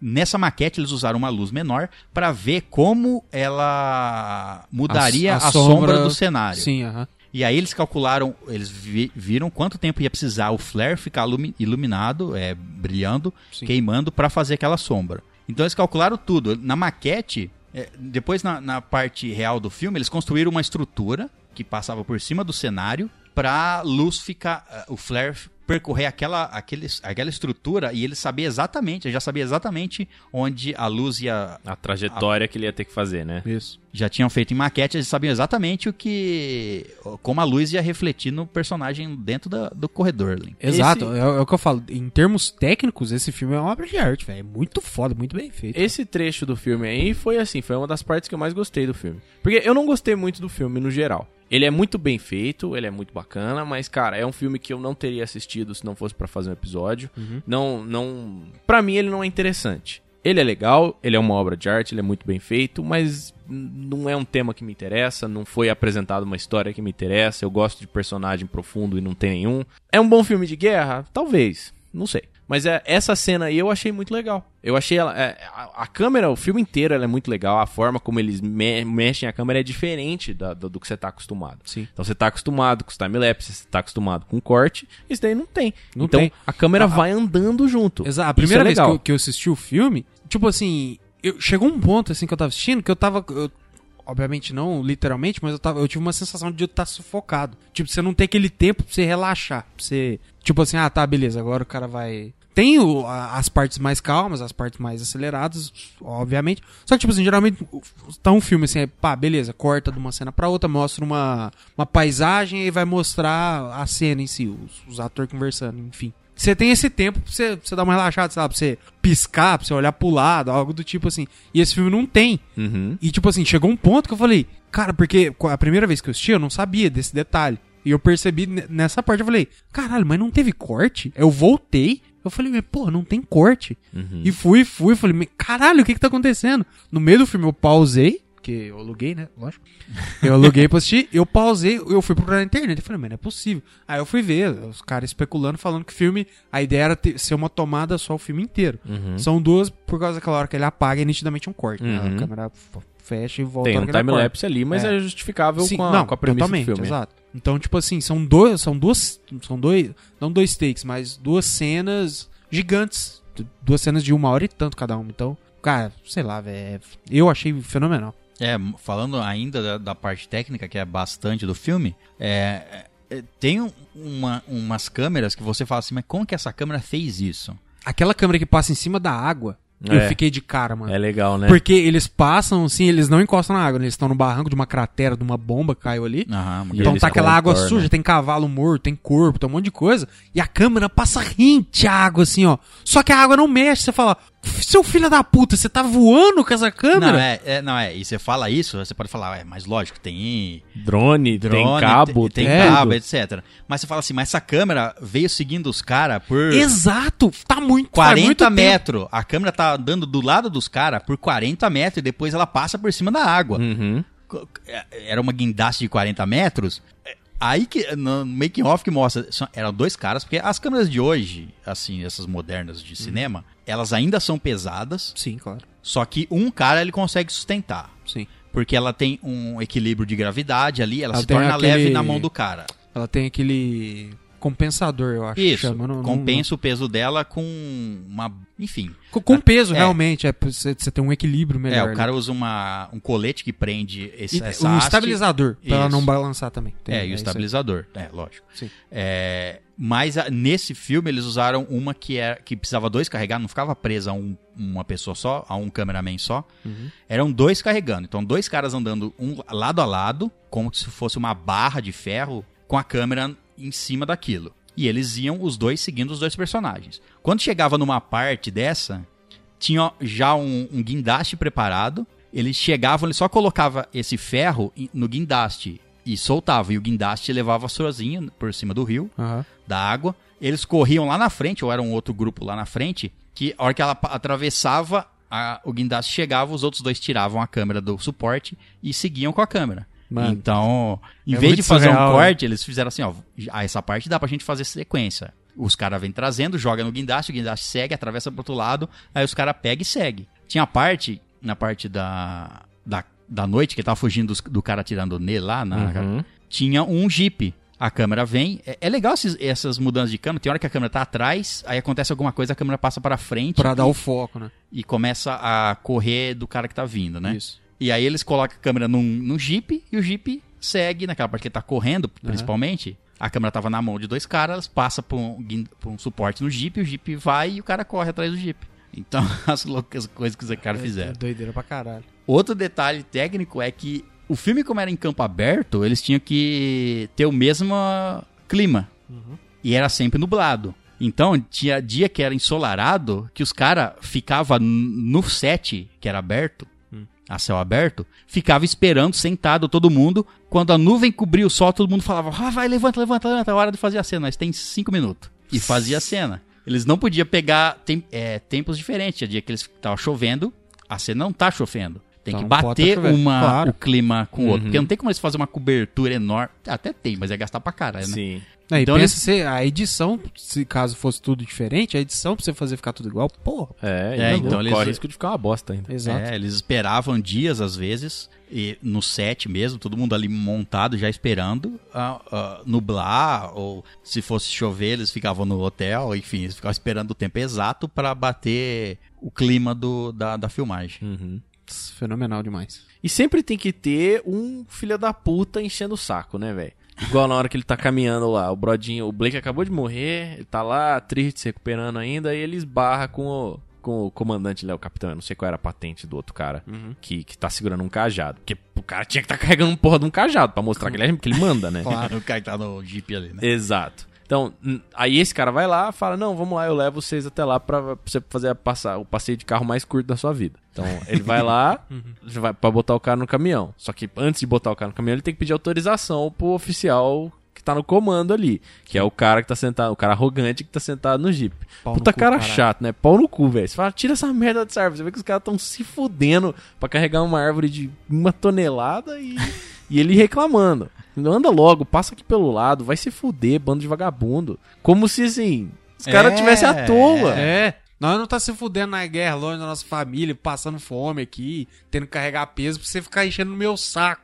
Speaker 1: nessa maquete eles usaram uma luz menor pra ver como ela mudaria a,
Speaker 2: A- a
Speaker 1: sombra,
Speaker 2: sombra-
Speaker 1: do cenário.
Speaker 2: Sim, aham.
Speaker 1: E aí eles calcularam, eles vi- viram quanto tempo ia precisar o flare ficar lumi- iluminado, é, brilhando,
Speaker 2: Sim.
Speaker 1: queimando pra fazer aquela sombra. Então eles calcularam tudo. Na maquete, é, depois na, na parte real do filme, eles construíram uma estrutura que passava por cima do cenário pra luz ficar, ah, o flare f- percorrer aquela, aquele, aquela estrutura e ele sabia exatamente, ele já sabia exatamente onde a luz ia,
Speaker 3: A trajetória que ele ia ter que fazer, né?
Speaker 2: Isso.
Speaker 1: já tinham feito em maquete, eles sabiam exatamente o que. como a luz ia refletir no personagem dentro da- do corredor. Lin.
Speaker 2: Exato, é, é o que eu falo. Em termos técnicos, esse filme é uma obra de arte, velho. É muito foda, muito bem feito.
Speaker 3: Esse trecho do filme aí foi assim, foi uma das partes que eu mais gostei do filme. Porque eu não gostei muito do filme no geral. Ele é muito bem feito, ele é muito bacana, mas cara, é um filme que eu não teria assistido se não fosse pra fazer um episódio. Não, não, para mim ele não é interessante. Ele é legal, ele é uma obra de arte, ele é muito bem feito, mas n- não é um tema que me interessa, não foi apresentada uma história que me interessa. Eu gosto de personagem profundo e não tem nenhum. É um bom filme de guerra? Talvez. Não sei. Mas é, essa cena aí eu achei muito legal. Eu achei ela. é, a, a câmera, o filme inteiro, ela é muito legal. A forma como eles me- mexem a câmera é diferente da- do, do que você tá acostumado.
Speaker 2: Sim.
Speaker 3: Então você tá acostumado com time-lapse, você tá acostumado com corte. Isso daí não tem.
Speaker 2: Não
Speaker 3: então
Speaker 2: tem.
Speaker 3: a câmera
Speaker 2: A-
Speaker 3: vai andando junto.
Speaker 2: Exato. A
Speaker 3: Isso
Speaker 2: primeira
Speaker 3: é
Speaker 2: vez que
Speaker 3: legal.
Speaker 2: eu, que eu assisti o filme, tipo assim, eu- chegou um ponto assim que eu tava assistindo que eu tava. eu- obviamente não literalmente, mas eu, tava, eu tive uma sensação de eu estar sufocado. Tipo, você não tem aquele tempo pra você relaxar. Pra você. Tipo assim, ah, tá, beleza, agora o cara vai. Tem o- a- as partes mais calmas, as partes mais aceleradas, obviamente. Só que, tipo assim, geralmente o- tá um filme assim, é, pá, beleza, corta de uma cena pra outra, mostra uma, uma paisagem e vai mostrar a cena em si, os, os atores conversando, enfim. Você tem esse tempo pra você, pra você dar uma relaxada, sei lá, pra você piscar, pra você olhar pro lado, algo do tipo assim. E esse filme não tem.
Speaker 3: Uhum.
Speaker 2: E tipo assim, chegou um ponto que eu falei, cara, porque a primeira vez que eu assisti, eu não sabia desse detalhe. E eu percebi ne- nessa parte, eu falei, caralho, mas não teve corte? Eu voltei, eu falei, mas pô, não tem corte. E fui, fui, falei, "Mas, caralho, o que que tá acontecendo? No meio do filme eu pausei, porque eu aluguei, né, lógico. Eu aluguei pra assistir, eu pausei, eu fui procurar na internet, eu falei, mas não é possível. Aí eu fui ver, os caras especulando, falando que o filme, a ideia era ter- ser uma tomada só o filme inteiro. São duas, por causa daquela hora que ele apaga, é nitidamente um corte, né?
Speaker 3: Uhum.
Speaker 2: A câmera f- fecha e volta.
Speaker 3: Tem
Speaker 2: a
Speaker 3: um
Speaker 2: hora que ele acorda.
Speaker 3: time-lapse ali, mas
Speaker 2: É.
Speaker 3: é, justificável
Speaker 2: Sim,
Speaker 3: com, a,
Speaker 2: não,
Speaker 3: com a premissa do
Speaker 2: totalmente,
Speaker 3: filme. é.
Speaker 2: Exato. Então, tipo assim, são dois, são duas, são dois, não dois takes, mas duas cenas gigantes, Du- duas cenas de uma hora e tanto cada uma. Então, cara, sei lá, velho, eu achei fenomenal.
Speaker 1: É, m- falando ainda da, da parte técnica, que é bastante do filme, é, é, tem um- uma- umas câmeras que você fala assim, mas como que essa câmera fez isso?
Speaker 2: Aquela câmera que passa em cima da água, eu
Speaker 3: É.
Speaker 2: fiquei de cara, mano.
Speaker 3: É legal, né?
Speaker 2: Porque eles passam, assim, eles não encostam na água, né? eles estão no barranco de uma cratera, de uma bomba que caiu ali.
Speaker 1: Aham,
Speaker 3: E
Speaker 2: Então
Speaker 3: eles
Speaker 2: tá aquela água
Speaker 3: contornam.
Speaker 2: suja, tem cavalo morto, tem corpo, tem um monte de coisa. E a câmera passa rente à água, assim, ó. Só que a água não mexe. Você fala, seu filho da puta, você tá voando com essa câmera?
Speaker 1: Não, é, é, não, é, e você fala isso, você pode falar, é, mas lógico, tem
Speaker 3: Drone,
Speaker 1: drone,
Speaker 3: tem cabo,
Speaker 1: tem,
Speaker 3: tem,
Speaker 2: é.
Speaker 1: cabo,
Speaker 3: tudo.
Speaker 1: etc. Mas você fala assim, mas essa câmera veio seguindo os caras por...
Speaker 2: Exato, tá muito faz
Speaker 1: 40
Speaker 2: muito tempo.
Speaker 1: metros. A câmera tá andando do lado dos caras por 40 metros e depois ela passa por cima da
Speaker 2: Hum.
Speaker 1: água.
Speaker 3: Uhum.
Speaker 1: Co- é- Era uma guindaste de 40 metros. É, Aí que no making off que mostra, são- eram dois caras, porque as câmeras de hoje, assim, essas modernas
Speaker 2: Hum.
Speaker 1: de cinema, elas ainda são pesadas,
Speaker 2: Sim, claro.
Speaker 1: só que um cara ele consegue sustentar,
Speaker 2: Sim.
Speaker 1: porque ela tem um equilíbrio de gravidade ali, ela,
Speaker 2: Ela
Speaker 1: se
Speaker 2: tem
Speaker 1: torna
Speaker 2: aquele-
Speaker 1: leve na mão do cara.
Speaker 2: Ela tem aquele compensador, eu acho.
Speaker 1: Isso,
Speaker 2: chama, não- não-
Speaker 1: compensa o peso dela com uma, enfim,
Speaker 2: não- Com- com peso,
Speaker 1: É.
Speaker 2: realmente. É, pra você você tem um equilíbrio melhor.
Speaker 1: É, o
Speaker 2: né?
Speaker 1: cara usa uma, um colete que prende esse,
Speaker 3: é
Speaker 2: E
Speaker 1: essa
Speaker 2: um
Speaker 1: haste.
Speaker 2: estabilizador, pra ela
Speaker 1: Isso.
Speaker 2: não balançar também. Tem-
Speaker 1: É, e o
Speaker 2: isso aí.
Speaker 1: estabilizador. É, lógico.
Speaker 2: Sim.
Speaker 1: É, mas a- nesse filme eles usaram uma que, era, que precisava dois carregar, não ficava presa a um- uma pessoa só, a um cameraman só.
Speaker 2: Uhum.
Speaker 1: Eram dois carregando. Então, dois caras andando um lado a lado, como se fosse uma barra de ferro, com a câmera em cima daquilo. E eles iam os dois seguindo os dois personagens. Quando chegava numa parte dessa, tinha já um, um guindaste preparado. Eles chegavam, ele só colocava esse ferro em- no guindaste e soltava. E o guindaste levava sozinho por cima do rio,
Speaker 3: Uhum.
Speaker 2: Aham.
Speaker 1: da água. Eles corriam lá na frente, ou era um outro grupo lá na frente, que a hora que ela pa- atravessava, a- o guindaste chegava, os outros dois tiravam a câmera do suporte e seguiam com a câmera.
Speaker 2: Mano,
Speaker 1: então, em
Speaker 2: é
Speaker 1: vez de
Speaker 2: muito
Speaker 1: fazer
Speaker 2: surreal,
Speaker 1: um corte, eles fizeram assim, ó, "Ah, essa parte dá pra gente fazer sequência. Os caras vêm trazendo, joga no guindaste, o guindaste segue, atravessa pro outro lado, aí os caras pegam e segue. Tinha a parte, na parte da, da, da noite, que ele tava fugindo dos- do cara tirando nele lá, na,
Speaker 2: Uhum. Ah,
Speaker 3: Uhum.
Speaker 1: tinha um Jeep. A câmera vem. É, é legal esses- essas mudanças de câmera. Tem hora que a câmera tá atrás, aí acontece alguma coisa, a câmera passa pra frente
Speaker 2: Pra dar o foco, né?
Speaker 1: e começa a correr do cara que tá vindo, né?
Speaker 2: Isso.
Speaker 1: E aí eles colocam a câmera num, num Jeep e o Jeep segue naquela parte que ele tá correndo, principalmente. A câmera tava na mão de dois caras, passa por um, guin- por um suporte no Jeep, o Jeep vai e o cara corre atrás do Jeep. Então, as loucas coisas que os
Speaker 2: É,
Speaker 1: caras fizeram.
Speaker 2: Doideira pra caralho.
Speaker 1: Outro detalhe técnico é que o filme, como era em campo aberto, eles tinham que ter o mesmo clima.
Speaker 2: Uhum.
Speaker 1: E era sempre nublado. Então, tinha dia que era ensolarado, que os caras ficavam no set, que era aberto,
Speaker 2: Hum.
Speaker 1: a céu aberto, ficava esperando, sentado, todo mundo. Quando a nuvem cobria o sol, todo mundo falava, ah, vai, levanta, levanta, levanta, é hora de fazer a cena. Mas tem cinco minutos. E fazia a cena. Eles não podiam pegar tem- é, tempos diferentes. Tinha dia que eles tava chovendo, a cena não tá chovendo. Tem
Speaker 2: Então
Speaker 1: que
Speaker 2: não pode
Speaker 1: bater
Speaker 2: tá chovendo,
Speaker 1: uma,
Speaker 2: claro. Uhum.
Speaker 1: o clima com o outro. Porque não tem como eles fazerem uma cobertura enorme. Até tem, mas ia gastar pra
Speaker 2: É,
Speaker 1: caralho, né?
Speaker 3: Sim.
Speaker 2: Aí,
Speaker 1: Então
Speaker 2: pensa se a edição, se caso fosse tudo diferente, a edição pra você fazer ficar tudo igual, porra.
Speaker 3: É,
Speaker 1: É,
Speaker 3: então
Speaker 1: então
Speaker 3: corre
Speaker 1: eles-
Speaker 3: o risco de ficar uma bosta ainda.
Speaker 2: Exato.
Speaker 1: É, eles esperavam dias às vezes, e no set mesmo, todo mundo ali montado, já esperando ah, ah, nublar, ou se fosse chover, eles ficavam no hotel, enfim, eles ficavam esperando o tempo exato pra bater o clima do, da, da
Speaker 2: É.
Speaker 1: filmagem.
Speaker 3: Uhum.
Speaker 2: Putz, Fenomenal demais.
Speaker 3: E sempre tem que ter um filho da puta enchendo o saco, né, velho? Igual na hora que ele tá caminhando lá, o Brodinho, o Blake acabou de morrer, ele tá lá triste, se recuperando ainda, e ele esbarra com o, com o comandante lá, o capitão, eu não sei qual era a patente do outro cara, que, que tá segurando um cajado. Porque o cara tinha que tá carregando um porra de um cajado pra mostrar que ele, é- que ele manda, né?
Speaker 1: Claro, o cara que tá no jeep ali, né?
Speaker 3: Exato. Então, n- aí esse cara vai lá, fala: "Não, vamos lá, eu levo vocês até lá pra você fazer a passar o passeio de carro mais curto da sua vida". Então, ele vai lá,
Speaker 2: Uhum.
Speaker 3: já vai para botar o cara no caminhão. Só que antes de botar o cara no caminhão, ele tem que pedir autorização pro oficial que tá no comando ali, que é o cara que tá sentado, o cara arrogante que tá sentado no Jeep.
Speaker 2: Pau no
Speaker 3: Puta
Speaker 2: cu,
Speaker 3: cara
Speaker 2: caralho.
Speaker 3: chato, né? Pau no cu, velho. Você fala, tira essa merda de árvore. Você vê que os caras tão se fudendo pra carregar uma árvore de uma tonelada e, e ele reclamando. Anda logo, passa aqui pelo lado, vai se fuder, bando de vagabundo. Como se, assim, os caras
Speaker 1: É,
Speaker 3: tivessem à toa.
Speaker 2: É. Nós não tá se fudendo na guerra longe da nossa família, passando fome aqui, tendo que carregar peso pra você ficar enchendo no meu saco.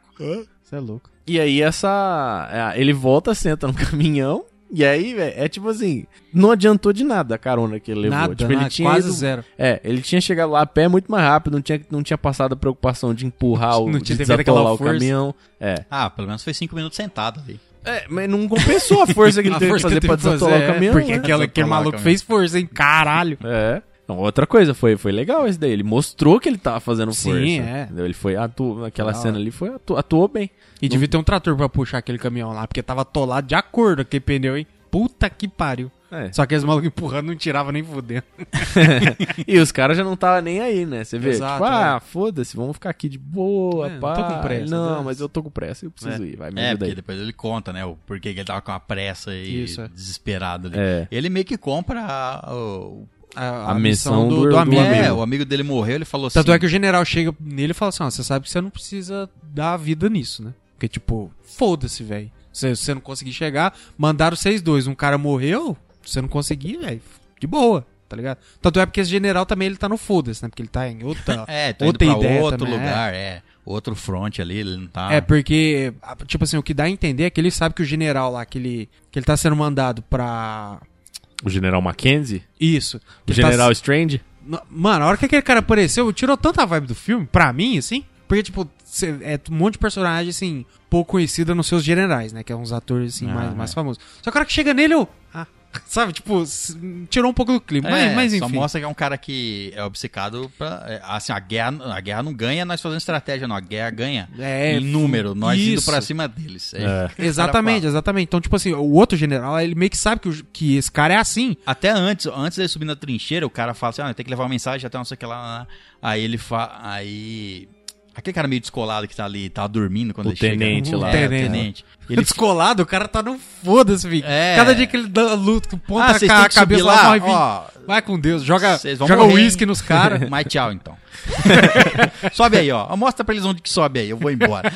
Speaker 2: Você é louco.
Speaker 3: E aí essa. é, Ele volta, senta no caminhão. E aí, velho, é tipo assim, não adiantou de nada a carona que ele levou.
Speaker 2: nada,
Speaker 3: tipo, ele
Speaker 2: nada,
Speaker 3: tinha
Speaker 2: quase
Speaker 3: ido-
Speaker 2: zero.
Speaker 3: É, ele tinha chegado lá a pé muito mais rápido, não tinha, não tinha passado a preocupação de empurrar o,
Speaker 2: Não
Speaker 3: de
Speaker 2: tinha devido àquela
Speaker 3: desatolar o
Speaker 2: força.
Speaker 3: caminhão. É.
Speaker 1: Ah, pelo menos foi cinco minutos sentado ali.
Speaker 3: É, mas não compensou a força que ele
Speaker 2: A
Speaker 3: teve que
Speaker 2: força
Speaker 3: fazer
Speaker 2: que
Speaker 3: pra
Speaker 2: eu tive que
Speaker 3: desatolar
Speaker 2: fazer,
Speaker 3: o
Speaker 2: é,
Speaker 3: caminhão.
Speaker 2: Porque
Speaker 3: né?
Speaker 2: aquela, aquele
Speaker 1: Desatolar o
Speaker 2: maluco
Speaker 1: caminhão.
Speaker 2: fez força, hein? Caralho.
Speaker 3: É. Então, outra coisa, foi, foi legal esse daí. Ele mostrou que ele tava fazendo
Speaker 2: Sim,
Speaker 3: força.
Speaker 2: é.
Speaker 3: entendeu? Ele foi, atu... aquela
Speaker 2: Da
Speaker 3: cena
Speaker 2: hora.
Speaker 3: ali foi, atu... atuou bem.
Speaker 2: E devia ter um trator pra puxar aquele caminhão lá, porque tava atolado de acordo aquele pneu, hein? Puta que pariu.
Speaker 3: É.
Speaker 2: Só que eles malucos empurrando não tiravam nem fudendo.
Speaker 3: E os caras já não tava nem aí, né? Você vê,
Speaker 2: Exato,
Speaker 3: tipo, ah, foda-se, vamos ficar aqui de boa,
Speaker 2: É, não
Speaker 3: pá.
Speaker 2: tô com pressa,
Speaker 3: Não,
Speaker 2: né?
Speaker 3: mas eu tô com pressa, eu preciso ir, vai me
Speaker 1: É,
Speaker 3: ajuda
Speaker 1: porque
Speaker 3: aí.
Speaker 1: depois ele conta, né, o porquê que ele tava com uma pressa e
Speaker 2: Isso, é.
Speaker 1: desesperado ali.
Speaker 3: É.
Speaker 1: Ele meio que compra a- o...
Speaker 2: A,
Speaker 3: A missão do- do
Speaker 2: amigo.
Speaker 1: é, o amigo dele morreu, ele falou
Speaker 2: Tanto
Speaker 1: assim...
Speaker 2: é que o general chega nele e fala assim: ó, você sabe que você não precisa dar a vida nisso, né? Porque, tipo, foda-se, velho. Se você não conseguir chegar, mandaram vocês dois. Um cara morreu, você não conseguir, velho. De boa, tá ligado? Tanto é porque esse general também ele tá no foda-se, né? Porque ele tá em outra.
Speaker 1: É, tô
Speaker 2: Outra
Speaker 1: indo pra
Speaker 2: ideia
Speaker 1: outro
Speaker 2: também,
Speaker 1: lugar, é. Outro front ali, ele não tá.
Speaker 2: É, porque, ah, tipo assim, o que dá a entender é que ele sabe que o general lá, que ele, que ele tá sendo mandado pra.
Speaker 3: O general Mackenzie?
Speaker 2: Isso.
Speaker 3: O
Speaker 2: Que ele tá
Speaker 3: general Strange?
Speaker 2: N- Mano, a hora que aquele cara apareceu, tirou tanta vibe do filme, pra mim, assim. Porque, tipo, cê- é um monte de personagem,
Speaker 1: é.
Speaker 2: assim, pouco conhecida nos seus generais, né? Que é uns atores, assim, mais, mais famosos. Só que a hora que chega nele, eu. Ah, Sabe, tipo, s- tirou um pouco do clima. mas, mas
Speaker 1: Só
Speaker 2: enfim.
Speaker 1: mostra que é um cara que é obcecado pra. é, Assim, a guerra, a guerra não ganha nós fazendo estratégia, não. A guerra ganha em
Speaker 2: É,
Speaker 1: número, nós indo
Speaker 2: isso.
Speaker 1: pra cima deles. É.
Speaker 2: Exatamente,
Speaker 1: Cara,
Speaker 2: exatamente. Então, tipo assim, o outro general, ele meio que sabe que, o- que esse cara é assim.
Speaker 1: Até antes, antes dele subir na trincheira, o cara fala assim: ah, tem que levar uma mensagem até não sei o que lá, lá. lá. Aí ele fa. Aí. Aquele cara meio descolado que tá ali, tá dormindo quando
Speaker 3: O
Speaker 1: ele chega.
Speaker 3: tenente
Speaker 1: É,
Speaker 3: lá.
Speaker 1: o
Speaker 2: Tenente.
Speaker 1: tenente.
Speaker 2: Ele descolado, o cara tá no foda-se, filho.
Speaker 1: É.
Speaker 2: Cada dia que ele dá luta,
Speaker 1: Ah,
Speaker 2: ponta
Speaker 1: vocês
Speaker 2: a
Speaker 1: têm que subir
Speaker 2: cabeça lá,
Speaker 1: lá,
Speaker 2: morre vinte.
Speaker 1: ó.
Speaker 2: Vai com Deus, joga
Speaker 1: Vocês vão
Speaker 2: joga
Speaker 1: morrer, hein?
Speaker 2: uísque nos caras.
Speaker 1: Mas tchau, então. sobe aí, ó. Mostra pra eles onde que sobe aí, eu vou embora.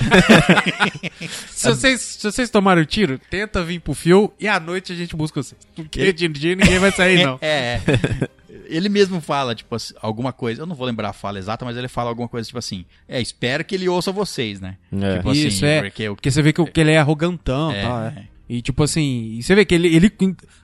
Speaker 2: Se vocês, se vocês tomaram tiro, tenta vir pro fio e à noite a gente busca vocês. Porque de dia ninguém vai sair, não.
Speaker 1: É. é. Ele mesmo fala, tipo, assim, alguma coisa. Eu não vou lembrar a fala exata, mas ele fala alguma coisa, tipo assim. É, espero que ele ouça vocês, né?
Speaker 3: É.
Speaker 1: Tipo
Speaker 2: Isso, é.
Speaker 1: Porque o que
Speaker 2: Porque você vê que, o- que ele é arrogantão e
Speaker 1: É,
Speaker 2: tal, é.
Speaker 1: é.
Speaker 2: E tipo assim, e você vê que ele, ele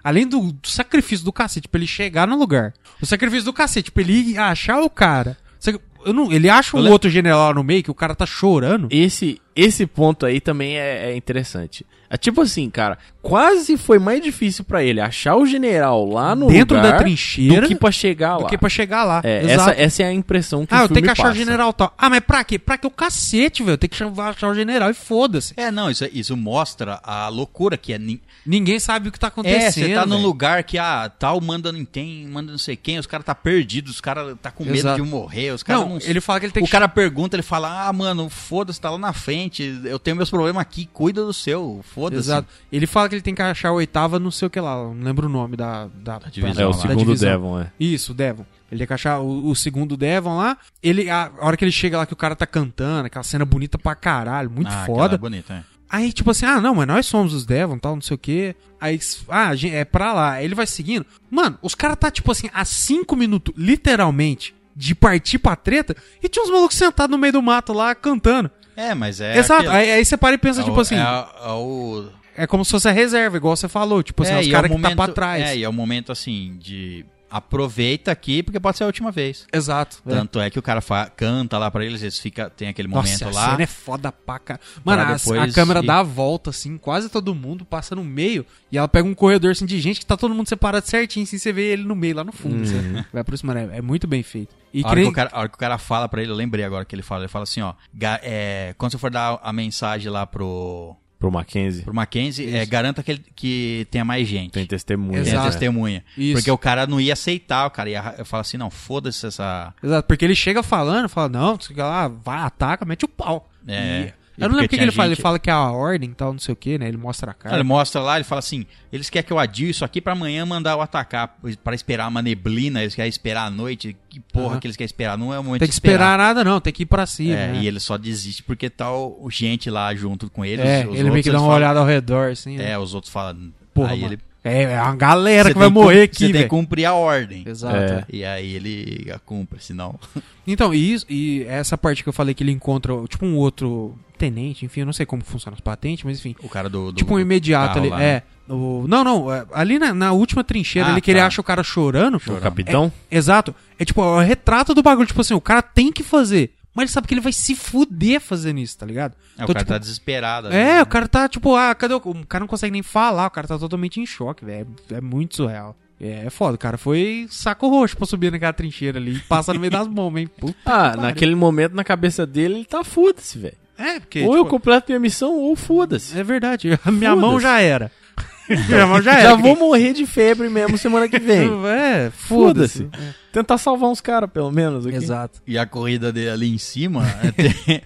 Speaker 2: além do, do sacrifício do cacete pra ele chegar no lugar, o sacrifício do cacete pra ele achar o cara. Você- eu não- ele acha um
Speaker 3: Eu lem-
Speaker 2: outro general lá no meio que o cara tá chorando.
Speaker 3: Esse, esse ponto aí também é, é interessante. É tipo assim, cara, quase foi mais difícil pra ele achar o general lá no
Speaker 2: Dentro
Speaker 3: lugar
Speaker 2: da trincheira
Speaker 3: do que pra chegar lá.
Speaker 2: do que pra chegar lá.
Speaker 3: É,
Speaker 2: Exato.
Speaker 3: essa, essa é a impressão que
Speaker 2: ah,
Speaker 3: o
Speaker 2: eu
Speaker 3: filme
Speaker 2: tenho que achar o
Speaker 3: passa.
Speaker 2: general tal. Ah, mas pra quê? Pra que o cacete, velho? Eu tenho que cham- achar o general e foda-se.
Speaker 1: É, não, isso, isso mostra a loucura que é. nin-
Speaker 2: Ninguém sabe o que
Speaker 1: É,
Speaker 2: tá acontecendo.
Speaker 1: você tá num
Speaker 2: velho.
Speaker 1: lugar que, ah, tal manda não quem, manda não sei quem, os caras tá perdidos, os caras tá com medo
Speaker 2: Exato.
Speaker 1: de morrer, os caras
Speaker 2: Não,
Speaker 1: não,
Speaker 2: ele fala que ele tem
Speaker 1: O
Speaker 2: que
Speaker 1: cara pergunta, ele fala, ah, mano, foda-se, tá lá na frente, eu tenho meus problemas aqui, cuida do seu, foda-se.
Speaker 2: Exato. Ele fala que ele tem que achar a oitava, não sei o que lá, não lembro o nome da, da,
Speaker 1: divisão
Speaker 3: É, o
Speaker 1: lá.
Speaker 2: da
Speaker 3: segundo
Speaker 2: divisão.
Speaker 3: Devon, é.
Speaker 2: Isso, o Devon. Ele tem que achar o, o segundo Devon lá. Ele, a, a hora que ele chega lá, que o cara tá cantando, aquela cena bonita pra caralho, muito
Speaker 1: Ah, cara,
Speaker 2: foda.
Speaker 1: bonito, é.
Speaker 2: Aí, tipo assim, ah, não, mas nós somos os Devon, tal, não sei o quê. Aí, s- ah, a gen- é pra lá. Aí ele vai seguindo. Mano, os caras tá, tipo assim, há cinco minutos, literalmente, de partir pra treta, e tinha uns malucos sentados no meio do mato lá, cantando.
Speaker 1: É, mas é.
Speaker 2: Exato.
Speaker 1: aquilo.
Speaker 2: Aí, aí você para e pensa,
Speaker 1: É o-
Speaker 2: tipo assim,
Speaker 1: É, a- é o-
Speaker 2: é como se fosse a reserva, igual você falou. Tipo assim,
Speaker 1: É,
Speaker 2: os
Speaker 1: e
Speaker 2: caras
Speaker 1: é o
Speaker 2: que tá pra
Speaker 1: momento-
Speaker 2: trás.
Speaker 1: É, e é o momento assim de aproveita aqui porque pode ser a última vez.
Speaker 2: Exato. é.
Speaker 1: Tanto é que o cara fa- canta lá pra eles, eles fica tem aquele momento
Speaker 2: Nossa, a
Speaker 1: lá.
Speaker 2: cena é foda pra cara. Mano,
Speaker 1: Pra
Speaker 2: a,
Speaker 1: depois
Speaker 2: a câmera
Speaker 1: ir-
Speaker 2: dá a volta, assim, quase todo mundo passa no meio. E ela pega um corredor, assim, de gente que tá todo mundo separado certinho, assim, você vê ele no meio, lá no fundo. Você vai aproximando, é, é muito bem feito. E
Speaker 1: A hora, que
Speaker 2: creio...
Speaker 1: o cara, a hora que o cara fala pra ele, eu lembrei agora que ele fala, ele fala assim, ó, ga- é, quando você for dar a mensagem lá pro,
Speaker 3: Pro Mackenzie.
Speaker 1: pro Mackenzie, é, garanta que, ele- que tenha mais gente.
Speaker 3: Tem testemunha.
Speaker 1: Tenha
Speaker 2: Exato.
Speaker 1: testemunha.
Speaker 2: Isso.
Speaker 1: Porque o cara não ia aceitar, o cara ia falar assim, não, foda-se essa...
Speaker 2: Exato, porque ele chega falando, fala, não, sei lá, vai, ataca, mete o pau.
Speaker 1: É.
Speaker 2: E-
Speaker 1: E
Speaker 2: Eu não lembro o
Speaker 1: porque
Speaker 2: que, que ele
Speaker 1: tinha
Speaker 2: fala, ele
Speaker 1: gente- é
Speaker 2: fala que é a ordem e tal, não sei o que, né? Ele mostra a cara.
Speaker 1: Ele mostra lá, ele fala assim: eles querem que eu adie isso aqui pra amanhã mandar o atacar, pois pra esperar uma neblina, eles querem esperar a noite. Que porra
Speaker 2: Aham.
Speaker 1: que eles querem esperar? Não é o momento
Speaker 2: Tem
Speaker 1: de
Speaker 2: que esperar nada, não, tem que ir pra cima.
Speaker 1: É,
Speaker 2: né?
Speaker 1: E ele só desiste porque tá o, o gente lá junto com ele.
Speaker 2: É,
Speaker 1: os- os
Speaker 2: ele meio
Speaker 1: outros,
Speaker 2: que dá uma
Speaker 1: falam-
Speaker 2: olhada ao redor, assim. né?
Speaker 1: É, os outros falam.
Speaker 2: Porra,
Speaker 1: aí
Speaker 2: mano.
Speaker 1: ele.
Speaker 2: É, é uma galera
Speaker 1: "Você
Speaker 2: que vai
Speaker 1: tem cum-
Speaker 2: morrer
Speaker 1: Você
Speaker 2: aqui,
Speaker 1: tem que
Speaker 2: velho.
Speaker 1: cumprir a ordem.
Speaker 2: Exato.
Speaker 3: É.
Speaker 2: é.
Speaker 1: E aí ele a cumpre, senão.
Speaker 2: Então, e, isso, e essa parte que eu falei que ele encontra, tipo, um outro tenente, enfim, eu não sei como funciona as patentes, mas enfim.
Speaker 1: O cara do. do-
Speaker 2: tipo, um
Speaker 1: do
Speaker 2: imediato
Speaker 1: carro
Speaker 2: ali.
Speaker 1: lá, né?
Speaker 2: é. O, não, não, é, ali na, na última trincheira
Speaker 1: Ah,
Speaker 2: ali que ele
Speaker 1: tá.
Speaker 2: acha o cara chorando.
Speaker 3: O capitão?
Speaker 2: Exato. É tipo, é o retrato do bagulho. Tipo assim, o cara tem que fazer. Mas ele sabe que ele vai se fuder fazendo isso, tá ligado?
Speaker 1: É,
Speaker 2: Então,
Speaker 1: o cara
Speaker 2: tipo,
Speaker 1: tá desesperado. ali,
Speaker 2: é,
Speaker 1: né?
Speaker 2: o cara tá tipo, ah, cadê o. O cara não consegue nem falar, o cara tá totalmente em choque, velho. É, é muito surreal. É, é foda, o cara foi saco roxo pra subir naquela trincheira ali e passa no meio das bombas, hein? Puta
Speaker 3: Ah,
Speaker 2: que
Speaker 3: naquele momento na cabeça dele, ele tá foda-se, velho.
Speaker 2: pariu. É, porque.
Speaker 3: Ou eu
Speaker 2: tipo,
Speaker 3: completo minha missão, ou foda-se.
Speaker 2: É verdade, a minha mão
Speaker 3: Foda-se.
Speaker 2: já era. minha mão já era.
Speaker 3: Já vou morrer de febre mesmo semana que vem.
Speaker 2: É, foda-se. É.
Speaker 3: Tentar salvar uns caras, pelo menos. Aqui.
Speaker 2: Exato.
Speaker 1: E a corrida dele ali em cima, é, tem-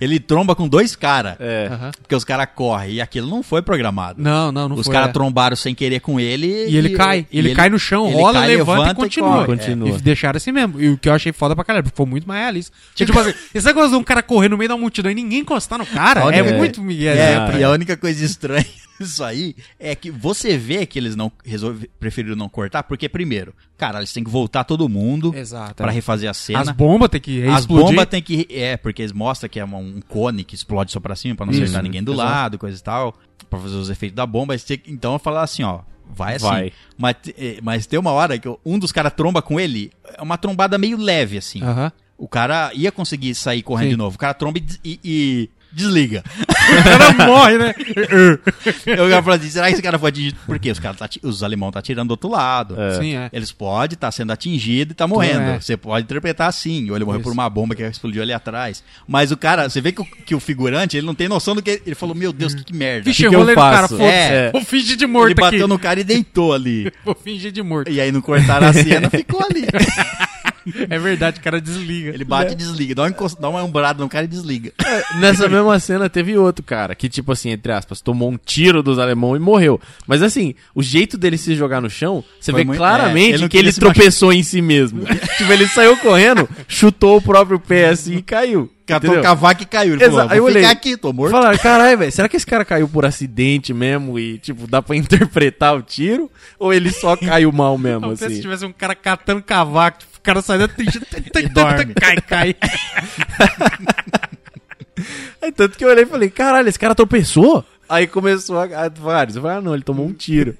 Speaker 1: ele tromba com dois caras.
Speaker 3: É.
Speaker 2: Aham.
Speaker 1: Porque os caras correm. E aquilo não foi programado.
Speaker 2: Não, não, não
Speaker 1: Os
Speaker 2: foi.
Speaker 1: caras
Speaker 2: é.
Speaker 1: trombaram sem querer com ele.
Speaker 2: E ele cai,
Speaker 1: e
Speaker 2: ele, cai no chão,
Speaker 1: ele
Speaker 2: rola,
Speaker 1: cai,
Speaker 2: levanta, e
Speaker 1: levanta e
Speaker 2: continua.
Speaker 1: corre.
Speaker 3: Continua.
Speaker 2: É, E deixaram assim mesmo. E o que eu achei foda pra caralho, porque foi muito mais realista. Tipo, tipo assim, essa coisa de um cara correr no meio da multidão e ninguém encostar no cara
Speaker 3: Olha,
Speaker 2: é,
Speaker 3: é.
Speaker 2: muito Miguel.
Speaker 1: É,
Speaker 3: Ah,
Speaker 1: e a única coisa estranha disso aí é que você vê que eles não resolve, preferiram não cortar, porque primeiro, cara, eles têm que voltar todo mundo
Speaker 2: Exato. é.
Speaker 1: pra refazer a cena.
Speaker 2: As bombas tem que
Speaker 1: As
Speaker 2: É explodir.
Speaker 1: bombas tem que. É, porque eles mostram que é uma- um cone que explode só pra cima, pra não
Speaker 2: Isso,
Speaker 1: acertar ninguém do
Speaker 2: exato.
Speaker 1: lado, coisa e tal. Pra fazer os efeitos da bomba. eles tinham que- Então eu falava assim, ó. Vai assim.
Speaker 3: Vai.
Speaker 1: Mas, te- eh, mas tem uma hora que um dos caras tromba com ele, é uma trombada meio leve, assim.
Speaker 2: Aham.
Speaker 1: O cara ia conseguir sair correndo
Speaker 2: Ah. Sim.
Speaker 1: de novo. O cara tromba e, des- e- e desliga.
Speaker 2: O cara morre, né?
Speaker 1: Eu ia falar assim, será que esse cara foi atingido? Porque os, cara tá, ati- os alemão tá atirando do outro lado.
Speaker 2: Sim, é.
Speaker 1: Eles podem estar sendo atingidos e tá morrendo.
Speaker 2: é.
Speaker 1: Você pode interpretar assim. Ou ele morreu
Speaker 2: Isso.
Speaker 1: por uma bomba que explodiu ali atrás. Mas o cara, você vê que o, que o figurante, ele não tem noção do que. Ele falou, meu Deus, que, que merda.
Speaker 2: Vixe,
Speaker 3: que
Speaker 2: eu
Speaker 3: que
Speaker 2: vou
Speaker 3: eu
Speaker 2: ler no cara,
Speaker 3: faço?
Speaker 2: foda-se.
Speaker 1: É.
Speaker 2: Vou fingir de
Speaker 1: Ele
Speaker 2: morto
Speaker 1: bateu
Speaker 2: aqui.
Speaker 1: no cara e deitou ali.
Speaker 2: Vou fingir de morto.
Speaker 1: E aí não cortaram a cena, ficou ali.
Speaker 2: É verdade, o cara desliga.
Speaker 1: Ele bate e desliga. Dá uma, encosta- dá uma ombrada no cara e desliga.
Speaker 2: É,
Speaker 3: Nessa mesma cena teve outro cara que, tipo assim, entre aspas, tomou um tiro dos alemão e morreu. Mas assim, o jeito dele se jogar no chão, você
Speaker 1: Foi
Speaker 3: vê
Speaker 1: muito- é,
Speaker 3: claramente
Speaker 1: ele não
Speaker 3: que ele
Speaker 1: queria se machu-
Speaker 3: tropeçou em si mesmo. tipo, ele saiu correndo, chutou o próprio pé assim e caiu.
Speaker 1: Catou
Speaker 3: entendeu?
Speaker 1: o cavaco e caiu. Ele falou, "Ah,
Speaker 3: Exa- aí eu
Speaker 1: vou
Speaker 3: olhei.
Speaker 1: ficar aqui, tô morto.
Speaker 3: Falaram, caralho, velho, será que esse cara caiu por acidente mesmo e, tipo, dá pra interpretar o tiro? Ou ele só caiu mal mesmo,
Speaker 2: Não, pensa se
Speaker 3: assim?
Speaker 2: tivesse um cara catando cavaco, o cara sai da trincheira, tum, tum, tum,
Speaker 1: dorme.
Speaker 2: tum, cai, cai.
Speaker 3: Aí, tanto que eu olhei e falei, caralho, esse cara tropeçou? Aí começou a... a vários. Eu falei, ah, não, ele tomou um tiro.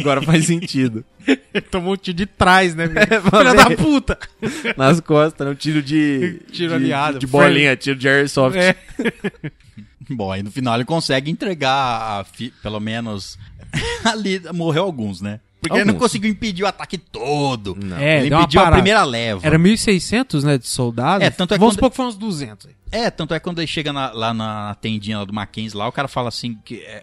Speaker 3: Agora faz sentido.
Speaker 2: Ele tomou um tiro de trás, né?
Speaker 1: É,
Speaker 2: velho?
Speaker 3: pra
Speaker 2: Filha
Speaker 3: ver.
Speaker 2: da puta.
Speaker 3: Nas costas, né? Um tiro de...
Speaker 2: Tiro
Speaker 3: de,
Speaker 2: aliado.
Speaker 3: De, bolinha, tiro de airsoft.
Speaker 2: É.
Speaker 1: Bom, aí no final ele consegue entregar, a fi- pelo menos. ali morreu alguns, né? Porque ele não
Speaker 3: Alguns.
Speaker 1: conseguiu impedir o ataque todo.
Speaker 2: É,
Speaker 1: ele
Speaker 2: deu uma
Speaker 1: impediu a
Speaker 2: parada. É,
Speaker 1: primeira leva.
Speaker 2: Era 1.600, né, de soldados.
Speaker 1: É, tanto é
Speaker 2: Vamos
Speaker 1: quando-
Speaker 2: supor que foram uns 200. aí.
Speaker 1: É, tanto é quando ele chega na- lá na tendinha lá do Mackenzie, lá o cara fala assim que. é,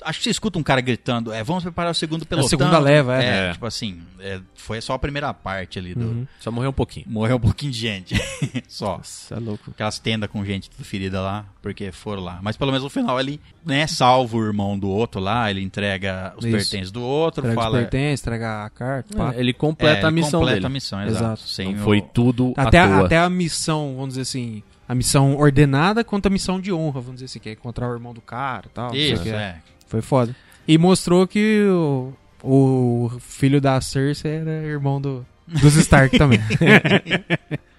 Speaker 1: acho que você escuta um cara gritando, é, vamos preparar o segundo pelotão.
Speaker 2: segunda leva, é,
Speaker 1: É,
Speaker 3: né?
Speaker 1: tipo assim, é, foi só a primeira parte ali do.
Speaker 3: Só morreu um pouquinho.
Speaker 1: Morreu um pouquinho de gente. só.
Speaker 3: Nossa, é louco.
Speaker 1: Aquelas tendas com gente tudo ferida lá, porque foram lá. Mas pelo menos no final ele, né, salva o irmão do outro lá, ele entrega os
Speaker 2: Isso.
Speaker 1: pertences do outro,
Speaker 2: Entrega os
Speaker 1: fala.
Speaker 2: pertences, entrega a carta, pá.
Speaker 3: ele
Speaker 1: É,
Speaker 3: completa
Speaker 1: ele
Speaker 3: a missão
Speaker 1: completa
Speaker 3: dele.
Speaker 1: a missão, exato.
Speaker 2: Exato.
Speaker 1: Sem
Speaker 3: Não
Speaker 1: o-
Speaker 3: foi tudo
Speaker 2: Até,
Speaker 3: à toa.
Speaker 2: a, até a missão, vamos dizer assim, a missão ordenada quanto a missão de honra, vamos dizer assim, que é encontrar o irmão do cara e tal. não sei o
Speaker 1: Isso,
Speaker 2: que é.
Speaker 1: é.
Speaker 2: Foi foda. E mostrou que o, o filho da Cersei era irmão do, dos Stark também.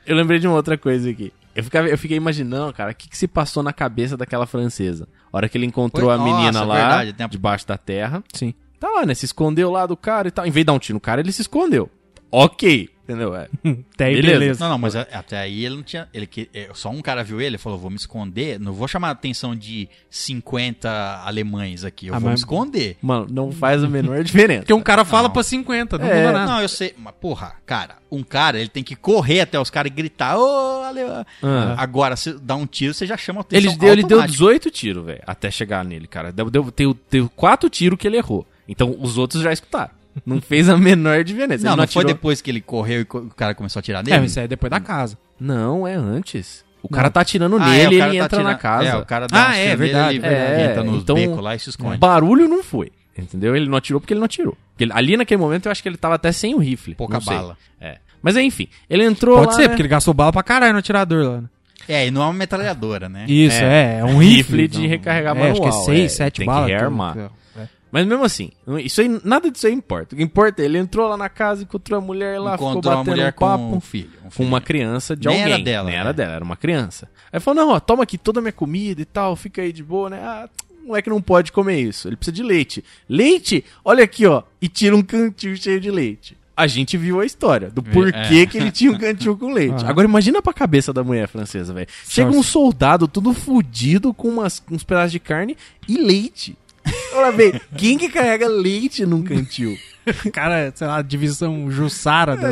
Speaker 3: Eu lembrei de uma outra coisa aqui. Eu, ficava, eu fiquei imaginando, cara, o que, que se passou na cabeça daquela francesa. A hora que ele encontrou
Speaker 1: Foi-
Speaker 3: a menina
Speaker 1: Nossa, é
Speaker 3: lá,
Speaker 1: verdade, tem a-
Speaker 3: debaixo da terra.
Speaker 2: Sim.
Speaker 3: Tá lá, né? Se escondeu lá do cara e tal. Em vez de dar um tiro no cara, ele se escondeu. Ok. Entendeu? É.
Speaker 2: Até aí,
Speaker 3: Beleza.
Speaker 2: beleza.
Speaker 1: Não, não, mas a- até aí ele não tinha. Ele, que- é, só um cara viu ele e falou: vou me esconder. Não vou chamar a atenção de 50 alemães aqui. Eu
Speaker 2: Ah,
Speaker 1: vou me
Speaker 2: mas-
Speaker 1: esconder.
Speaker 3: Mano, não faz a menor diferença.
Speaker 2: Porque um cara fala
Speaker 1: Não.
Speaker 2: pra 50, não
Speaker 3: É,
Speaker 2: muda nada.
Speaker 1: Não, eu sei. Mas, porra, cara, um cara, ele tem que correr até os caras e gritar: Ô, alemão.
Speaker 3: Ah.
Speaker 1: Agora, se dá um tiro, você já chama a atenção.
Speaker 3: Ele deu, ele deu
Speaker 1: automática.
Speaker 3: 18 tiros, velho, até chegar nele, cara. Deu, deu, teve, teve quatro tiros que ele errou. Então os outros já escutaram. Não fez a menor diferença.
Speaker 1: Não,
Speaker 3: ele
Speaker 1: não, foi
Speaker 3: atirou-
Speaker 1: depois que ele correu e co- o cara começou a atirar nele?
Speaker 2: É, mas isso aí é depois da casa.
Speaker 3: Não, é antes. O cara tá atirando
Speaker 1: Ah, é, o
Speaker 3: nele e
Speaker 1: cara
Speaker 3: ele
Speaker 1: tá
Speaker 3: entra na
Speaker 1: atirando-
Speaker 3: casa.
Speaker 1: É, o cara dá
Speaker 2: Ah,
Speaker 1: um
Speaker 2: é,
Speaker 1: tiro nele,
Speaker 2: verdade,
Speaker 1: ele
Speaker 3: verdade.
Speaker 1: entra nos
Speaker 3: Então-
Speaker 1: becos lá e se esconde.
Speaker 3: Barulho não foi. Entendeu? Ele não atirou porque ele não atirou. Porque ele- ali naquele momento eu acho que ele tava até sem o rifle.
Speaker 1: Pouca
Speaker 3: não sei.
Speaker 1: bala.
Speaker 3: É. Mas enfim, ele entrou
Speaker 2: Pode
Speaker 3: lá,
Speaker 2: ser,
Speaker 3: né?
Speaker 2: porque ele gastou bala pra caralho no atirador lá. né?
Speaker 1: É, e não é uma metralhadora, né?
Speaker 2: Isso, é, é, um
Speaker 3: Rifle
Speaker 2: rifle.
Speaker 3: de recarregar
Speaker 2: é, acho que é
Speaker 3: manual,
Speaker 2: 6,
Speaker 3: é,
Speaker 2: 7
Speaker 3: tem que
Speaker 2: balas. tudo.
Speaker 3: rearmar. Mas mesmo assim, isso aí, nada disso aí importa. O que importa é ele entrou lá na casa, encontrou a mulher lá,
Speaker 1: Encontrou
Speaker 3: ficou
Speaker 1: uma
Speaker 3: batendo
Speaker 1: mulher
Speaker 3: um papo.
Speaker 1: com um filho. Um
Speaker 3: com
Speaker 1: filho.
Speaker 3: uma criança de
Speaker 1: Nem
Speaker 3: alguém.
Speaker 1: era dela,
Speaker 3: Nem
Speaker 1: né?
Speaker 3: era dela, era uma criança. Aí falou, não, ó, toma aqui toda a minha comida e tal, fica aí de boa, né? Ah, o moleque não pode comer isso, ele precisa de leite. Leite? Olha aqui, ó, e tira um cantil cheio de leite. A gente viu a história do
Speaker 1: é.
Speaker 3: porquê que ele tinha um cantil com leite.
Speaker 2: Ah.
Speaker 3: Agora imagina pra cabeça da mulher francesa, velho. Chega um
Speaker 2: Nossa.
Speaker 3: soldado todo fudido com umas, uns pedaços de carne e leite. Ora bem, quem que carrega leite num cantil?
Speaker 2: O É. cara, sei lá, divisão Jussara. do-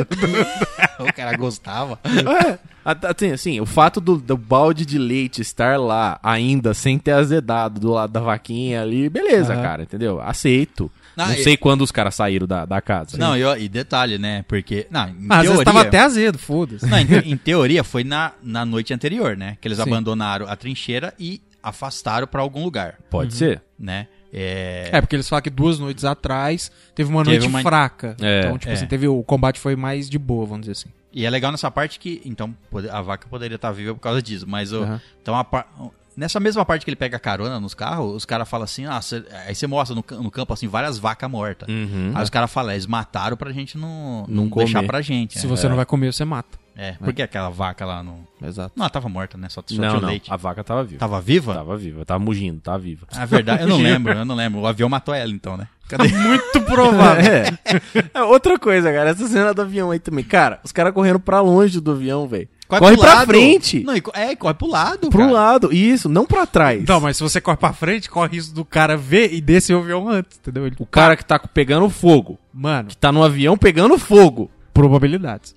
Speaker 1: O cara gostava.
Speaker 3: É. A- Assim, assim, o fato do, do balde de leite estar lá ainda sem ter azedado do lado da vaquinha ali, beleza,
Speaker 2: Aham.
Speaker 3: cara, entendeu? Aceito.
Speaker 1: Ah,
Speaker 3: não
Speaker 1: e-
Speaker 3: sei quando os caras saíram da, da casa.
Speaker 1: Não, e, ó, e detalhe, né? Porque. Não, em
Speaker 2: Ah, às
Speaker 1: teoria.
Speaker 2: vezes tava até azedo, foda-se.
Speaker 1: Não, em, te- em teoria foi na, na noite anterior, né? Que eles
Speaker 2: Sim.
Speaker 1: abandonaram a trincheira e afastaram pra algum lugar,
Speaker 3: Pode ser.
Speaker 1: né? É.
Speaker 2: É, porque eles falam que duas noites atrás teve uma
Speaker 1: Teve
Speaker 2: noite
Speaker 1: uma-
Speaker 2: fraca.
Speaker 3: É,
Speaker 2: então, tipo
Speaker 1: é.
Speaker 2: assim, teve, o combate foi mais de boa, vamos dizer assim.
Speaker 1: E é legal nessa parte que. Então, pode- a vaca poderia estar viva por causa disso, mas o,
Speaker 2: Aham.
Speaker 1: então, a par- nessa mesma parte que ele pega carona nos carros, os caras falam assim: ah, cê- aí você mostra no, ca- no campo assim várias vacas mortas.
Speaker 3: Uhum.
Speaker 1: Aí os caras falam, eles mataram pra gente não,
Speaker 3: Não
Speaker 1: não deixar
Speaker 3: comer.
Speaker 1: pra gente.
Speaker 2: Se
Speaker 1: né?
Speaker 2: você não vai comer, você mata.
Speaker 1: É, porque aquela vaca lá não.
Speaker 2: Exato.
Speaker 1: Não, ela tava morta, né? Só, só
Speaker 3: Não,
Speaker 1: tinha
Speaker 3: não.
Speaker 1: leite.
Speaker 3: A vaca tava viva.
Speaker 1: Tava viva?
Speaker 3: Tava viva, tava mugindo, tava viva.
Speaker 1: A verdade, eu não lembro, eu não lembro. O avião matou ela então, né? Cadê?
Speaker 2: Muito provável.
Speaker 3: É. É, Outra coisa, cara, essa cena do avião aí também. Cara, os caras correndo pra longe do avião, velho.
Speaker 1: Corre
Speaker 3: corre
Speaker 1: pro
Speaker 3: pra
Speaker 1: lado.
Speaker 3: frente.
Speaker 1: Não, e co- é, corre pro lado,
Speaker 3: Pro
Speaker 1: cara.
Speaker 3: lado, isso, não pra trás.
Speaker 2: Então, mas se você corre pra frente, corre risco do cara ver e descer o avião antes, entendeu? Ele-
Speaker 3: O cara que tá pegando fogo,
Speaker 2: Mano,
Speaker 3: que tá no avião pegando fogo.
Speaker 2: probabilidades.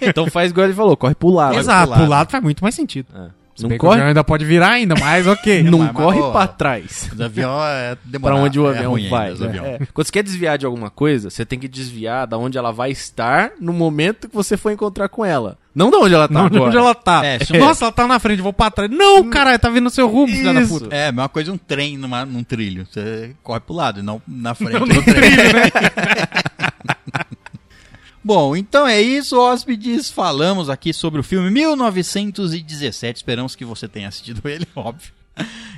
Speaker 3: Então faz igual ele falou, corre pro lado.
Speaker 2: Exato,
Speaker 1: pro lado.
Speaker 2: pro lado faz muito mais sentido.
Speaker 3: É.
Speaker 2: Se
Speaker 3: Não
Speaker 2: bem que o
Speaker 3: corre,
Speaker 2: avião ainda pode virar ainda, mas ok.
Speaker 3: não
Speaker 1: Ah, mas- mas-
Speaker 3: corre
Speaker 1: ó,
Speaker 3: pra trás.
Speaker 1: Os avião é
Speaker 3: Pra
Speaker 1: demorado.
Speaker 3: onde o
Speaker 1: é
Speaker 3: avião
Speaker 1: ruim ainda,
Speaker 3: vai.
Speaker 1: os
Speaker 3: né?
Speaker 1: avião.
Speaker 3: É. Quando você quer desviar de alguma coisa, você tem que desviar da onde ela vai estar no momento que você for encontrar com ela. Não da onde ela tá
Speaker 2: Não, de
Speaker 3: agora.
Speaker 2: onde ela tá.
Speaker 1: É, se-
Speaker 2: Nossa, ela tá na frente, vou pra trás. Não, caralho, tá vindo no seu rumo, filha da
Speaker 3: Isso.
Speaker 2: puta.
Speaker 1: É, a mesma coisa um trem numa, num trilho. Você corre pro lado, e não na frente do trem. Bom, então é isso, hóspedes. Falamos aqui sobre o filme 1917. Esperamos que você tenha assistido ele, óbvio.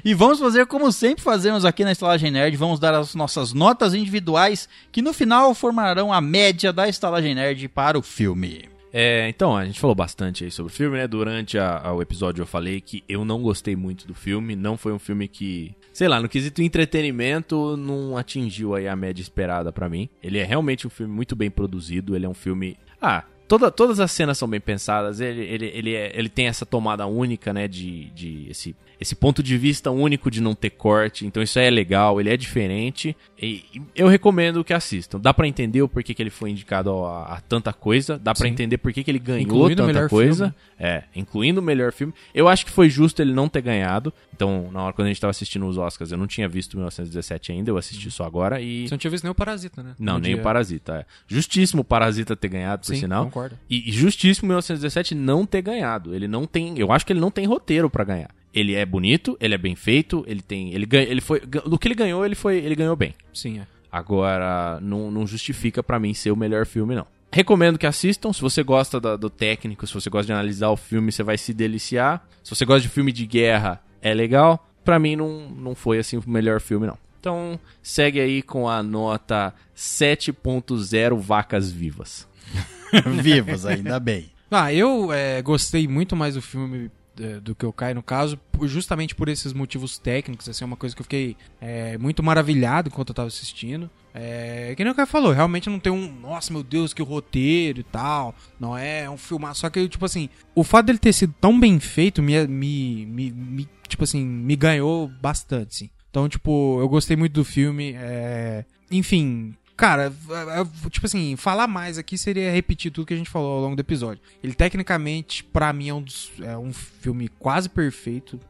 Speaker 1: E vamos fazer como sempre fazemos aqui na Estalagem Nerd, vamos dar as nossas notas individuais, que no final formarão a média da Estalagem Nerd para o filme.
Speaker 3: É, então, a gente falou bastante aí sobre o filme, né? Durante a- a- o episódio eu falei que eu não gostei muito do filme, não foi um filme que, sei lá, no quesito entretenimento não atingiu aí a média esperada pra mim. Ele é realmente um filme muito bem produzido, ele é um filme... Ah, toda- todas as cenas são bem pensadas, ele, ele, ele, é- ele tem essa tomada única, né, de, de esse, esse ponto de vista único de não ter corte, então isso é legal, ele é diferente e e eu recomendo que assistam. Dá pra entender o porquê que ele foi indicado a, a tanta coisa, dá pra
Speaker 2: Sim.
Speaker 3: entender porquê que ele ganhou
Speaker 2: Incluindo o
Speaker 3: tanta
Speaker 2: melhor
Speaker 3: coisa, é, incluindo o melhor filme. Eu acho que foi justo ele não ter ganhado. Então, na hora quando a gente tava assistindo os Oscars, eu não tinha visto 1917 ainda, eu assisti
Speaker 2: Uhum.
Speaker 3: só agora e
Speaker 2: não tinha visto nem o Parasita, né?
Speaker 3: não, nem o Parasita. é. Justíssimo o Parasita ter ganhado, por sinal.
Speaker 2: concordo.
Speaker 3: E e justíssimo 1917 não ter ganhado. Ele não tem, eu acho que ele não tem roteiro pra ganhar. Ele é bonito, ele é bem feito, ele tem, ele ganha, ele foi, gan- do que ele ganhou, ele foi, ele ganhou bem.
Speaker 2: Sim, é.
Speaker 3: Agora não, não justifica pra mim ser o melhor filme não. Recomendo que assistam, se você gosta da- do técnico, se você gosta de analisar o filme, você vai se deliciar. Se você gosta de filme de guerra, é legal. Pra mim não, não foi assim o melhor filme não. Então, segue aí com a nota 7.0 vacas vivas.
Speaker 1: Vivos, ainda bem.
Speaker 2: Ah, eu é, gostei muito mais do filme é, do que o Kai, no caso, por- justamente por esses motivos técnicos, assim, é uma coisa que eu fiquei é, muito maravilhado enquanto eu tava assistindo. É, que nem o Kai falou, realmente não tem um, nossa, meu Deus, que roteiro e tal, não é, um filmar, só que, tipo assim, o fato dele ter sido tão bem feito me, me, me, me- tipo assim, me ganhou bastante, assim. Então, tipo, eu gostei muito do filme, é, enfim, cara, é, é, tipo assim, falar mais aqui seria repetir tudo que a gente falou ao longo do episódio. Ele, tecnicamente, pra mim, é um, dos- é um filme quase perfeito.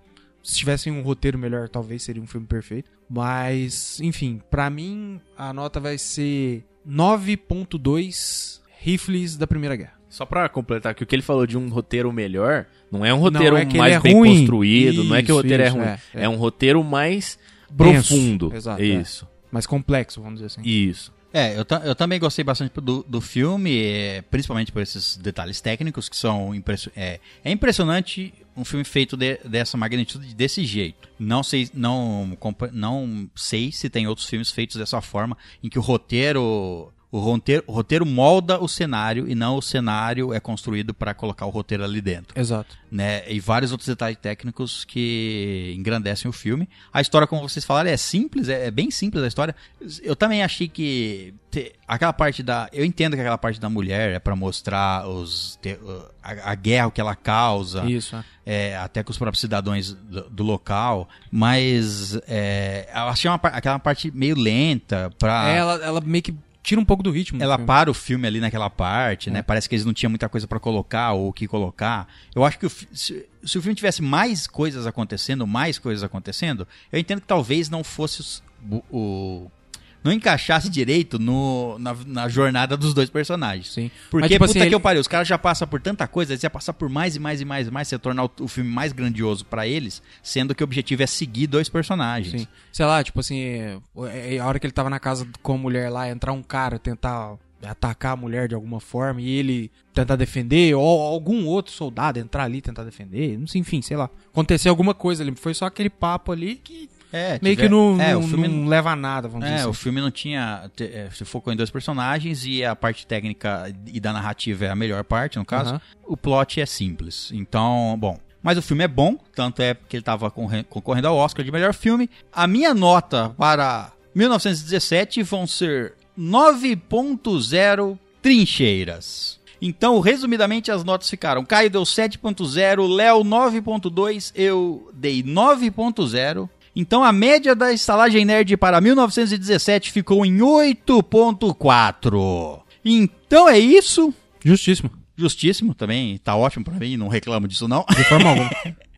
Speaker 2: Se tivesse um roteiro melhor, talvez seria um filme perfeito. Mas, enfim, pra mim, a nota vai ser 9.2 rifles da Primeira Guerra.
Speaker 3: Só pra completar que o que ele falou de um roteiro melhor, não é um roteiro
Speaker 2: é que ele
Speaker 3: mais
Speaker 2: é
Speaker 3: bem
Speaker 2: ruim.
Speaker 3: construído, não é que o
Speaker 2: Isso,
Speaker 3: roteiro é
Speaker 2: isso,
Speaker 3: ruim.
Speaker 2: é,
Speaker 3: É,
Speaker 2: é.
Speaker 3: um roteiro mais
Speaker 2: Denso,
Speaker 3: profundo.
Speaker 2: exato, é.
Speaker 3: Isso.
Speaker 2: Mais complexo, vamos dizer assim.
Speaker 3: Isso.
Speaker 1: É, eu, ta- eu também gostei bastante do, do filme, é, principalmente por esses detalhes técnicos que são impressionantes. É, é impressionante um filme feito de- dessa magnitude e desse jeito. Não sei, não, compa- não sei se tem outros filmes feitos dessa forma, em que o roteiro. O roteiro, o roteiro molda o cenário e não o cenário é construído para colocar o roteiro ali dentro
Speaker 2: Exato.
Speaker 1: né, e vários outros detalhes técnicos que engrandecem o filme. A história, como vocês falaram, é simples, é, é bem simples a história. Eu também achei que te- aquela parte da, eu entendo que aquela parte da mulher é pra mostrar os te- a, a guerra que ela causa,
Speaker 2: Isso, é.
Speaker 1: é, até com os próprios cidadãos do, do local, mas é, eu achei uma, par- aquela parte meio lenta pra
Speaker 2: Ela, ela meio que tira um pouco do ritmo. do
Speaker 1: Ah. ela
Speaker 2: filme.
Speaker 1: para o filme ali naquela parte, né?
Speaker 2: É.
Speaker 1: Parece que eles não tinham muita coisa pra colocar ou o que colocar. Eu acho que o fi- se, se o filme tivesse mais coisas acontecendo, mais coisas acontecendo, eu entendo que talvez não fosse os- o, o- não encaixasse direito no, na, na jornada dos dois personagens.
Speaker 2: Sim.
Speaker 1: Porque,
Speaker 2: Mas, tipo
Speaker 1: puta
Speaker 2: assim,
Speaker 1: que
Speaker 2: ele-
Speaker 1: eu pariu, os caras já passam por tanta coisa, eles já passar por mais e mais e mais e mais, se tornar o, o filme mais grandioso pra eles, sendo que o objetivo é seguir dois personagens.
Speaker 2: Sim. Sei lá, tipo assim, é, é, a hora que ele tava na casa com a mulher lá, entrar um cara, tentar atacar a mulher de alguma forma e ele tentar defender, ou algum outro soldado entrar ali e tentar defender, não sei, enfim, sei lá. Aconteceu alguma coisa ali, foi só aquele papo ali que
Speaker 1: É,
Speaker 2: meio
Speaker 1: tiver-
Speaker 2: que não,
Speaker 1: é, o
Speaker 2: não-
Speaker 1: filme
Speaker 2: não leva a nada, vamos
Speaker 1: É,
Speaker 2: dizer
Speaker 1: o
Speaker 2: assim.
Speaker 1: filme não tinha. te- é, Se focou em dois personagens e a parte técnica e da narrativa é a melhor parte, no caso.
Speaker 2: Aham.
Speaker 1: O plot é simples. Então, bom. Mas o filme é bom, tanto é que ele estava concorrendo ao Oscar de melhor filme. A minha nota para 1917 vão ser 9.0 trincheiras. Então, resumidamente, as notas ficaram: Caio deu 7.0, Léo 9.2, eu dei 9.0. Então a média da estalagem nerd para 1917 ficou em 8.4. Então é isso.
Speaker 3: Justíssimo.
Speaker 1: Justíssimo também, tá ótimo pra mim, não reclamo disso não.
Speaker 2: De forma alguma.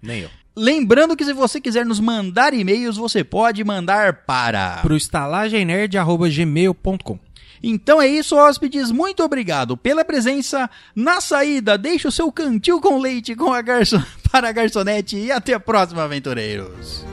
Speaker 3: Nem eu.
Speaker 1: Lembrando que se você quiser nos mandar e-mails, você pode mandar para.
Speaker 2: Pro estalagemnerd.gmail.com.
Speaker 1: Então é isso, hóspedes. Muito obrigado pela presença. Na saída, deixe o seu cantil com leite com a garçon... para a garçonete e até a próxima, aventureiros.